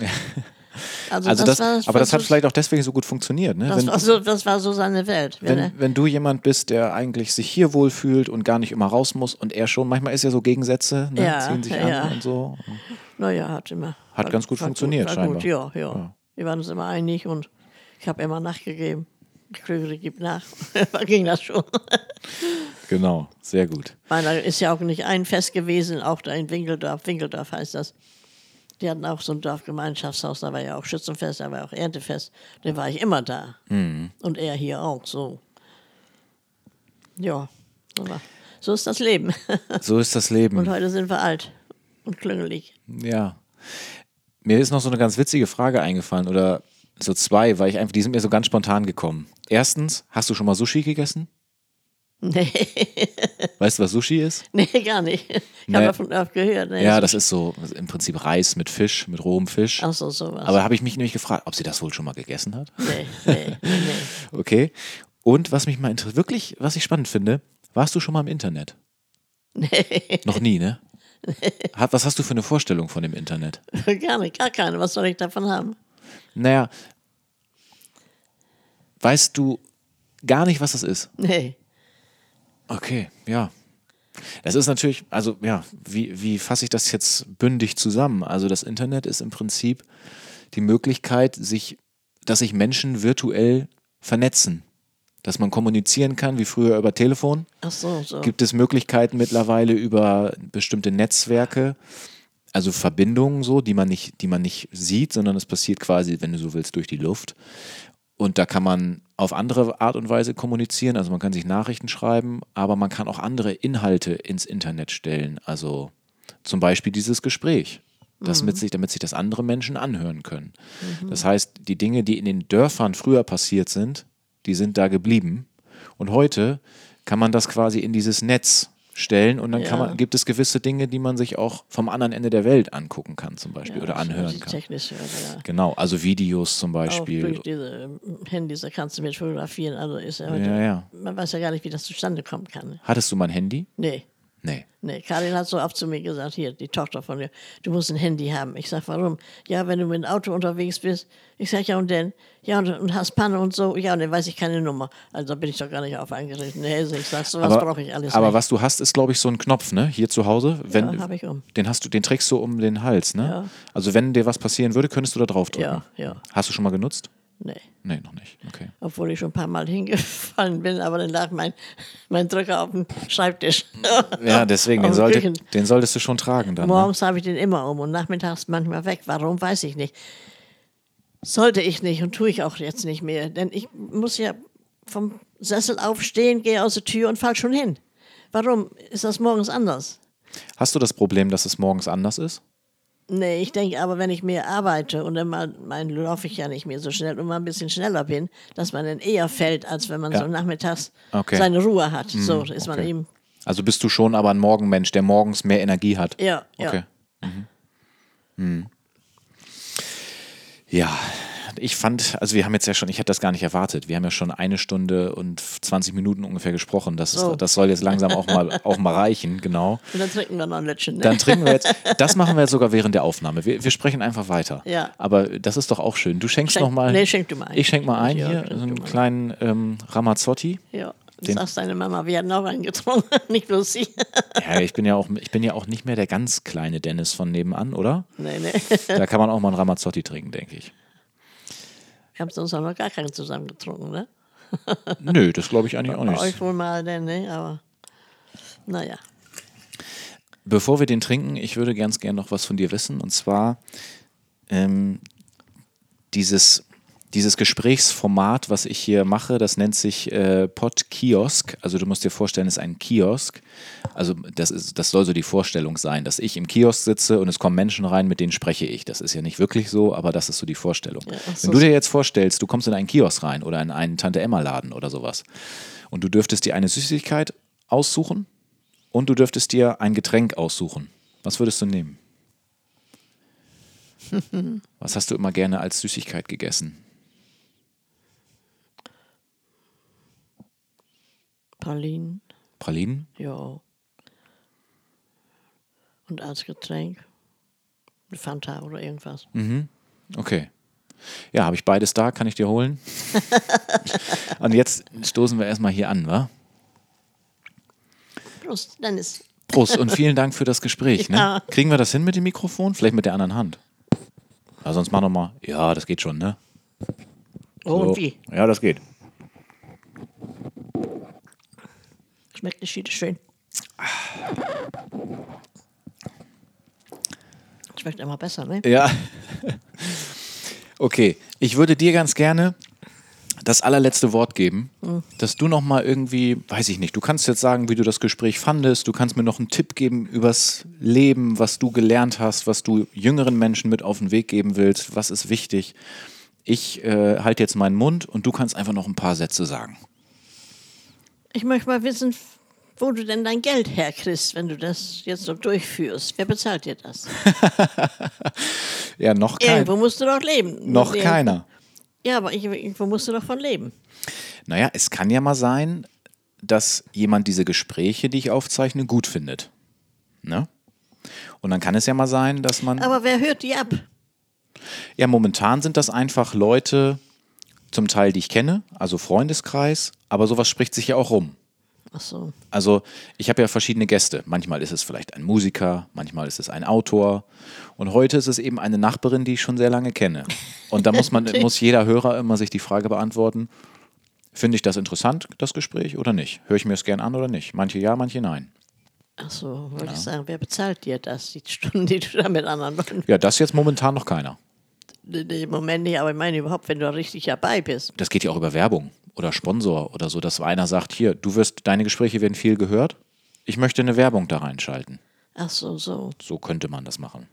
[SPEAKER 1] Also das,
[SPEAKER 2] war-
[SPEAKER 1] aber das hat
[SPEAKER 2] so-
[SPEAKER 1] vielleicht auch deswegen so gut funktioniert, ne?
[SPEAKER 2] Das
[SPEAKER 1] Wenn,
[SPEAKER 2] war, so, das war so seine Welt. ne? Wenn er,
[SPEAKER 1] wenn, wenn du jemand bist, der eigentlich sich hier wohlfühlt und gar nicht immer raus muss und er schon, manchmal ist ja so Gegensätze, ne?
[SPEAKER 2] Ja,
[SPEAKER 1] ziehen sich
[SPEAKER 2] ja.
[SPEAKER 1] an und so.
[SPEAKER 2] naja, hat immer.
[SPEAKER 1] Hat
[SPEAKER 2] war-
[SPEAKER 1] ganz gut
[SPEAKER 2] war
[SPEAKER 1] funktioniert,
[SPEAKER 2] war Gut, ja,
[SPEAKER 1] scheinbar.
[SPEAKER 2] ja, Wir waren uns immer einig und ich habe immer nachgegeben. Die Klügere gibt nach. da ging das schon.
[SPEAKER 1] Genau, sehr gut.
[SPEAKER 2] Meiner ist ja auch nicht ein Fest gewesen, auch da in Winkeldorf. Winkeldorf heißt das. Die hatten auch so ein Dorfgemeinschaftshaus, da war ja auch Schützenfest, da war auch Erntefest. Da war ich immer da.
[SPEAKER 1] Mhm.
[SPEAKER 2] Und er hier auch, so. Ja, aber so ist das Leben.
[SPEAKER 1] So ist das Leben.
[SPEAKER 2] Und heute sind wir alt und klüngelig.
[SPEAKER 1] Ja. Mir ist noch so eine ganz witzige Frage eingefallen oder so zwei, weil ich einfach, die sind mir so ganz spontan gekommen. Erstens, hast du schon mal Sushi gegessen?
[SPEAKER 2] Nee,
[SPEAKER 1] Weißt du, was Sushi ist?
[SPEAKER 2] nee gar nicht. Ich
[SPEAKER 1] Nee.
[SPEAKER 2] habe davon oft gehört. Nee,
[SPEAKER 1] Ja,
[SPEAKER 2] so-
[SPEAKER 1] das ist so im Prinzip Reis mit Fisch, mit rohem Fisch.
[SPEAKER 2] Ach so, sowas.
[SPEAKER 1] Aber habe ich mich nämlich gefragt, ob sie das wohl schon mal gegessen hat?
[SPEAKER 2] nee, nee, nee.
[SPEAKER 1] Okay. Und was mich mal interessiert, wirklich, was ich spannend finde, warst du schon mal im Internet? Nee. Noch nie, ne? Hat, was hast du für eine Vorstellung von dem Internet?
[SPEAKER 2] Gar nicht, gar keine. Was soll ich davon haben?
[SPEAKER 1] Naja, weißt du gar nicht, was das ist?
[SPEAKER 2] Nee.
[SPEAKER 1] Okay, ja. Das ist natürlich, also ja, wie, wie fasse ich das jetzt bündig zusammen? Also das Internet ist im Prinzip die Möglichkeit, sich, dass sich Menschen virtuell vernetzen. Dass man kommunizieren kann, wie früher über Telefon.
[SPEAKER 2] Ach so, so.
[SPEAKER 1] Gibt es Möglichkeiten mittlerweile über bestimmte Netzwerke, also Verbindungen so, die man nicht, die man nicht sieht, sondern es passiert quasi, wenn du so willst, durch die Luft. Und da kann man auf andere Art und Weise kommunizieren. Also man kann sich Nachrichten schreiben, aber man kann auch andere Inhalte ins Internet stellen. Also zum Beispiel dieses Gespräch, das
[SPEAKER 2] Mhm.
[SPEAKER 1] mit sich, damit sich das andere Menschen anhören können. Das heißt, die Dinge, die in den Dörfern früher passiert sind, die sind da geblieben. Und heute kann man das quasi in dieses Netz stellen und dann kann
[SPEAKER 2] Ja.
[SPEAKER 1] man, gibt es gewisse Dinge, die man sich auch vom anderen Ende der Welt angucken kann zum Beispiel oder
[SPEAKER 2] das ist
[SPEAKER 1] anhören
[SPEAKER 2] die
[SPEAKER 1] kann.
[SPEAKER 2] Technische, oder
[SPEAKER 1] Genau, also Videos zum
[SPEAKER 2] auch
[SPEAKER 1] Beispiel.
[SPEAKER 2] durch diese ähm, Handys, da kannst du mit fotografieren. Also ist ja heute,
[SPEAKER 1] Ja, ja.
[SPEAKER 2] man weiß ja gar nicht, wie das zustande kommen kann. ne?
[SPEAKER 1] Hattest du mal ein Handy?
[SPEAKER 2] Nee.
[SPEAKER 1] Nee.
[SPEAKER 2] Nee, Karin hat so oft zu mir gesagt, hier, die Tochter von dir, du musst ein Handy haben. Ich sag, warum? Ja, wenn du mit dem Auto unterwegs bist. Ich sag, ja und denn? Ja, und, und hast Panne und so. Ja, und dann weiß ich keine Nummer. Also da bin ich doch gar nicht auf angeregt. Nee, ich sag, sowas brauche ich alles
[SPEAKER 1] aber
[SPEAKER 2] nicht.
[SPEAKER 1] was du hast, ist, glaube ich, so ein Knopf, ne? Hier zu Hause. Wenn,
[SPEAKER 2] hab ich um.
[SPEAKER 1] Den hast du, den trägst du um den Hals, ne? Also wenn dir was passieren würde, könntest du da drauf drücken.
[SPEAKER 2] Ja, ja.
[SPEAKER 1] Hast du schon mal genutzt?
[SPEAKER 2] Nee.
[SPEAKER 1] Nee, noch nicht. Okay.
[SPEAKER 2] Obwohl ich schon ein paar Mal hingefallen bin, aber dann lag mein, mein Drücker auf dem Schreibtisch.
[SPEAKER 1] Ja, deswegen, den,
[SPEAKER 2] Auf dem
[SPEAKER 1] sollte,
[SPEAKER 2] Küchen-
[SPEAKER 1] den solltest du schon tragen dann. Ne?
[SPEAKER 2] Morgens habe ich den immer um und nachmittags manchmal weg. Warum, weiß ich nicht. Sollte ich nicht und tue ich auch jetzt nicht mehr. Denn ich muss ja vom Sessel aufstehen, gehe aus der Tür und fall schon hin. Warum ist das morgens anders?
[SPEAKER 1] Hast du das Problem, dass es morgens anders ist?
[SPEAKER 2] Nee, ich denke aber, wenn ich mehr arbeite und dann mal, mein, laufe ich ja nicht mehr so schnell und mal ein bisschen schneller bin, dass man dann eher fällt, als wenn man
[SPEAKER 1] Ja.
[SPEAKER 2] so nachmittags
[SPEAKER 1] Okay. Hm,
[SPEAKER 2] seine Ruhe hat. so ist man
[SPEAKER 1] okay.
[SPEAKER 2] eben.
[SPEAKER 1] Also bist du schon aber ein Morgenmensch, der morgens mehr Energie hat.
[SPEAKER 2] Ja, ja.
[SPEAKER 1] Okay. Mhm. Ja, ich fand, also wir haben jetzt ja schon, ich hätte das gar nicht erwartet. Wir haben ja schon eine Stunde und 20 Minuten ungefähr gesprochen. Das, ist,
[SPEAKER 2] Oh.
[SPEAKER 1] das soll jetzt langsam auch mal, auch mal reichen, genau.
[SPEAKER 2] Und dann trinken wir noch ein Lötchen. Ne?
[SPEAKER 1] Dann trinken wir jetzt, das machen wir jetzt sogar während der Aufnahme. Wir, wir sprechen einfach weiter.
[SPEAKER 2] Ja.
[SPEAKER 1] Aber das ist doch auch schön. Du schenkst
[SPEAKER 2] Schenk-
[SPEAKER 1] nochmal.
[SPEAKER 2] nee, schenk du mal ein.
[SPEAKER 1] Ich schenk mal ein
[SPEAKER 2] Ja,
[SPEAKER 1] hier,
[SPEAKER 2] schenk
[SPEAKER 1] so
[SPEAKER 2] du
[SPEAKER 1] einen
[SPEAKER 2] mal.
[SPEAKER 1] kleinen ähm, Ramazzotti.
[SPEAKER 2] Ja,
[SPEAKER 1] Den-
[SPEAKER 2] das sagt deine Mama, wir hatten auch einen getrunken, nicht bloß sie.
[SPEAKER 1] Ja, ich bin ja auch, ich bin ja auch nicht mehr der ganz kleine Dennis von nebenan, oder?
[SPEAKER 2] nee, nee.
[SPEAKER 1] Da kann man auch mal einen Ramazzotti trinken, denke ich.
[SPEAKER 2] Wir haben sonst auch noch gar keinen zusammen getrunken, ne?
[SPEAKER 1] Nö, das glaube ich eigentlich auch
[SPEAKER 2] Bei euch
[SPEAKER 1] nicht.
[SPEAKER 2] wohl mal, denn, ne? Aber naja.
[SPEAKER 1] Bevor wir den trinken, ich würde ganz gerne noch was von dir wissen. Und zwar ähm, dieses, dieses Gesprächsformat, was ich hier mache, das nennt sich äh, Pod Kiosk. Also du musst dir vorstellen, es ist ein Kiosk. Also das, ist, das soll so die Vorstellung sein, dass ich im Kiosk sitze und es kommen Menschen rein, mit denen spreche ich. Das ist ja nicht wirklich so, aber das ist so die Vorstellung.
[SPEAKER 2] ach so.
[SPEAKER 1] Wenn du dir jetzt vorstellst, du kommst in einen Kiosk rein oder in einen Tante-Emma-Laden oder sowas und du dürftest dir eine Süßigkeit aussuchen und du dürftest dir ein Getränk aussuchen. Was würdest du nehmen? Was hast du immer gerne als Süßigkeit gegessen?
[SPEAKER 2] Pralinen,
[SPEAKER 1] Pralinen?
[SPEAKER 2] ja. Und als Getränk. eine Fanta oder irgendwas.
[SPEAKER 1] Hm. Okay. Ja, habe ich beides da, kann ich dir holen. Und jetzt stoßen wir erstmal hier an, wa?
[SPEAKER 2] Prost, Dennis.
[SPEAKER 1] Prost und vielen Dank für das Gespräch. Ne?
[SPEAKER 2] Ja.
[SPEAKER 1] Kriegen wir das hin mit dem Mikrofon? Vielleicht mit der anderen Hand. Ja, sonst mach noch mal. Ja, das geht schon, ne?
[SPEAKER 2] Oh,
[SPEAKER 1] So.
[SPEAKER 2] und wie?
[SPEAKER 1] Ja, das geht.
[SPEAKER 2] Schmeckt die Schiede schön. Schmeckt immer besser, ne?
[SPEAKER 1] Ja. Okay, ich würde dir ganz gerne das allerletzte Wort geben, dass du noch mal irgendwie, weiß ich nicht, du kannst jetzt sagen, wie du das Gespräch fandest, du kannst mir noch einen Tipp geben übers Leben, was du gelernt hast, was du jüngeren Menschen mit auf den Weg geben willst, was ist wichtig. Ich äh, halte jetzt meinen Mund und du kannst einfach noch ein paar Sätze sagen.
[SPEAKER 2] Ich möchte mal wissen, wo du denn dein Geld herkriegst, wenn du das jetzt so durchführst. Wer bezahlt dir das?
[SPEAKER 1] Ja, noch kein,
[SPEAKER 2] Irgendwo musst du doch leben.
[SPEAKER 1] noch
[SPEAKER 2] Irgendwo-
[SPEAKER 1] keiner.
[SPEAKER 2] Ja, aber ich- irgendwo musst du doch von leben.
[SPEAKER 1] Naja, es kann ja mal sein, dass jemand diese Gespräche, die ich aufzeichne, gut findet. Ne? Und dann kann es ja mal sein, dass man.
[SPEAKER 2] Aber wer hört die ab?
[SPEAKER 1] ja, momentan sind das einfach Leute, zum Teil, die ich kenne, also Freundeskreis, aber sowas spricht sich ja auch rum.
[SPEAKER 2] Ach so.
[SPEAKER 1] Also ich habe ja verschiedene Gäste. Manchmal ist es vielleicht ein Musiker, manchmal ist es ein Autor. Und heute ist es eben eine Nachbarin, die ich schon sehr lange kenne. Und da muss man, muss jeder Hörer immer sich die Frage beantworten, finde ich das interessant, das Gespräch, oder nicht? Höre ich mir es gern an oder nicht? Manche ja, manche nein.
[SPEAKER 2] Ach so, wollte ich sagen, wer bezahlt dir das, die Stunden, die du da mit anderen machst?
[SPEAKER 1] Ja, das jetzt momentan noch keiner.
[SPEAKER 2] Im Moment nicht, aber ich meine überhaupt, wenn du richtig dabei bist.
[SPEAKER 1] Das geht ja auch über Werbung oder Sponsor oder so, dass einer sagt, hier, du wirst, deine Gespräche werden viel gehört, ich möchte eine Werbung da reinschalten.
[SPEAKER 2] Ach so, so.
[SPEAKER 1] So könnte man das machen.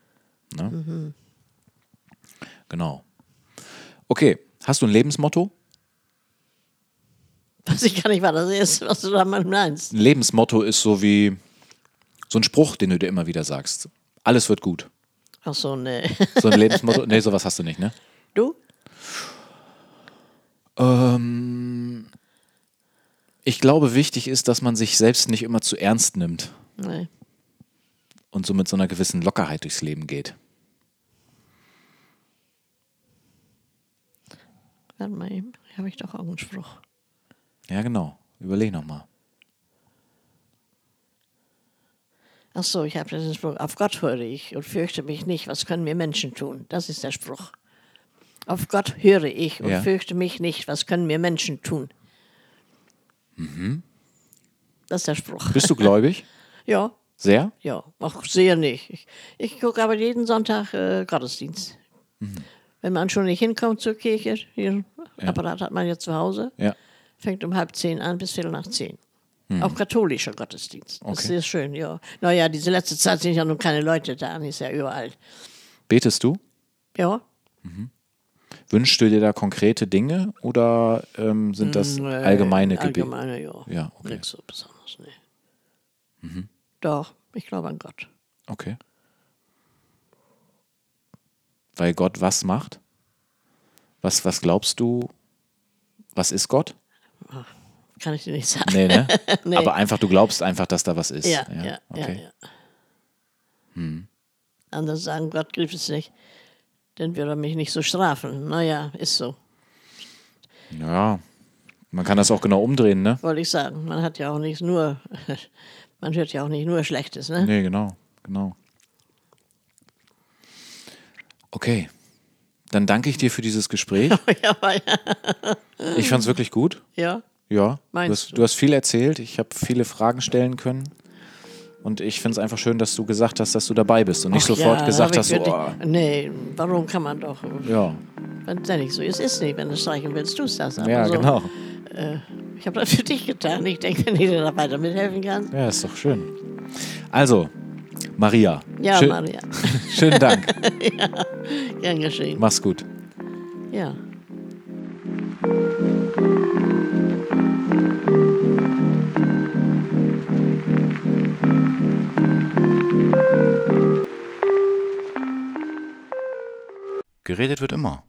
[SPEAKER 1] Ne? Genau. Okay, hast du ein Lebensmotto?
[SPEAKER 2] Weiß ich gar nicht, was das ist, was du da mal meinst.
[SPEAKER 1] Ein Lebensmotto ist so wie so ein Spruch, den du dir immer wieder sagst. Alles wird gut.
[SPEAKER 2] Ach so, nee.
[SPEAKER 1] So ein Lebensmotto. nee, sowas hast du nicht, ne?
[SPEAKER 2] Du?
[SPEAKER 1] Ich glaube, wichtig ist, dass man sich selbst nicht immer zu ernst nimmt
[SPEAKER 2] Nee.
[SPEAKER 1] und so mit so einer gewissen Lockerheit durchs Leben geht.
[SPEAKER 2] Warte mal eben, habe ich doch auch einen Spruch.
[SPEAKER 1] Ja, genau. Überleg nochmal.
[SPEAKER 2] Ach so, ich habe diesen Spruch. Auf Gott höre ich und fürchte mich nicht. Was können mir Menschen tun? Das ist der Spruch. Auf Gott höre ich und
[SPEAKER 1] Ja.
[SPEAKER 2] fürchte mich nicht. Was können mir Menschen tun? Das ist der Spruch.
[SPEAKER 1] Mhm. Bist du gläubig?
[SPEAKER 2] Ja,
[SPEAKER 1] Sehr?
[SPEAKER 2] ja, auch sehr nicht. Ich, ich gucke aber jeden Sonntag äh, Gottesdienst.
[SPEAKER 1] Mhm.
[SPEAKER 2] Wenn man schon nicht hinkommt zur Kirche, hier Apparat hat man ja zu Hause,
[SPEAKER 1] Ja.
[SPEAKER 2] fängt um halb zehn an bis viertel nach zehn. Auch katholischer Gottesdienst. Das
[SPEAKER 1] Hm. Okay.
[SPEAKER 2] ist sehr schön, ja. Naja, diese letzte Zeit sind ja nun keine Leute da, ist ja überall.
[SPEAKER 1] Betest du?
[SPEAKER 2] Ja,
[SPEAKER 1] Wünschst du dir da konkrete Dinge oder ähm, sind das
[SPEAKER 2] Mm, äh,
[SPEAKER 1] allgemeine Gebete?
[SPEAKER 2] Hm, allgemeine, ja.
[SPEAKER 1] Ja, okay. Mhm.
[SPEAKER 2] Nichts so besonderes, nee. Doch, ich glaube an Gott.
[SPEAKER 1] Okay. Weil Gott was macht? Was, was glaubst du? Was ist Gott?
[SPEAKER 2] Kann ich dir nicht sagen.
[SPEAKER 1] Nee, ne? Aber einfach, du glaubst einfach, dass da was ist.
[SPEAKER 2] Ja, ja, ja.
[SPEAKER 1] okay. Hm.
[SPEAKER 2] ja, Andere sagen, Gott griff es nicht, dann würde er mich nicht so strafen. Naja, ist so,
[SPEAKER 1] Ja, man kann das auch genau umdrehen, ne?
[SPEAKER 2] wollte ich sagen. Man hat ja auch nicht nur, man hört ja auch nicht nur Schlechtes, ne?
[SPEAKER 1] Nee, genau, genau. Okay, dann danke ich dir für dieses Gespräch.
[SPEAKER 2] Ja, aber ja.
[SPEAKER 1] Ich fand es wirklich gut.
[SPEAKER 2] ja.
[SPEAKER 1] Ja, du
[SPEAKER 2] Meinst
[SPEAKER 1] hast, du hast viel erzählt. Ich habe viele Fragen stellen können. Und ich finde es einfach schön, dass du gesagt hast, dass du dabei bist und nicht sofort
[SPEAKER 2] ja,
[SPEAKER 1] gesagt
[SPEAKER 2] hab ich
[SPEAKER 1] hast, oh,
[SPEAKER 2] wirklich- Nee, warum kann man doch,
[SPEAKER 1] ja,
[SPEAKER 2] wenn es nicht so ist, ist nicht. Wenn du streichen willst, tust du das. Aber
[SPEAKER 1] ja,
[SPEAKER 2] so,
[SPEAKER 1] genau.
[SPEAKER 2] Ich habe das für dich getan. Ich denke, wenn ich dir da weiter mithelfen kann.
[SPEAKER 1] Ja, ist doch schön. Also, Maria,
[SPEAKER 2] Ja,
[SPEAKER 1] schön,
[SPEAKER 2] Maria,
[SPEAKER 1] schönen Dank.
[SPEAKER 2] gern geschehen.
[SPEAKER 1] Mach's gut.
[SPEAKER 2] Ja.
[SPEAKER 1] Geredet wird immer.